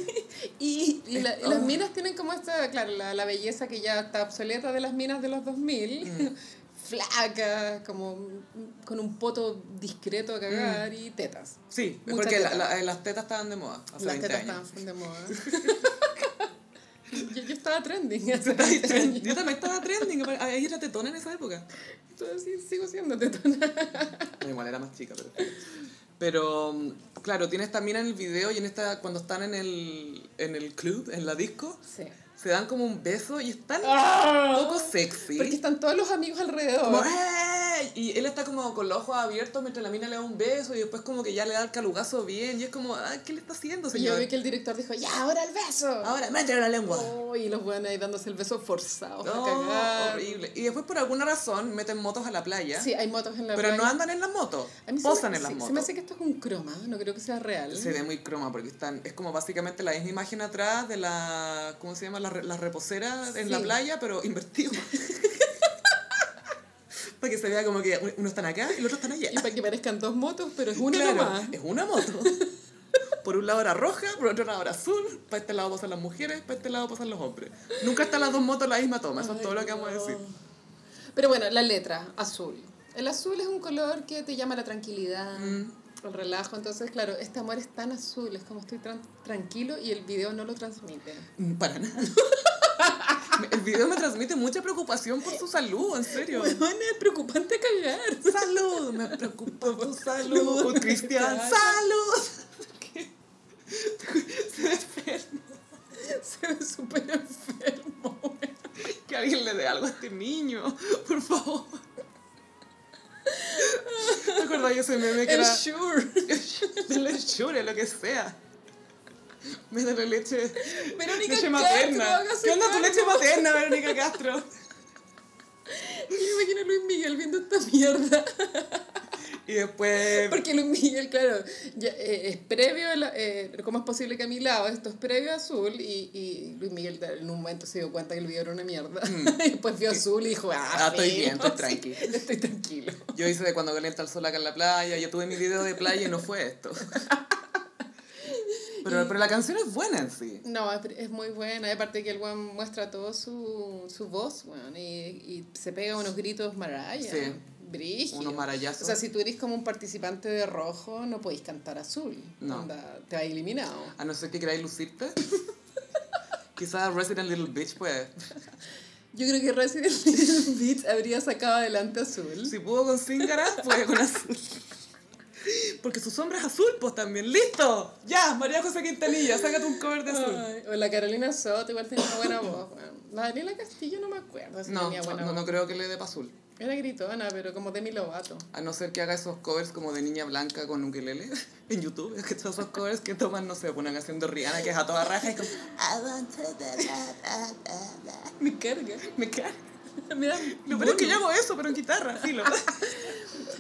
[SPEAKER 2] Y, y la- y
[SPEAKER 1] Es-
[SPEAKER 2] las
[SPEAKER 1] ah.
[SPEAKER 2] minas tienen como esta, claro, la, la belleza que ya está obsoleta de las minas de los 2000,
[SPEAKER 1] Mm.
[SPEAKER 2] flacas, como mm, con un poto discreto a cagar y tetas.
[SPEAKER 1] Sí,
[SPEAKER 2] Mucha
[SPEAKER 1] porque la-
[SPEAKER 2] teta.
[SPEAKER 1] la- las tetas estaban de moda hace
[SPEAKER 2] Las
[SPEAKER 1] 20
[SPEAKER 2] tetas
[SPEAKER 1] años.
[SPEAKER 2] estaban full de moda. yo, yo estaba trending hace
[SPEAKER 1] Estaba
[SPEAKER 2] 20
[SPEAKER 1] trend-
[SPEAKER 2] años.
[SPEAKER 1] Yo también estaba trending. Ahí era tetona en esa época.
[SPEAKER 2] Entonces, sí, sigo siendo tetona.
[SPEAKER 1] No, igual era más chica, pero. Pero, mm, claro, tiene esta mina en el video y en esta, cuando están en el, en el club, en la disco,
[SPEAKER 2] Sí.
[SPEAKER 1] se dan como un beso y están un
[SPEAKER 2] Ah. Porque
[SPEAKER 1] poco sexy.
[SPEAKER 2] están todos los amigos
[SPEAKER 1] Como,
[SPEAKER 2] alrededor.
[SPEAKER 1] "¡Ey!", Y él está como con los ojos abiertos mientras la mina le da un beso y después como que ya le da el calugazo bien y es como, "Ah, ¿qué le está haciendo,
[SPEAKER 2] Y yo
[SPEAKER 1] señor? Ah,
[SPEAKER 2] vi que el director dijo, ya, ahora el beso.
[SPEAKER 1] Ahora, métele la lengua.
[SPEAKER 2] Oh, y los buenos ahí dándose el beso forzado.
[SPEAKER 1] No,
[SPEAKER 2] a cagar.
[SPEAKER 1] horrible. Y después por alguna razón meten motos a la playa,
[SPEAKER 2] Sí, hay motos en la
[SPEAKER 1] pero
[SPEAKER 2] playa.
[SPEAKER 1] no andan en las motos,
[SPEAKER 2] A mí se
[SPEAKER 1] posan
[SPEAKER 2] me-
[SPEAKER 1] en las
[SPEAKER 2] sí,
[SPEAKER 1] motos.
[SPEAKER 2] Se me hace que esto es un croma, no creo que sea real.
[SPEAKER 1] Se ve muy croma porque están, es como básicamente la misma imagen atrás de la, ¿cómo se llama? La, re- la reposera en la
[SPEAKER 2] Sí.
[SPEAKER 1] playa, pero invertido. Para que se vea como que uno están acá y el otro están allá.
[SPEAKER 2] Y para que parezcan dos motos, pero es una
[SPEAKER 1] Claro,
[SPEAKER 2] nomás.
[SPEAKER 1] Es una moto. Por un lado era roja, por otro lado era azul. Para este lado pasan las mujeres, para este lado pasan los hombres. Nunca están las dos motos en la misma toma, eso es
[SPEAKER 2] Ay,
[SPEAKER 1] todo lo que vamos a
[SPEAKER 2] no.
[SPEAKER 1] decir.
[SPEAKER 2] Pero bueno, la letra, azul. El azul es un color que te llama a la tranquilidad.
[SPEAKER 1] Mm,
[SPEAKER 2] el relajo. Entonces, claro, este amor es tan azul, es como estoy tran- tranquilo y el video no lo transmite.
[SPEAKER 1] Mm, Para nada. El video me transmite mucha preocupación por su salud, en serio.
[SPEAKER 2] Weona, es preocupante cagar.
[SPEAKER 1] Salud, me preocupa por salud. oh,
[SPEAKER 2] Salud.
[SPEAKER 1] Cristian,
[SPEAKER 2] Claro.
[SPEAKER 1] salud.
[SPEAKER 2] Se ve súper enfermo. weón.
[SPEAKER 1] Que alguien le dé algo a este niño, por favor. ¿Te acordás de ese meme que
[SPEAKER 2] El
[SPEAKER 1] era
[SPEAKER 2] sure.
[SPEAKER 1] Denle shure, lo que sea? Métale leche,
[SPEAKER 2] Verónica
[SPEAKER 1] leche
[SPEAKER 2] Castro,
[SPEAKER 1] materna.
[SPEAKER 2] hágase
[SPEAKER 1] ¿Qué onda tu
[SPEAKER 2] cargo.
[SPEAKER 1] leche materna, Verónica Castro?
[SPEAKER 2] Yo me imagino a Luis Miguel viendo esta mierda.
[SPEAKER 1] Y después...
[SPEAKER 2] Porque Luis Miguel, claro, ya, eh, es previo, a la- eh, ¿cómo es posible que a mi lado esto es previo a azul? Y, y Luis Miguel de- en un momento se dio cuenta que el video era una mierda. Y después vio azul y dijo, ah,
[SPEAKER 1] Ah, estoy
[SPEAKER 2] filo,
[SPEAKER 1] bien, estoy
[SPEAKER 2] sí,
[SPEAKER 1] tranqui.
[SPEAKER 2] estoy tranquilo.
[SPEAKER 1] Yo hice de cuando calienta el sol acá en la playa, yo tuve mi video de playa y no fue esto. Pero, pero la canción es buena en sí.
[SPEAKER 2] No, es, es muy buena. y Aparte que el weón muestra todo su, su voz, weón, y, y se pega unos gritos maraya.
[SPEAKER 1] Sí.
[SPEAKER 2] brígidos.
[SPEAKER 1] Unos marayazos.
[SPEAKER 2] O sea, si tú eres como un participante de rojo, no podéis cantar azul.
[SPEAKER 1] No.
[SPEAKER 2] Onda, te vas eliminado.
[SPEAKER 1] A no ser que queráis lucirte. Quizás Resident Little Bitch, pues.
[SPEAKER 2] Yo creo que Resident Evil Beats habría sacado adelante azul.
[SPEAKER 1] Si pudo con Zingara, puede con azul. Porque su sombra es azul, pues también. ¡Listo! ¡Ya! María José Quintanilla, sácate un cover de azul.
[SPEAKER 2] Ay, o la Carolina Soto igual tenía una buena voz. weón. La Daniela Castillo no me acuerdo si
[SPEAKER 1] No,
[SPEAKER 2] tenía buena
[SPEAKER 1] no,
[SPEAKER 2] voz.
[SPEAKER 1] no creo que le dé pa' azul.
[SPEAKER 2] Era gritona, pero como Demi Lovato.
[SPEAKER 1] A no ser que haga esos covers como de niña blanca con ukelele en YouTube. Es que todos esos covers que toman, no sé, pues, ponen haciendo Rihanna, que es a toda raja, y es como, I want to da, da, da, da.
[SPEAKER 2] Me carga.
[SPEAKER 1] Me cae.
[SPEAKER 2] Me da
[SPEAKER 1] Lo peor es que yo hago eso, pero en guitarra, filo.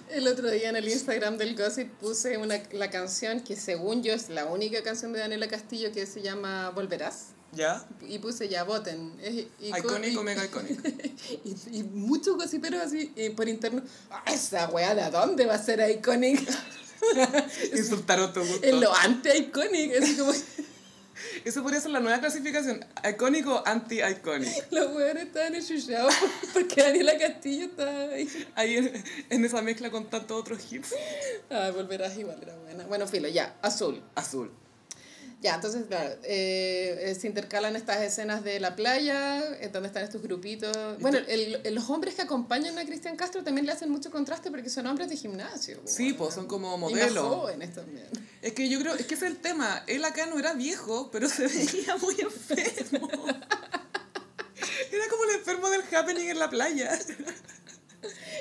[SPEAKER 2] El otro día en el Instagram del Gossip puse una, la canción que según yo es la única canción de Daniela Castillo que se llama Volverás.
[SPEAKER 1] ¿Ya?
[SPEAKER 2] Y puse ya, voten. Es ico-
[SPEAKER 1] Icónico,
[SPEAKER 2] y-
[SPEAKER 1] mega icónico.
[SPEAKER 2] Y, y muchos gossiperos así eh, por interno. "Ah, esa weá, ¿de dónde va a ser icónica?
[SPEAKER 1] Insultaron tu gusto.
[SPEAKER 2] Es lo anti-icónico. Así como
[SPEAKER 1] Eso podría ser la nueva clasificación. Icónico, anti-icónico.
[SPEAKER 2] los weones estaban enchuchados por- porque Daniela Castillo estaba ahí.
[SPEAKER 1] Ahí en, en esa mezcla con tantos otros hits.
[SPEAKER 2] Ah, volverás igual, era buena. Bueno, filo, ya, azul.
[SPEAKER 1] Azul.
[SPEAKER 2] Ya, entonces, claro, eh, eh, se intercalan estas escenas de la playa, eh, donde están estos grupitos. Bueno, el- el- los hombres que acompañan a Cristian Castro también le hacen mucho contraste porque son hombres de gimnasio.
[SPEAKER 1] Sí,
[SPEAKER 2] bueno.
[SPEAKER 1] pues son como
[SPEAKER 2] Y más
[SPEAKER 1] modelos.
[SPEAKER 2] jóvenes también.
[SPEAKER 1] Es que yo creo, es que ese es el tema. Él acá no era viejo, pero se veía muy enfermo. Era como el enfermo del happening en la playa.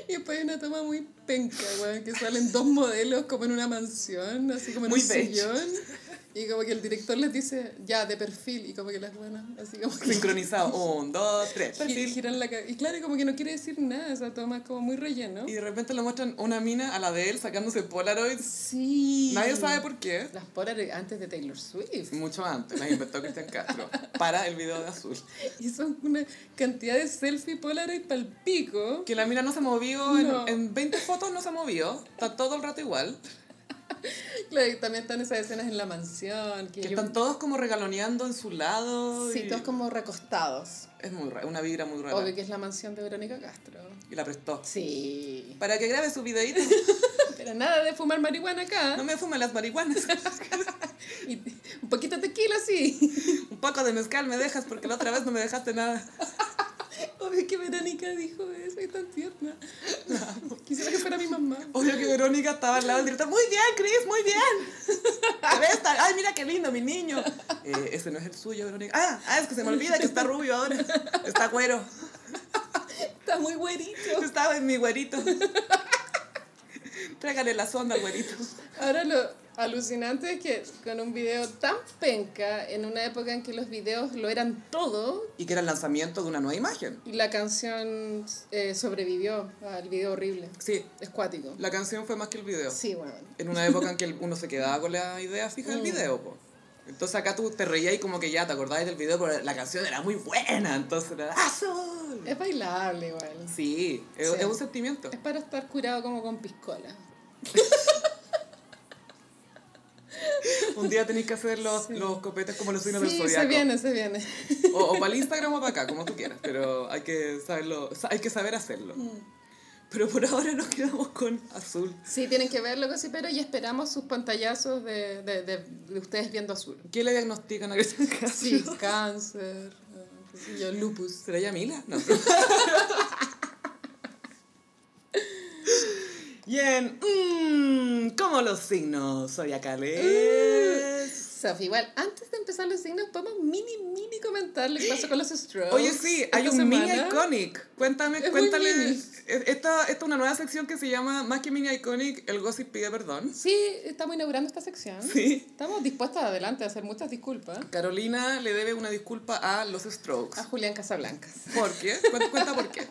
[SPEAKER 2] Y después hay una toma muy penca, weón, que salen dos modelos como en una mansión, así como en
[SPEAKER 1] Muy
[SPEAKER 2] un
[SPEAKER 1] beige.
[SPEAKER 2] sillón. Y como que el director les dice, ya, de perfil. Y como que las buenas, así como que...
[SPEAKER 1] Sincronizado. Un, dos, tres.
[SPEAKER 2] gi-
[SPEAKER 1] perfil.
[SPEAKER 2] Giran la ca- y claro, como que no quiere decir nada, esa toma es como muy relleno.
[SPEAKER 1] Y de repente le muestran una mina a la de él sacándose Polaroids.
[SPEAKER 2] Sí.
[SPEAKER 1] Nadie sabe por qué.
[SPEAKER 2] Las Polar antes de Taylor Swift.
[SPEAKER 1] Mucho antes, las inventó Cristian Castro. Para el video de azul.
[SPEAKER 2] Y son una cantidad de selfie Polaroid pal pico.
[SPEAKER 1] Que la mina no se movió, en-
[SPEAKER 2] No.
[SPEAKER 1] en, 20 fotos no se movió, está todo el rato igual.
[SPEAKER 2] Claro, y también están esas escenas en la mansión. Que,
[SPEAKER 1] Que
[SPEAKER 2] yo-
[SPEAKER 1] están todos como regaloneando en su lado.
[SPEAKER 2] Sí,
[SPEAKER 1] y-
[SPEAKER 2] todos como recostados.
[SPEAKER 1] Es muy raro, una vibra muy rara.
[SPEAKER 2] Obvio que es la mansión de Verónica Castro.
[SPEAKER 1] Y la prestó.
[SPEAKER 2] Sí.
[SPEAKER 1] Para que grabe su videíto,
[SPEAKER 2] Pero nada de fumar marihuana acá.
[SPEAKER 1] no me fumen las marihuanas.
[SPEAKER 2] Y un poquito de tequila, sí.
[SPEAKER 1] Un poco de mezcal me dejas porque la otra vez no me dejaste nada.
[SPEAKER 2] Obvio que Verónica dijo eso, es tan tierna. Quisiera que fuera mi mamá.
[SPEAKER 1] Obvio que Verónica estaba al lado del director. Muy bien, Chris, muy bien. A ver, está- ay, mira qué lindo, mi niño. Eh, ese no es el suyo, Verónica. Ah, ah, es que se me olvida que está rubio ahora. Está güero.
[SPEAKER 2] Está muy güerito.
[SPEAKER 1] Estaba en mi güerito. Trágale la sonda al güerito.
[SPEAKER 2] Ahora lo alucinante es que con un video tan penca, en una época en que los videos lo eran todo,
[SPEAKER 1] Y que era el lanzamiento de una nueva imagen.
[SPEAKER 2] y la canción eh, sobrevivió al video horrible.
[SPEAKER 1] Sí,
[SPEAKER 2] Es cuático.
[SPEAKER 1] la canción fue más que el video.
[SPEAKER 2] Sí, bueno.
[SPEAKER 1] En una época en que el- uno se quedaba con la idea fija del
[SPEAKER 2] Mm.
[SPEAKER 1] video, po. Entonces acá tú te reías y como que ya te acordabas del video, pero la canción era muy buena, entonces era ¡Azul!
[SPEAKER 2] Es bailable igual.
[SPEAKER 1] Sí, es,
[SPEAKER 2] Sí.
[SPEAKER 1] es un sentimiento.
[SPEAKER 2] Es para estar curado como con piscola.
[SPEAKER 1] Un día tenés que hacer los, los copetes como los signos del
[SPEAKER 2] Sí, se
[SPEAKER 1] zodiaco.
[SPEAKER 2] viene, se viene.
[SPEAKER 1] O,
[SPEAKER 2] Mm.
[SPEAKER 1] para el Instagram o para acá, como tú quieras, pero hay que saberlo, sa- hay que saber hacerlo. Pero por ahora nos quedamos con azul.
[SPEAKER 2] Sí, tienen que verlo, sí, pero y esperamos sus pantallazos de, de, de, de ustedes viendo azul.
[SPEAKER 1] ¿Qué le diagnostican a Cristian Castro?
[SPEAKER 2] Sí, cáncer, eh, qué sé yo, lupus.
[SPEAKER 1] ¿Será Yamila? No. y en mm, ¿Cómo los signos zodiacales?
[SPEAKER 2] Sofi, igual, antes de empezar los signos, podemos mini, mini comentar lo que pasó con los Strokes.
[SPEAKER 1] Oye, sí, hay
[SPEAKER 2] Mm. esta
[SPEAKER 1] un mini
[SPEAKER 2] semana.
[SPEAKER 1] iconic. Cuéntame,
[SPEAKER 2] Es muy
[SPEAKER 1] cuéntale.
[SPEAKER 2] mini.
[SPEAKER 1] es- Esta, esta es una nueva sección que se llama Más que mini iconic, el gossip pide perdón.
[SPEAKER 2] Sí, estamos inaugurando esta sección.
[SPEAKER 1] Sí.
[SPEAKER 2] Estamos dispuestas adelante a hacer muchas disculpas
[SPEAKER 1] Carolina le debe una disculpa a los Strokes.
[SPEAKER 2] a Julián Casablancas.
[SPEAKER 1] ¿Por qué? Cuenta, cuenta por qué.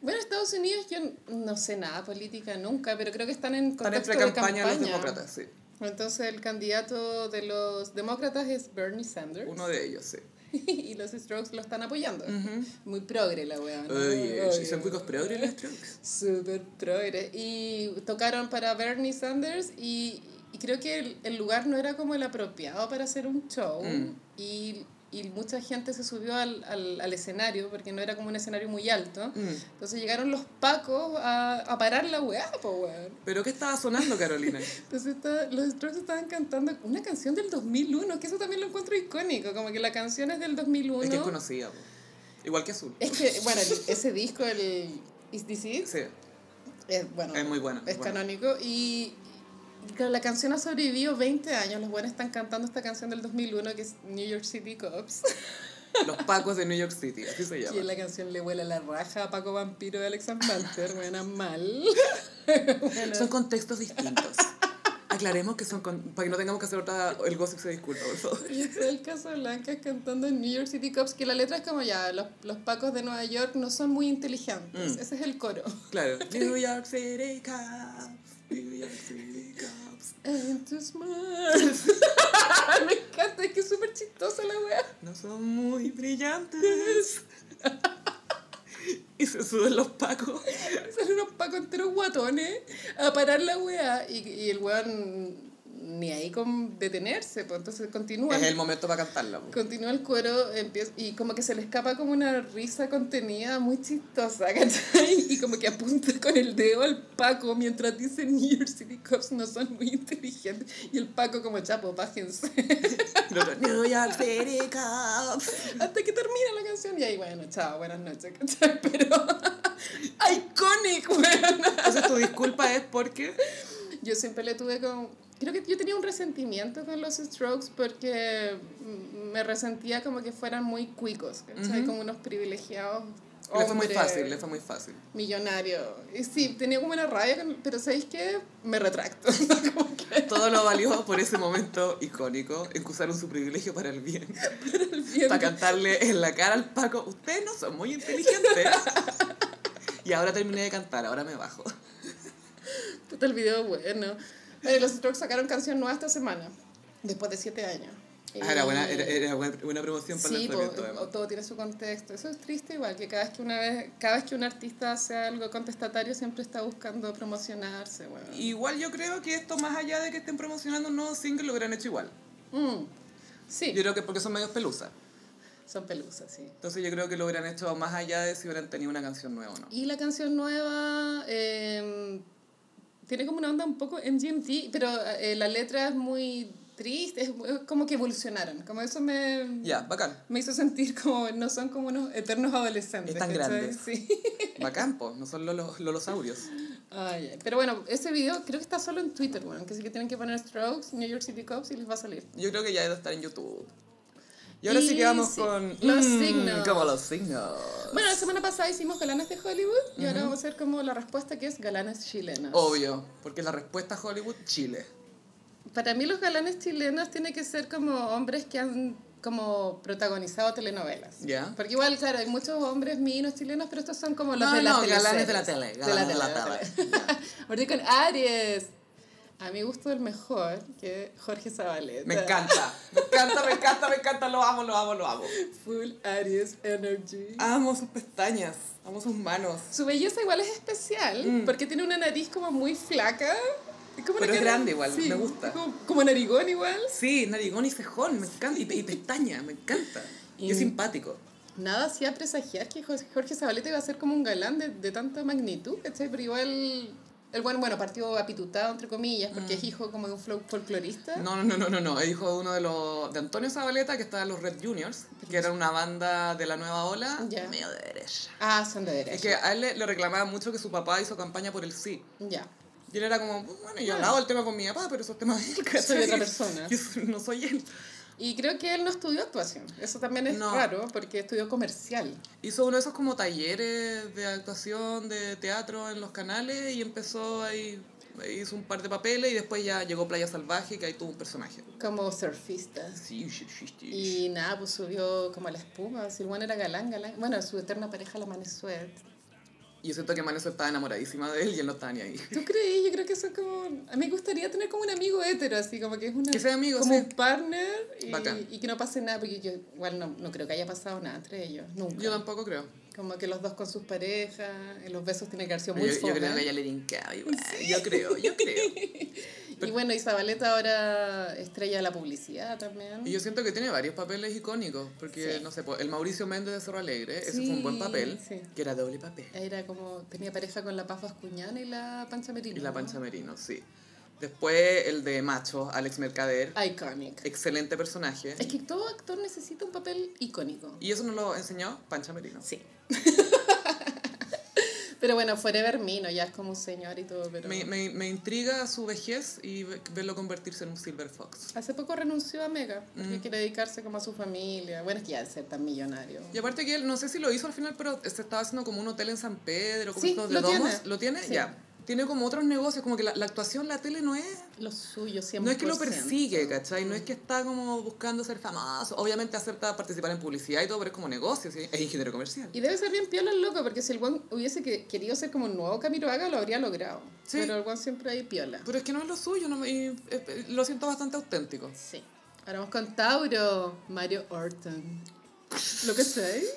[SPEAKER 2] Bueno, Estados Unidos, yo no sé nada de política nunca, pero creo que están en
[SPEAKER 1] Están
[SPEAKER 2] contexto
[SPEAKER 1] entre campaña,
[SPEAKER 2] de campaña.
[SPEAKER 1] los demócratas, sí.
[SPEAKER 2] Entonces el candidato de los demócratas es Bernie Sanders
[SPEAKER 1] Uno de ellos, sí.
[SPEAKER 2] y los Strokes lo están apoyando.
[SPEAKER 1] Ujú.
[SPEAKER 2] Muy progre la weá. ¿no?
[SPEAKER 1] Oye,
[SPEAKER 2] Ah, Oye.
[SPEAKER 1] son cuicos progres los Strokes.
[SPEAKER 2] Súper progre. Y tocaron para Bernie Sanders y, y creo que el, el lugar no era como el apropiado para hacer un show.
[SPEAKER 1] Mm.
[SPEAKER 2] Y, y mucha gente se subió al, al, al escenario porque no era como un escenario muy alto.
[SPEAKER 1] Mm.
[SPEAKER 2] Entonces llegaron los pacos a, a parar la weá, po weón.
[SPEAKER 1] ¿Pero qué estaba sonando, Carolina?
[SPEAKER 2] Entonces está- los Strokes estaban cantando una canción del 2001, que eso también lo encuentro icónico, como que la canción es del 2001.
[SPEAKER 1] Es que es conocida, po. igual que azul.
[SPEAKER 2] Es que, bueno, el- ese disco, el Is This It,
[SPEAKER 1] Sí,
[SPEAKER 2] es, bueno,
[SPEAKER 1] es muy buena.
[SPEAKER 2] es
[SPEAKER 1] buena.
[SPEAKER 2] canónico y, y claro, la canción ha sobrevivido 20 años. Los buenos están cantando esta canción del 2001 que es New York City Cops.
[SPEAKER 1] Los Pacos de New York City, así se
[SPEAKER 2] Y
[SPEAKER 1] llama.
[SPEAKER 2] la canción le huele la raja a Paco Vampiro de Alex Banter, buena mal.
[SPEAKER 1] Son contextos distintos. Aclaremos que son con- para que no tengamos que hacer otra el gossip se disculpa, por favor.
[SPEAKER 2] Y está el caso Blanca cantando en New York City Cops, que la letra es como ya, los, los pacos de Nueva York no son muy inteligentes.
[SPEAKER 1] Mm.
[SPEAKER 2] Ese es el coro.
[SPEAKER 1] Claro. New York City Cops, New York City Cops.
[SPEAKER 2] And too smart. Me encanta, es que es súper chistosa la wea.
[SPEAKER 1] No son muy brillantes. Y se suben los Pacos.
[SPEAKER 2] Salen unos pacos enteros guatones a parar la wea. Y, y el weón ni ahí con detenerse, pues entonces continúa.
[SPEAKER 1] Es el momento para cantarla. po.
[SPEAKER 2] Continúa el cuero empieza, y como que se le escapa como una risa contenida muy chistosa, ¿cachai? Y como que apunta con el dedo al Paco mientras dice New York City Cops no son muy inteligentes. Y el Paco como chapo, bájense.
[SPEAKER 1] Y los otros, New York City Cops.
[SPEAKER 2] Hasta que termina la canción y ahí, bueno, chao, buenas noches, ¿cachai? Pero... ¡Iconic, weón!
[SPEAKER 1] Entonces tu disculpa es porque...
[SPEAKER 2] Yo siempre le tuve con... Creo que yo tenía un resentimiento con los Strokes porque mm, me resentía como que fueran muy cuicos, ¿cachai?
[SPEAKER 1] Ujú.
[SPEAKER 2] Como unos privilegiados.
[SPEAKER 1] Le fue muy
[SPEAKER 2] hombres.
[SPEAKER 1] fácil, le fue muy fácil.
[SPEAKER 2] millonario. Y sí, tenía como una rabia, con- pero ¿sabéis qué? Me retracto. como que
[SPEAKER 1] Todo lo valió por ese momento icónico en que usaron su privilegio para el bien.
[SPEAKER 2] el bien-
[SPEAKER 1] Para cantarle en la cara al Paco, ustedes no son muy inteligentes. Y ahora terminé de cantar, ahora me bajo.
[SPEAKER 2] Puta, el video bueno. Bueno, los Strokes sacaron canción nueva esta semana, después de siete años.
[SPEAKER 1] Ah, era buena,
[SPEAKER 2] Eh,
[SPEAKER 1] era, era buena, buena promoción para
[SPEAKER 2] Sí,
[SPEAKER 1] el
[SPEAKER 2] po,
[SPEAKER 1] lanzamiento, además.
[SPEAKER 2] o- todo tiene su contexto. Eso es triste igual, que cada vez que, una vez, cada vez que un artista hace algo contestatario siempre está buscando promocionarse. Bueno.
[SPEAKER 1] Igual yo creo que esto, más allá de que estén promocionando un nuevo single, lo hubieran hecho igual.
[SPEAKER 2] Mm,
[SPEAKER 1] Yo
[SPEAKER 2] Sí,
[SPEAKER 1] creo que porque son medios pelusa.
[SPEAKER 2] son pelusas, sí.
[SPEAKER 1] Entonces yo creo que lo hubieran hecho más allá de si hubieran tenido una canción nueva o no.
[SPEAKER 2] Y la canción nueva eh, tiene como una onda un poco MGMT, pero eh, la letra es muy triste, es mu- es como que evolucionaron, como eso me,
[SPEAKER 1] Ya, bacán.
[SPEAKER 2] me hizo sentir como no son como unos eternos adolescentes.
[SPEAKER 1] Están
[SPEAKER 2] ¿cachai?
[SPEAKER 1] grandes.
[SPEAKER 2] Sí.
[SPEAKER 1] Bacán, po. No son los lolosaurios.
[SPEAKER 2] Ay, ay. pero bueno, ese video creo que está solo en Twitter, bueno, que sí que tienen que poner Strokes, New York City Cops y les va a salir.
[SPEAKER 1] Yo creo que ya debe estar en YouTube. Y ahora sí
[SPEAKER 2] Y
[SPEAKER 1] que vamos
[SPEAKER 2] sí,
[SPEAKER 1] con
[SPEAKER 2] los
[SPEAKER 1] mm,
[SPEAKER 2] signos.
[SPEAKER 1] Como los signos.
[SPEAKER 2] Bueno, la semana pasada hicimos Galanas de Hollywood y ahora vamos a hacer como la respuesta que es Galanas chilenas.
[SPEAKER 1] Obvio, porque la respuesta a Hollywood, Chile.
[SPEAKER 2] Para mí los galanes chilenos tiene que ser como hombres que han como protagonizado telenovelas.
[SPEAKER 1] Ya.
[SPEAKER 2] Porque igual, claro, hay muchos hombres minos chilenos, pero estos son como los
[SPEAKER 1] No,
[SPEAKER 2] de las
[SPEAKER 1] no, galanes de la tele.
[SPEAKER 2] teleseries.
[SPEAKER 1] Galanes de
[SPEAKER 2] de
[SPEAKER 1] la
[SPEAKER 2] la
[SPEAKER 1] tele.
[SPEAKER 2] Partí con Aries. A mi gusto el mejor, que Jorge Zabaleta.
[SPEAKER 1] Me encanta, me encanta, me encanta, me encanta, lo amo, lo amo, lo amo.
[SPEAKER 2] Full Aries Energy.
[SPEAKER 1] Amo sus pestañas, amo sus manos.
[SPEAKER 2] Su belleza igual es especial,
[SPEAKER 1] Mm.
[SPEAKER 2] porque tiene una nariz como muy flaca. Es como una
[SPEAKER 1] Pero es
[SPEAKER 2] cara-
[SPEAKER 1] grande igual, me gusta.
[SPEAKER 2] Como, como narigón igual.
[SPEAKER 1] Sí, narigón y cejón, me encanta, y, pe- y pestañas, me encanta. Y es
[SPEAKER 2] Y-
[SPEAKER 1] simpático.
[SPEAKER 2] nada hacía presagiar que Jos- Jorge Zabaleta iba a ser como un galán de, de tanta magnitud, ¿cachai? Pero igual, el bueno, bueno, partió apitutado, entre comillas, porque es hijo como de un fol- folclorista.
[SPEAKER 1] Mm. No, no, no, no, no, no. Es hijo de uno de los. de Antonio Zabaleta, que estaba en los Red Juniors, que era una banda de la nueva ola,
[SPEAKER 2] Ya.
[SPEAKER 1] medio de derecha.
[SPEAKER 2] Ah, son de derecha.
[SPEAKER 1] Es que a él le, le reclamaban mucho que su papá hizo campaña por el sí.
[SPEAKER 2] Ya.
[SPEAKER 1] Y él era como, bueno, yo hablaba el tema con mi papá, pero eso es tema de él,
[SPEAKER 2] soy
[SPEAKER 1] ¿cachai?
[SPEAKER 2] otra persona.
[SPEAKER 1] Yo so- no soy él.
[SPEAKER 2] Y creo que él no estudió actuación. Eso también es
[SPEAKER 1] No.
[SPEAKER 2] raro, porque estudió comercial.
[SPEAKER 1] Hizo uno de esos como talleres de actuación, de teatro en los canales y empezó ahí, hizo un par de papeles y después ya llegó Playa Salvaje, que ahí tuvo un personaje.
[SPEAKER 2] Como surfista.
[SPEAKER 1] Sí, sí, sí, sí.
[SPEAKER 2] Y nada, pues subió como a la espuma. Si el bueno era galán, galán. Bueno, su eterna pareja, la Manesuet.
[SPEAKER 1] Y yo siento que Maneso estaba enamoradísima de él y él no estaba ni ahí.
[SPEAKER 2] ¿Tú crees? Yo creo que eso es como... A mí me gustaría tener como un amigo hétero, así como que es una...
[SPEAKER 1] Que sea amigo,
[SPEAKER 2] Como
[SPEAKER 1] sí.
[SPEAKER 2] un partner
[SPEAKER 1] Bacán.
[SPEAKER 2] y, y que no pase nada, porque yo igual no, no creo que haya pasado nada entre ellos, nunca.
[SPEAKER 1] Yo tampoco creo.
[SPEAKER 2] Como que los dos con sus parejas, en los besos tiene que haber sido
[SPEAKER 1] Yo,
[SPEAKER 2] muy
[SPEAKER 1] yo
[SPEAKER 2] fome.
[SPEAKER 1] creo que ella le rincaba igual. Yo creo, yo creo.
[SPEAKER 2] Y bueno, Isabaleta ahora estrella de la publicidad también.
[SPEAKER 1] Y yo siento que tiene varios papeles icónicos, porque,
[SPEAKER 2] Sí.
[SPEAKER 1] no sé, po, el Mauricio Méndez de Cerro Alegre, ese
[SPEAKER 2] Sí,
[SPEAKER 1] fue un buen papel,
[SPEAKER 2] sí.
[SPEAKER 1] que era doble papel.
[SPEAKER 2] Era como, tenía pareja con la Paz Vascuñana y la Pancha Merino.
[SPEAKER 1] Y la
[SPEAKER 2] ¿no?
[SPEAKER 1] Pancha Merino, sí. Después el de Macho, Alex Mercader,
[SPEAKER 2] Iconic.
[SPEAKER 1] excelente personaje.
[SPEAKER 2] Es que todo actor necesita un papel icónico.
[SPEAKER 1] Y eso nos lo enseñó Pancha Merino.
[SPEAKER 2] Sí. pero bueno, Forever Mino ya es como un señor y todo, pero...
[SPEAKER 1] Me, me, me intriga su vejez y ve- verlo convertirse en un Silver Fox.
[SPEAKER 2] Hace poco renunció a Mega,
[SPEAKER 1] Mm.
[SPEAKER 2] porque quiere dedicarse como a su familia. Bueno, es que ya de ser tan millonario.
[SPEAKER 1] Y aparte que él, no sé si lo hizo al final, pero se estaba haciendo como un hotel en San Pedro, como
[SPEAKER 2] Sí,
[SPEAKER 1] estos de
[SPEAKER 2] lo
[SPEAKER 1] domos.
[SPEAKER 2] tiene.
[SPEAKER 1] ¿Lo tiene?
[SPEAKER 2] Sí.
[SPEAKER 1] Ya. Tiene como otros negocios, como que la, la actuación, la tele no es
[SPEAKER 2] Lo suyo
[SPEAKER 1] No
[SPEAKER 2] siempre.
[SPEAKER 1] es que lo persigue, ¿cachai? No es que está como buscando ser famoso. Obviamente acepta participar en publicidad y todo, pero es como negocio, ¿sí? es ingeniero comercial.
[SPEAKER 2] Y debe ser bien piola el loco, porque si el guan hubiese que- querido ser como un nuevo Camiroaga, lo habría logrado.
[SPEAKER 1] Sí. Pues-
[SPEAKER 2] Pero el guan siempre hay piola.
[SPEAKER 1] Pero es que no es lo suyo, no me- y, eh, eh, lo siento bastante auténtico.
[SPEAKER 2] Sí. Ahora vamos con Tauro, Mario Orton. ¿Lo que sé?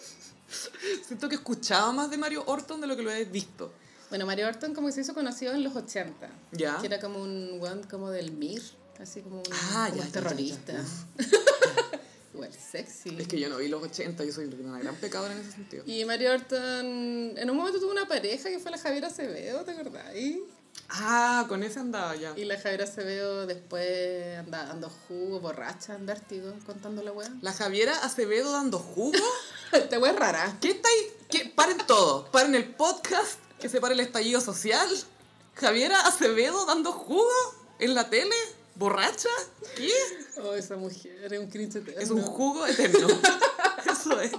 [SPEAKER 1] Siento que escuchaba más de Mario Orton de lo que lo he visto.
[SPEAKER 2] Bueno, Mario Orton como que se hizo conocido en los 80.
[SPEAKER 1] Ya.
[SPEAKER 2] Que era como un guan como del MIR, así como un,
[SPEAKER 1] Ah,
[SPEAKER 2] como
[SPEAKER 1] ya,
[SPEAKER 2] un
[SPEAKER 1] ya, ya, ya.
[SPEAKER 2] terrorista. Igual sexy.
[SPEAKER 1] Es que yo no vi los 80, yo soy una gran pecadora en ese sentido.
[SPEAKER 2] Y Mario Orton en un momento tuvo una pareja que fue la Javiera Acevedo, ¿te acordás? Y,
[SPEAKER 1] Ah, con ese andaba ya.
[SPEAKER 2] y la Javiera Acevedo después anda dando jugo, borracha, en vértigo, contando la weá.
[SPEAKER 1] La Javiera Acevedo dando jugo.
[SPEAKER 2] Esta weá es rara.
[SPEAKER 1] ¿Qué está ahí? ¿Qué? Paren todo. Paren el podcast, que se pare el estallido social. Javiera Acevedo dando jugo en la tele, borracha. ¿Qué?
[SPEAKER 2] Oh, esa mujer, es un cringe eterno.
[SPEAKER 1] Es un jugo eterno. Eso es.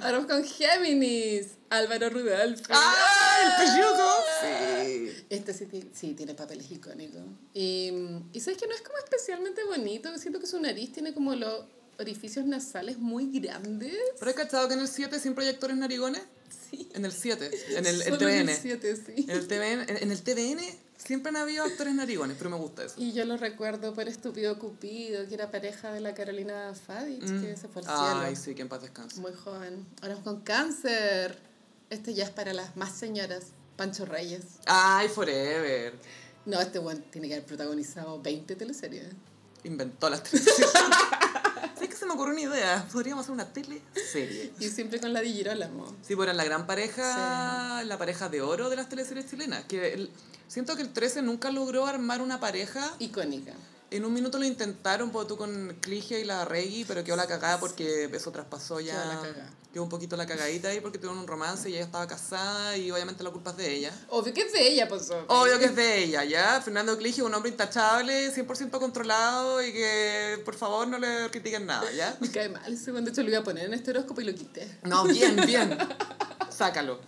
[SPEAKER 2] Ahora vamos con Géminis, Álvaro Rudolph.
[SPEAKER 1] ¡Ah! ¡El pelluco! Sí.
[SPEAKER 2] Este sí, ti- sí tiene papeles icónicos. Y, y sabes que no es como especialmente bonito, siento que su nariz tiene como los orificios nasales muy grandes.
[SPEAKER 1] ¿Pero has cachado que en el 7 siempre hay actores narigones?
[SPEAKER 2] Sí.
[SPEAKER 1] En el 7, en el, el
[SPEAKER 2] Solo en
[SPEAKER 1] TVN.
[SPEAKER 2] el
[SPEAKER 1] En
[SPEAKER 2] 7, sí.
[SPEAKER 1] el TVN, en, en el TVN siempre han habido actores narigones, pero me gusta eso.
[SPEAKER 2] Y yo lo recuerdo por Estúpido Cupido, que era pareja de la Carolina Fadich, que se fue al cielo.
[SPEAKER 1] Mm. Ay, sí, que en paz descanse.
[SPEAKER 2] Muy joven. Ahora vamos con cáncer. Este ya es para las más señoras. Pancho Reyes.
[SPEAKER 1] Ay, Forever.
[SPEAKER 2] No, este buen tiene que haber protagonizado 20 teleseries.
[SPEAKER 1] Inventó las teleseries. ¿Sabes que se me ocurrió una idea? Podríamos hacer una teleserie.
[SPEAKER 2] Y siempre con la de Girolamo.
[SPEAKER 1] Sí, bueno, la gran pareja, la pareja de oro de las teleseries chilenas. Que el- siento que el 13 nunca logró armar una pareja
[SPEAKER 2] Icónica.
[SPEAKER 1] En un minuto lo intentaron, porque tú con Cligia y la Reggie, pero quedó la cagada porque eso traspasó ya.
[SPEAKER 2] Quedó la cagada.
[SPEAKER 1] Quedó un poquito la cagadita ahí porque tuvieron un romance y ella estaba casada y obviamente la culpa es de ella.
[SPEAKER 2] Obvio que es de ella, pues.
[SPEAKER 1] Obvio que es de ella, ¿ya? Fernando Cligia, un hombre intachable, 100% controlado y que por favor no le critiquen nada, ¿ya?
[SPEAKER 2] Me cae mal ese buen. De hecho, lo iba a poner en este horóscopo y lo quité.
[SPEAKER 1] No, bien, bien. Sácalo.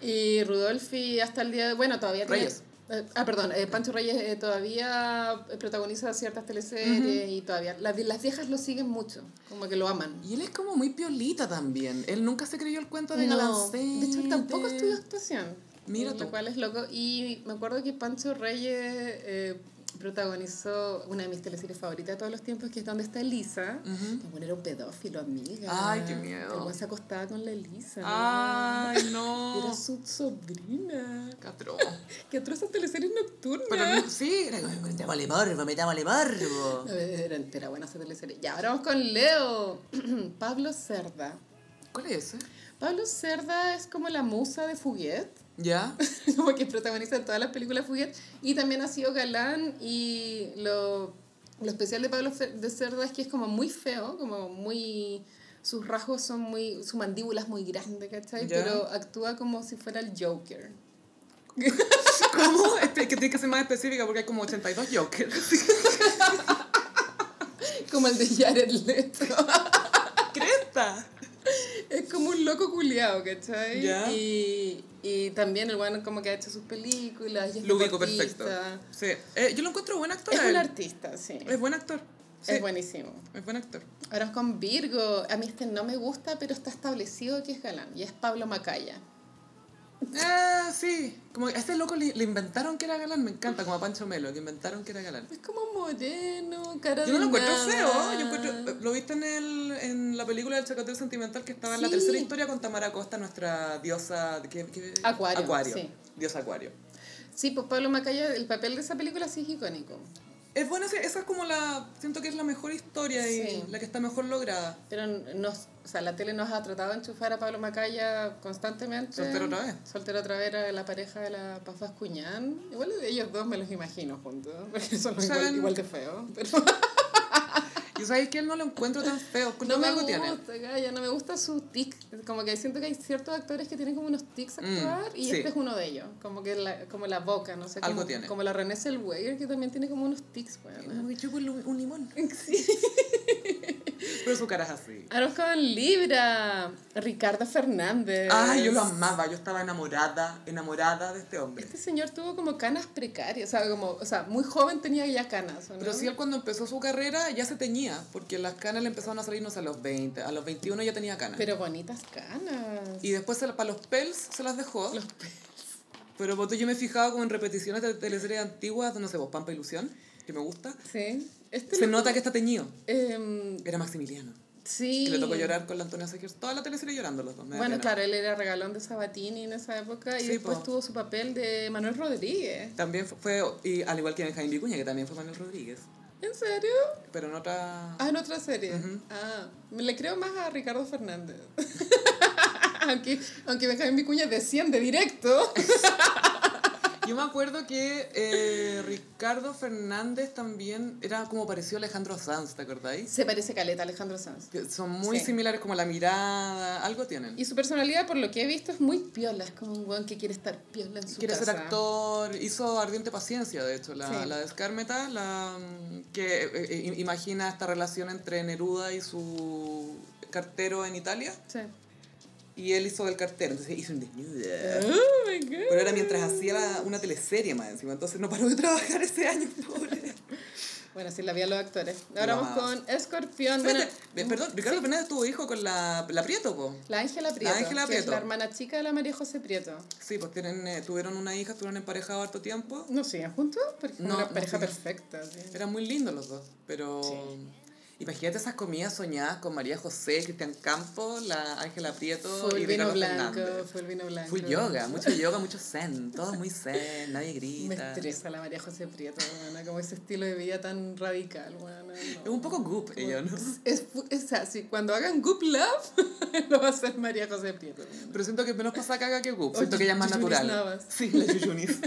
[SPEAKER 2] Y Rudolfi hasta el día de... Bueno, todavía tiene-
[SPEAKER 1] Reyes.
[SPEAKER 2] Eh, ah, perdón. eh, Pancho Reyes eh, todavía eh, protagoniza ciertas teleseries y todavía... Las, vie- las viejas lo siguen mucho. Como que lo aman.
[SPEAKER 1] Y él es como muy piolita también. Él nunca se creyó el cuento de
[SPEAKER 2] No,
[SPEAKER 1] Galancete.
[SPEAKER 2] de hecho, tampoco estudió actuación.
[SPEAKER 1] Mira
[SPEAKER 2] lo
[SPEAKER 1] tú.
[SPEAKER 2] cual es loco. Y me acuerdo que Pancho Reyes eh, protagonizó una de mis teleseries favoritas de todos los tiempos, que es donde está Elisa. Que bueno, era un pedófilo, amiga.
[SPEAKER 1] Ay, qué miedo.
[SPEAKER 2] El weón se acostaba con la Elisa.
[SPEAKER 1] Ay,
[SPEAKER 2] Era
[SPEAKER 1] no.
[SPEAKER 2] su sobrina.
[SPEAKER 1] Catrón.
[SPEAKER 2] Que atroz esas teleseries nocturnas.
[SPEAKER 1] Pero no- sí, era como, metámosle morbo, metámosle morbo.
[SPEAKER 2] A ver, Era, era buena esa teleserie. Ya, ahora vamos con Leo. Pablo Cerda.
[SPEAKER 1] ¿Cuál es ese?
[SPEAKER 2] Pablo Cerda es como la musa de Fuguet.
[SPEAKER 1] ¿Ya?
[SPEAKER 2] como que protagoniza en todas las películas Fuguet y también ha sido galán y lo, lo especial de Pablo Fer- de Cerda es que es como muy feo, como muy sus rasgos son muy su mandíbula es muy grande, ¿cachai?
[SPEAKER 1] Ya.
[SPEAKER 2] Pero actúa como si fuera el Joker.
[SPEAKER 1] ¿Cómo? Es que tienes que ser más específica porque hay como 82 Jokers.
[SPEAKER 2] Como el de Jared Leto.
[SPEAKER 1] ¡Cresta!
[SPEAKER 2] Es como un loco culiado, ¿cachai?
[SPEAKER 1] Ya.
[SPEAKER 2] Y, y también el bueno como que ha hecho sus películas. y es
[SPEAKER 1] Lo ubico perfecto.
[SPEAKER 2] deportista.
[SPEAKER 1] Sí. Eh, yo lo encuentro buen actor.
[SPEAKER 2] Es
[SPEAKER 1] a él.
[SPEAKER 2] un artista, sí.
[SPEAKER 1] Es buen actor. Sí,
[SPEAKER 2] Es buenísimo.
[SPEAKER 1] es buen actor.
[SPEAKER 2] Ahora es con Virgo. A mí este no me gusta, pero está establecido que es galán. Y es Pablo Macaya.
[SPEAKER 1] Ah, sí. Como que a este loco le, le inventaron que era galán. Me encanta, como a Pancho Melo, que inventaron que era galán.
[SPEAKER 2] Es como moreno, cara
[SPEAKER 1] Yo no
[SPEAKER 2] de
[SPEAKER 1] lo encuentro
[SPEAKER 2] nada.
[SPEAKER 1] feo. Yo
[SPEAKER 2] eh,
[SPEAKER 1] encuentro- eh, lo viste en, el, en la película del chacoteo sentimental que estaba en la
[SPEAKER 2] Sí.
[SPEAKER 1] tercera historia con Tamara Costa, nuestra diosa. ¿qué- qué?
[SPEAKER 2] Acuario, sí.
[SPEAKER 1] Diosa Acuario.
[SPEAKER 2] Sí, pues Pablo Macaya, el papel de esa película sí es icónico.
[SPEAKER 1] Es bueno, ese- esa es como la. Siento que es la mejor historia
[SPEAKER 2] Sí.
[SPEAKER 1] y la que está mejor lograda.
[SPEAKER 2] Pero nos, o sea, la tele nos ha tratado de enchufar a Pablo Macaya constantemente.
[SPEAKER 1] Soltero otra vez.
[SPEAKER 2] Soltero otra vez era la pareja de la Paz Vascuñán. Igual ellos dos me los imagino juntos, porque son igual,
[SPEAKER 1] ¿Saben?
[SPEAKER 2] igual de feos. Pero
[SPEAKER 1] Y sabéis que él no lo encuentro tan feo.
[SPEAKER 2] no
[SPEAKER 1] cuéntame
[SPEAKER 2] me
[SPEAKER 1] algo
[SPEAKER 2] gusta,
[SPEAKER 1] tiene.
[SPEAKER 2] Gaya, no me gusta su tic. Como que siento que hay ciertos actores que tienen como unos tics a
[SPEAKER 1] Mm,
[SPEAKER 2] actuar y
[SPEAKER 1] sí.
[SPEAKER 2] este es uno de ellos. Como que la, como la boca, no sé. Como,
[SPEAKER 1] Algo tiene. Mm.
[SPEAKER 2] Como la René Zellweger que también tiene como unos tics, weón.
[SPEAKER 1] Como que chupo un un limón. Pero su cara es así.
[SPEAKER 2] Ahora vamos con Libra, Ricardo Fernández.
[SPEAKER 1] Ay, Ah, yo lo amaba, yo estaba enamorada, enamorada de este hombre.
[SPEAKER 2] Este señor tuvo como canas precarias, o sea, como, o sea, muy joven tenía ya canas, ¿o ¿no?
[SPEAKER 1] Pero sí, él cuando empezó su carrera ya se teñía, porque las canas le empezaron a salir, no sé, a los 20, a los 21 ya tenía canas.
[SPEAKER 2] Pero bonitas canas.
[SPEAKER 1] y después se la- para los pels se las dejó. Los pels. Pero pues, tú, yo me he fijado como en repeticiones de teleseries antiguas, no sé, vos, Pampa Ilusión, que me gusta.
[SPEAKER 2] Sí. Este
[SPEAKER 1] Se
[SPEAKER 2] loco,
[SPEAKER 1] nota que está teñido.
[SPEAKER 2] em,
[SPEAKER 1] Era Maximiliano.
[SPEAKER 2] sí.
[SPEAKER 1] Que le tocó llorar con la Antonia Segers. Toda la teleserie llorando los dos. me da
[SPEAKER 2] Bueno,
[SPEAKER 1] pena.
[SPEAKER 2] claro, él era regalón de Sabatini en esa época y
[SPEAKER 1] Sí,
[SPEAKER 2] después
[SPEAKER 1] po.
[SPEAKER 2] tuvo su papel de Manuel Rodríguez.
[SPEAKER 1] También fu- fue, y al igual que Benjamín Vicuña, que también fue Manuel Rodríguez.
[SPEAKER 2] ¿En serio?
[SPEAKER 1] Pero en otra...
[SPEAKER 2] Ah, en otra serie. Ah, me le creo más a Ricardo Fernández. aunque, aunque Benjamín Vicuña desciende directo.
[SPEAKER 1] Yo me acuerdo que eh, Ricardo Fernández también era como pareció Alejandro Sanz, ¿te acordáis?
[SPEAKER 2] Se parece caleta a Alejandro Sanz.
[SPEAKER 1] Que son muy
[SPEAKER 2] Sí.
[SPEAKER 1] similares como la mirada, algo tienen.
[SPEAKER 2] Y su personalidad, por lo que he visto, es muy piola. Es como un weón que quiere estar piola en su
[SPEAKER 1] Quiere ser
[SPEAKER 2] casa.
[SPEAKER 1] actor, hizo Ardiente Paciencia, de hecho, la,
[SPEAKER 2] Sí.
[SPEAKER 1] la de Escarmeta, la mm, que eh, eh, imagina esta relación entre Neruda y su cartero en Italia,
[SPEAKER 2] Sí.
[SPEAKER 1] y él hizo del cartero, entonces hizo un desnudo.
[SPEAKER 2] Oh my god.
[SPEAKER 1] Pero era mientras hacía la- una teleserie más encima, entonces no paró de trabajar ese año, pobre.
[SPEAKER 2] Bueno, sí, la vi a los actores. Ahora
[SPEAKER 1] Lo
[SPEAKER 2] vamos
[SPEAKER 1] amaba.
[SPEAKER 2] con Escorpión. Bueno, mm,
[SPEAKER 1] Espérate, eh, perdón, Ricardo Fernández tuvo hijo con la, la Prieto, po.
[SPEAKER 2] la Ángela Prieto.
[SPEAKER 1] Ángela
[SPEAKER 2] que es
[SPEAKER 1] Prieto.
[SPEAKER 2] la hermana chica de la María José Prieto.
[SPEAKER 1] Sí, pues tienen, eh, tuvieron una hija, estuvieron emparejados harto tiempo.
[SPEAKER 2] ¿No siguen juntos? Porque es
[SPEAKER 1] No,
[SPEAKER 2] una
[SPEAKER 1] no
[SPEAKER 2] pareja
[SPEAKER 1] siguen.
[SPEAKER 2] perfecta. sí.
[SPEAKER 1] Eran muy lindos los dos, pero... Imagínate esas comidas soñadas con María José, Cristian Campos, la Ángela Prieto
[SPEAKER 2] Fue
[SPEAKER 1] y
[SPEAKER 2] el vino
[SPEAKER 1] Ricardo
[SPEAKER 2] blanco,
[SPEAKER 1] Fernández.
[SPEAKER 2] fue el vino blanco.
[SPEAKER 1] Full yoga, mucho yoga, mucho zen, todo muy zen, nadie
[SPEAKER 2] Me
[SPEAKER 1] grita.
[SPEAKER 2] estresa la María José Prieto, weona, como ese estilo de vida tan radical, weona, no.
[SPEAKER 1] Es un poco goop ella, ¿no?
[SPEAKER 2] Es, fu- es así, cuando hagan Good Love, lo va a hacer María José Prieto. weona.
[SPEAKER 1] Pero siento que es menos pasacaga que goop,
[SPEAKER 2] O
[SPEAKER 1] siento que ella es más
[SPEAKER 2] Yuyunis
[SPEAKER 1] natural.
[SPEAKER 2] Navas.
[SPEAKER 1] Sí, la Yuyunis.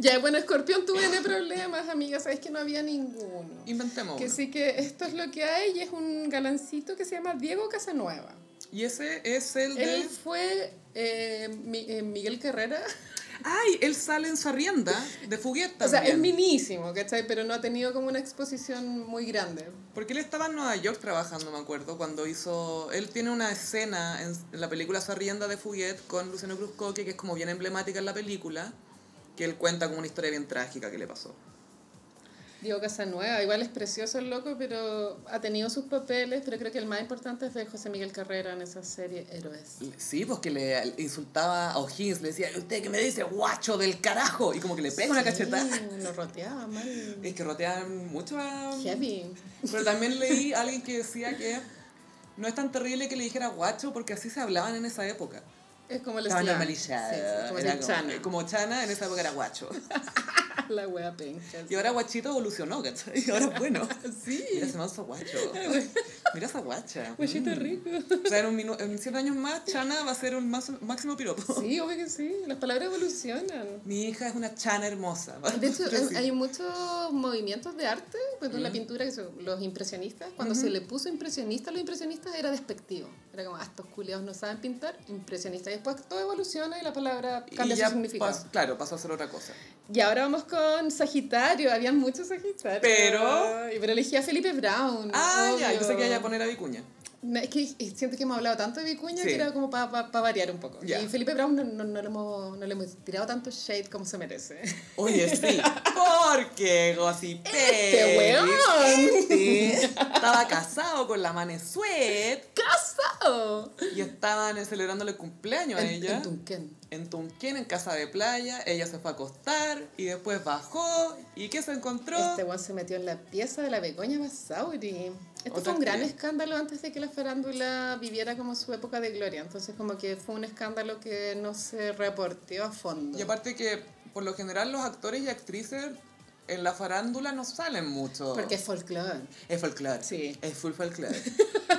[SPEAKER 2] Ya, bueno, Escorpión, tuve N problemas, amiga, sabes que no había ninguno.
[SPEAKER 1] Inventemos
[SPEAKER 2] Que
[SPEAKER 1] uno.
[SPEAKER 2] sí que esto es lo que hay y es un galancito que se llama Diego Casanueva.
[SPEAKER 1] Y ese es el de...
[SPEAKER 2] Él fue eh, Mi- eh, Miguel Carrera.
[SPEAKER 1] ¡Ay! Él sale en Sarrienda, de Fuguet
[SPEAKER 2] O sea, es
[SPEAKER 1] también.
[SPEAKER 2] minísimo, ¿cachai? Pero no ha tenido como una exposición muy grande.
[SPEAKER 1] Porque él estaba en Nueva York trabajando, me acuerdo, cuando hizo... Él tiene una escena en en la película Se arrienda de Fuguet con Luciano Cruzcoque, que es como bien emblemática en la película, que él cuenta como una historia bien trágica que le pasó.
[SPEAKER 2] Diego Casanueva, igual es precioso el loco, pero ha tenido sus papeles, pero creo que el más importante es de José Miguel Carrera en esa serie Héroes.
[SPEAKER 1] Sí, pues que le insultaba a O'Higgins, le decía, ¿usted qué me dice, guacho del carajo? Y como que le pega una
[SPEAKER 2] Sí,
[SPEAKER 1] cachetada.
[SPEAKER 2] Lo roteaba mal.
[SPEAKER 1] Es que rotean mucho a...
[SPEAKER 2] Heavy.
[SPEAKER 1] Pero también leí a alguien que decía que no es tan terrible que le dijera guacho porque así se hablaban en esa época.
[SPEAKER 2] Es como la
[SPEAKER 1] Estaba
[SPEAKER 2] slang.
[SPEAKER 1] normalizada.
[SPEAKER 2] Sí, sí, como
[SPEAKER 1] Era
[SPEAKER 2] la chana.
[SPEAKER 1] como chana, en esa época era guacho.
[SPEAKER 2] La wea penca.
[SPEAKER 1] Y ahora guachito evolucionó, ¿cachai? Y ahora es bueno. Mira
[SPEAKER 2] Sí.
[SPEAKER 1] ese manso guacho. Mira esa guacha.
[SPEAKER 2] Huellito
[SPEAKER 1] Mm.
[SPEAKER 2] rico.
[SPEAKER 1] O sea, en, un minu- en 100 años más, Chana va a ser un más- máximo piropo.
[SPEAKER 2] Sí, obvio que sí. Las palabras evolucionan.
[SPEAKER 1] Mi hija es una Chana hermosa.
[SPEAKER 2] De hecho,
[SPEAKER 1] Yo
[SPEAKER 2] es-
[SPEAKER 1] sí.
[SPEAKER 2] hay muchos movimientos de arte, pues en la pintura, que son los impresionistas, cuando se le puso impresionista a los impresionistas era despectivo. Era como, ah, estos culiados no saben pintar, impresionista. Y después todo evoluciona y la palabra
[SPEAKER 1] Y
[SPEAKER 2] cambia
[SPEAKER 1] ya
[SPEAKER 2] su significado.
[SPEAKER 1] pas- claro, pasó a ser otra cosa.
[SPEAKER 2] Y ahora vamos con Sagitario, habían muchos Sagitarios.
[SPEAKER 1] Pero-
[SPEAKER 2] Y Pero elegí a Felipe Brown.
[SPEAKER 1] Ah, ya,
[SPEAKER 2] Mm, obvio.
[SPEAKER 1] yo sé que iba a poner a Vicuña.
[SPEAKER 2] No, es que siento que hemos hablado tanto de Vicuña
[SPEAKER 1] Sí.
[SPEAKER 2] que era como para variar un poco.
[SPEAKER 1] Ya.
[SPEAKER 2] Y Felipe Brown no, no, no le hemos, no le hemos tirado tanto shade como se merece.
[SPEAKER 1] Oye, sí. Porque Gossip
[SPEAKER 2] ¡Este weón!
[SPEAKER 1] estaba casado con la Manesuet
[SPEAKER 2] ¡Casado!
[SPEAKER 1] y estaban celebrándole el cumpleaños a
[SPEAKER 2] Oh. En,
[SPEAKER 1] ella.
[SPEAKER 2] en Tunquén.
[SPEAKER 1] en Tunquén, en casa de playa, ella se fue a acostar y después bajó y ¿qué se encontró?
[SPEAKER 2] Este weón se metió en la pieza de la Begoña Basauri. Esto
[SPEAKER 1] Otra
[SPEAKER 2] fue un gran
[SPEAKER 1] actriz.
[SPEAKER 2] escándalo antes de que la farándula viviera como su época de gloria. Entonces como que fue un escándalo que no se reportó a fondo.
[SPEAKER 1] Y aparte que por lo general los actores y actrices en la farándula no salen mucho.
[SPEAKER 2] Porque es folclore.
[SPEAKER 1] es folclore.
[SPEAKER 2] Sí.
[SPEAKER 1] Es full folclore.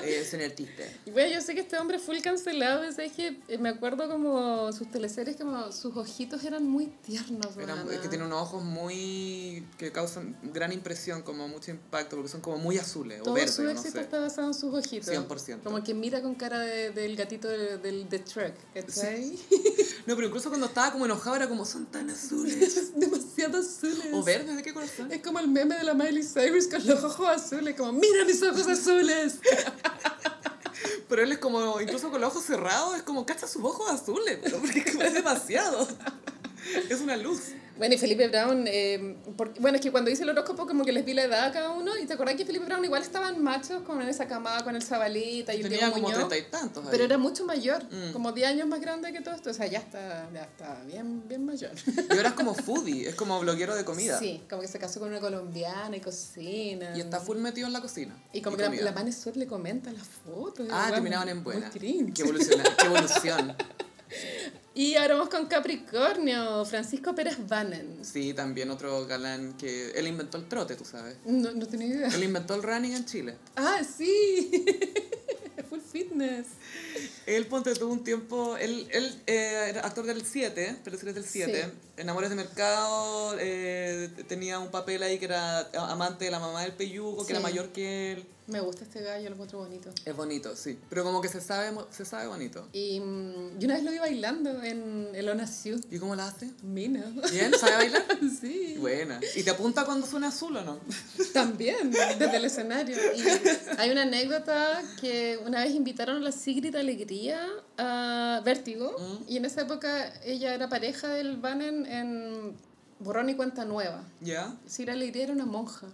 [SPEAKER 1] es un artista.
[SPEAKER 2] Y bueno, yo sé que este hombre fue el cancelado, pero ¿sabes que eh, Me acuerdo como sus teleseries, como sus ojitos eran muy tiernos,
[SPEAKER 1] Era-
[SPEAKER 2] weona.
[SPEAKER 1] es que tiene unos ojos muy... que causan gran impresión, como mucho impacto, porque son como muy azules o
[SPEAKER 2] Todo
[SPEAKER 1] verdes,
[SPEAKER 2] su
[SPEAKER 1] no
[SPEAKER 2] éxito
[SPEAKER 1] sé.
[SPEAKER 2] está basado en sus ojitos.
[SPEAKER 1] 100%.
[SPEAKER 2] Como que mira con cara de- del gatito de- del de Trek, ¿cachai?
[SPEAKER 1] No, pero incluso cuando estaba como enojado era como, son tan azules.
[SPEAKER 2] Es demasiado azules.
[SPEAKER 1] o verdes, ¿de qué color son?
[SPEAKER 2] Es como el meme de la Miley Cyrus con los ojos azules, como, mira mis ojos azules.
[SPEAKER 1] Pero él es como, incluso con los ojos cerrados, es como, cacha sus ojos azules, pero porque es como, es demasiado. Es una luz.
[SPEAKER 2] Bueno, y Felipe Brown, eh, por- bueno, es que cuando hice el horóscopo como que les vi la edad a cada uno, y te acordás que Felipe Brown igual estaban machos con esa camada, con el Zabalita y el
[SPEAKER 1] Tenía
[SPEAKER 2] Diego
[SPEAKER 1] como
[SPEAKER 2] Muñoz.
[SPEAKER 1] treinta y tantos. ahí.
[SPEAKER 2] Pero era mucho mayor,
[SPEAKER 1] Mm.
[SPEAKER 2] como 10 años más grande que todo esto. O sea, ya está, ya está bien, bien mayor.
[SPEAKER 1] Y ahora es como foodie, es como bloguero de comida.
[SPEAKER 2] Sí, como que se casó con una colombiana y cocina.
[SPEAKER 1] Y está full metido en la cocina.
[SPEAKER 2] Y como que la,
[SPEAKER 1] comida.
[SPEAKER 2] la Manes Sur le comenta las fotos. y
[SPEAKER 1] Ah,
[SPEAKER 2] la
[SPEAKER 1] terminaban
[SPEAKER 2] weá,
[SPEAKER 1] en
[SPEAKER 2] muy-
[SPEAKER 1] buena.
[SPEAKER 2] muy cringe.
[SPEAKER 1] Qué evolución. Qué evolución.
[SPEAKER 2] Y ahora vamos con Capricornio, Francisco Pérez Bannon.
[SPEAKER 1] Sí, también otro galán que. Él inventó el trote, tú sabes.
[SPEAKER 2] No, no tenía idea.
[SPEAKER 1] Él inventó el running en Chile.
[SPEAKER 2] Ah, sí. Full fitness.
[SPEAKER 1] Él ponte tuvo un tiempo, él, él eh, era actor del 7, pero si eres del 7,
[SPEAKER 2] Sí.
[SPEAKER 1] en Amores de Mercado eh, tenía un papel ahí que era amante de la mamá del peyugo, que era
[SPEAKER 2] Sí.
[SPEAKER 1] mayor que él.
[SPEAKER 2] Me gusta este gallo, lo encuentro bonito.
[SPEAKER 1] Es bonito, sí, pero como que se sabe, mo- se sabe bonito.
[SPEAKER 2] Y mm, yo una vez lo vi bailando en el Onaciú.
[SPEAKER 1] ¿Y cómo la hace?
[SPEAKER 2] Mina.
[SPEAKER 1] ¿Bien? ¿Sabe bailar?
[SPEAKER 2] Sí.
[SPEAKER 1] Buena. ¿Y te apunta cuando suena azul o no?
[SPEAKER 2] También, desde el escenario. Y hay una anécdota que una vez invitaron a la Sigrid Alegría a Vértigo, y en esa época ella era pareja del Bannon en Borrón y Cuenta Nueva.
[SPEAKER 1] ¿Ya?
[SPEAKER 2] Sigrid Alegría era una monja.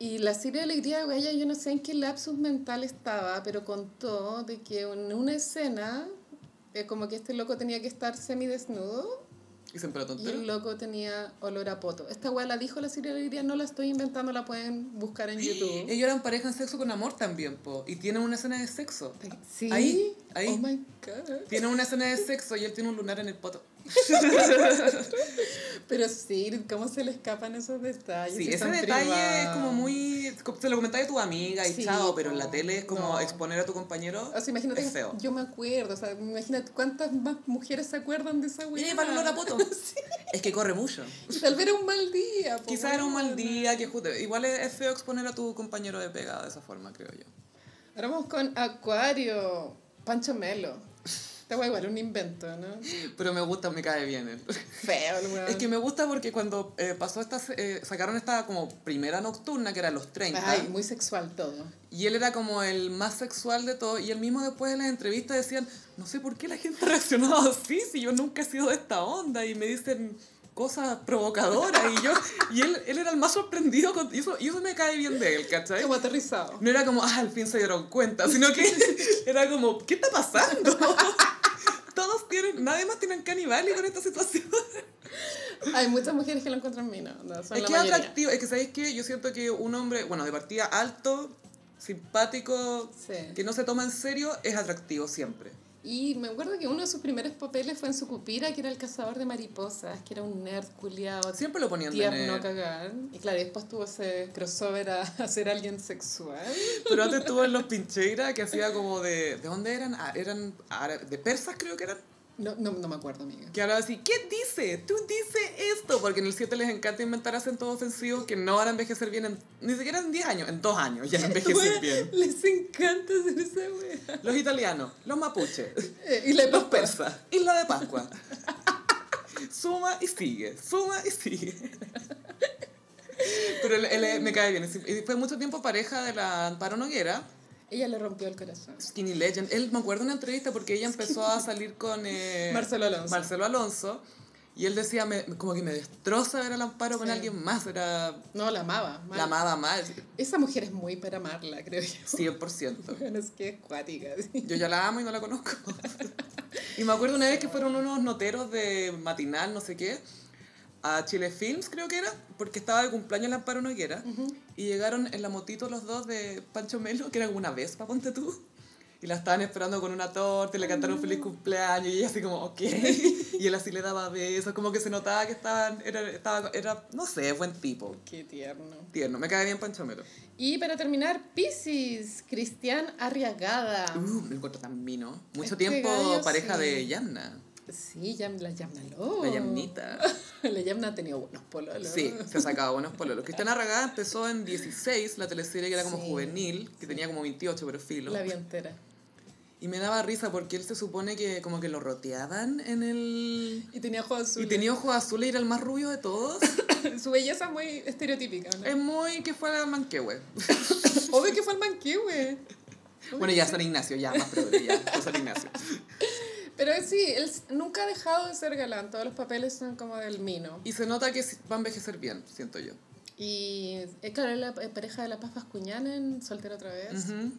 [SPEAKER 2] Y la Sigrid Alegría, güey, ella yo no sé en qué lapsus mental estaba, pero contó de que en una escena, eh, como que este loco tenía que estar semidesnudo
[SPEAKER 1] Y se empezó
[SPEAKER 2] y
[SPEAKER 1] tontero.
[SPEAKER 2] el loco tenía olor a poto. Esta weá la dijo la Siria Alegría, no la estoy inventando, la pueden buscar en YouTube.
[SPEAKER 1] Ellos eran pareja en sexo con amor también, po, y tienen una escena de sexo.
[SPEAKER 2] Sí.
[SPEAKER 1] Ahí, ahí.
[SPEAKER 2] Oh my god.
[SPEAKER 1] Tienen una escena de sexo y él tiene un lunar en el poto.
[SPEAKER 2] Pero sí, ¿cómo se le escapan esos detalles?
[SPEAKER 1] Sí,
[SPEAKER 2] Si
[SPEAKER 1] ese
[SPEAKER 2] son
[SPEAKER 1] detalle es
[SPEAKER 2] privados.
[SPEAKER 1] como muy... Se lo comentáis a tu amiga y
[SPEAKER 2] Sí,
[SPEAKER 1] chao, pero en la
[SPEAKER 2] po,
[SPEAKER 1] tele es como
[SPEAKER 2] no.
[SPEAKER 1] exponer a tu compañero.
[SPEAKER 2] O sea, imagínate,
[SPEAKER 1] Es feo.
[SPEAKER 2] yo me acuerdo, o sea, imagínate cuántas más mujeres se acuerdan de esa weá.
[SPEAKER 1] Mire, para el olor a poto. Es que corre mucho.
[SPEAKER 2] Y Tal vez era un mal día. po,
[SPEAKER 1] Quizás era un mal
[SPEAKER 2] weona.
[SPEAKER 1] día, que justo- igual es, es feo exponer a tu compañero de pegada de esa forma, creo yo.
[SPEAKER 2] Ahora vamos con Acuario, Pancho Melo. Esta weá igual, un invento, ¿no?
[SPEAKER 1] Pero me gusta, me cae bien él.
[SPEAKER 2] Feo el weón.
[SPEAKER 1] Es que me gusta porque cuando eh, pasó esta, eh, sacaron esta como primera nocturna, que era los 30,
[SPEAKER 2] Ay, muy sexual todo.
[SPEAKER 1] y él era como el más sexual de todo, y él mismo después de las entrevistas decían, no sé por qué la gente ha reaccionado así, si yo nunca he sido de esta onda, y me dicen, cosas provocadoras y yo y él, él era el más sorprendido con, y, eso, y eso me cae bien de él, ¿cachai?
[SPEAKER 2] Como aterrizado.
[SPEAKER 1] No era como, ah, al fin se dieron cuenta, sino que era como, ¿qué está pasando? Todos tienen, nadie más tienen canibales con esta situación.
[SPEAKER 2] Hay muchas mujeres que lo encuentran mina. No, son
[SPEAKER 1] Es
[SPEAKER 2] la
[SPEAKER 1] que es
[SPEAKER 2] mayoría.
[SPEAKER 1] atractivo, es que sabéis que yo siento que un hombre, bueno, de partida alto, simpático,
[SPEAKER 2] Sí.
[SPEAKER 1] que no se toma en serio, es atractivo siempre.
[SPEAKER 2] Y me acuerdo que uno de sus primeros papeles fue en su cupira, que era el cazador de mariposas, que era un nerd culiado,
[SPEAKER 1] Siempre lo ponían de
[SPEAKER 2] tierno
[SPEAKER 1] nerd.
[SPEAKER 2] cagar. Y claro, después tuvo ese crossover a, a ser alguien sexual.
[SPEAKER 1] Pero antes estuvo en los Pincheira que hacía como de. ¿De dónde eran? Ah, eran ára- de persas, creo que eran.
[SPEAKER 2] No, no, no me acuerdo, amiga.
[SPEAKER 1] Que hablaba así, ¿qué dice? Tú dices esto. Porque en el 7 les encanta inventar acentos ofensivos que no van a envejecer bien, en- ni siquiera en 10 años, en 2 años ya envejecen bien.
[SPEAKER 2] Les encanta hacer esa wea.
[SPEAKER 1] Los italianos, los mapuches,
[SPEAKER 2] Eh, y la
[SPEAKER 1] los
[SPEAKER 2] papa.
[SPEAKER 1] persas, Isla de Pascua. Suma y sigue, suma y sigue. Pero él, él me cae bien. Y fue mucho tiempo pareja de la Amparo Noguera.
[SPEAKER 2] Ella le rompió el corazón.
[SPEAKER 1] Skinny Legend. Él, me acuerdo de una entrevista porque ella empezó a salir con eh,
[SPEAKER 2] Marcelo Alonso.
[SPEAKER 1] Marcelo Alonso, Y él decía, me- como que me destroza ver al amparo con
[SPEAKER 2] Sí.
[SPEAKER 1] alguien más. Era
[SPEAKER 2] No, la amaba. mal.
[SPEAKER 1] la amada mal,
[SPEAKER 2] Esa mujer es muy para amarla, creo yo.
[SPEAKER 1] 100%.
[SPEAKER 2] Bueno, es que es cuática. sí.
[SPEAKER 1] Yo ya la amo y no la conozco. Y me acuerdo una vez que fueron unos noteros de matinal, no sé qué, a Chile Films, creo que era, porque estaba de cumpleaños el Amparo Noguera. Y llegaron en la motito los dos de Pancho Melo, que era como una Vespa, ponte tú. Y la estaban esperando con una torta y le cantaron feliz cumpleaños y ella así como, ok. Y él así le daba besos, como que se notaba que estaban, era, estaba, era no sé, buen tipo.
[SPEAKER 2] Qué tierno.
[SPEAKER 1] Tierno, me cae bien Pancho Melo.
[SPEAKER 2] Y para terminar, Pisces, Cristian Arriagada.
[SPEAKER 1] Uh, me encuentro tan mino. Mucho
[SPEAKER 2] Este
[SPEAKER 1] tiempo
[SPEAKER 2] gallo,
[SPEAKER 1] pareja
[SPEAKER 2] sí. Oh.
[SPEAKER 1] de Yamna,
[SPEAKER 2] Sí, Yam- la Yamna Lobo.
[SPEAKER 1] la Yamnita.
[SPEAKER 2] La Yamna ha tenido buenos pololos.
[SPEAKER 1] Sí, se ha sacado buenos pololos. Cristiana Ragada empezó en 16, la teleserie que era como
[SPEAKER 2] Sí,
[SPEAKER 1] juvenil, que tenía como 28, pero filo.
[SPEAKER 2] La vi entera.
[SPEAKER 1] Y me daba risa porque él se supone que como que lo roteaban en el...
[SPEAKER 2] Y tenía ojos azules.
[SPEAKER 1] Y tenía ojos azules y era el más rubio de todos.
[SPEAKER 2] Su belleza muy estereotípica, ¿no?
[SPEAKER 1] es muy que fue al manquehue.
[SPEAKER 2] Obvio que fue el manquehue.
[SPEAKER 1] Bueno, ya San Ignacio, ya, más probable, ya, fue San Ignacio.
[SPEAKER 2] Pero sí, él s- nunca ha dejado de ser galán. Todos los papeles son como del mino.
[SPEAKER 1] Y se nota que sí va a envejecer bien, siento yo.
[SPEAKER 2] Y es claro, la eh, pareja de la Paz Vascuñana en Soltero otra vez.
[SPEAKER 1] Ujú.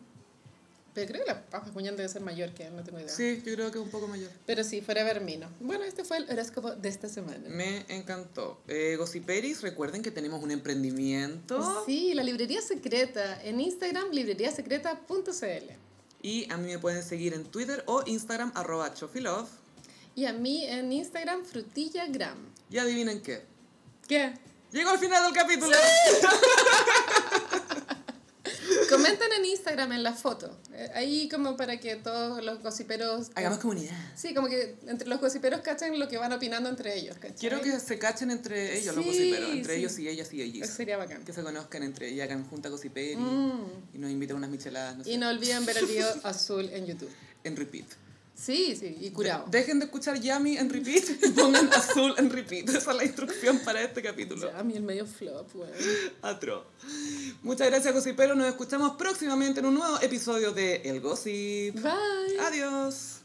[SPEAKER 2] Pero creo que la Paz Vascuñán debe ser mayor que él, no tengo idea.
[SPEAKER 1] Sí, yo creo que es un poco mayor.
[SPEAKER 2] Pero sí, fuera Vermino. Bueno, este fue el horóscopo de esta semana.
[SPEAKER 1] Me encantó. Eh, Gossiperis, recuerden que tenemos un emprendimiento.
[SPEAKER 2] Pues Sí, la librería secreta. En Instagram, libreriasecreta.cl.
[SPEAKER 1] Y a mí me pueden seguir en Twitter o Instagram, arroba chofilove.
[SPEAKER 2] Y a mí en Instagram, frutillagram.
[SPEAKER 1] Y adivinen qué.
[SPEAKER 2] ¿Qué?
[SPEAKER 1] Llegó al final del capítulo.
[SPEAKER 2] Comenten en Instagram, en la foto. Eh, Ahí como para que todos los gossiperos...
[SPEAKER 1] Hagamos comunidad.
[SPEAKER 2] Sí, como que entre los gossiperos cachen lo que van opinando entre ellos, ¿cachai?
[SPEAKER 1] Quiero que se cachen entre ellos los
[SPEAKER 2] Sí,
[SPEAKER 1] gossiperos, entre
[SPEAKER 2] sí.
[SPEAKER 1] ellos y ellas y
[SPEAKER 2] Eso
[SPEAKER 1] ellos.
[SPEAKER 2] sería bacán.
[SPEAKER 1] Que se conozcan entre ellas, hagan junta gossiper y,
[SPEAKER 2] Mm.
[SPEAKER 1] y nos inviten a unas micheladas, no sé,
[SPEAKER 2] Y no olviden ver el video azul en YouTube.
[SPEAKER 1] en repeat.
[SPEAKER 2] Sí, sí, y curado.
[SPEAKER 1] Dejen de escuchar Yami en repeat y pongan azul en repeat. Esa es la instrucción para este capítulo.
[SPEAKER 2] Ya, a mí el medio flop, weón.
[SPEAKER 1] Atro. Muchas gracias, gossiperos. Nos escuchamos próximamente en un nuevo episodio de El Gossip.
[SPEAKER 2] Bye.
[SPEAKER 1] Adiós.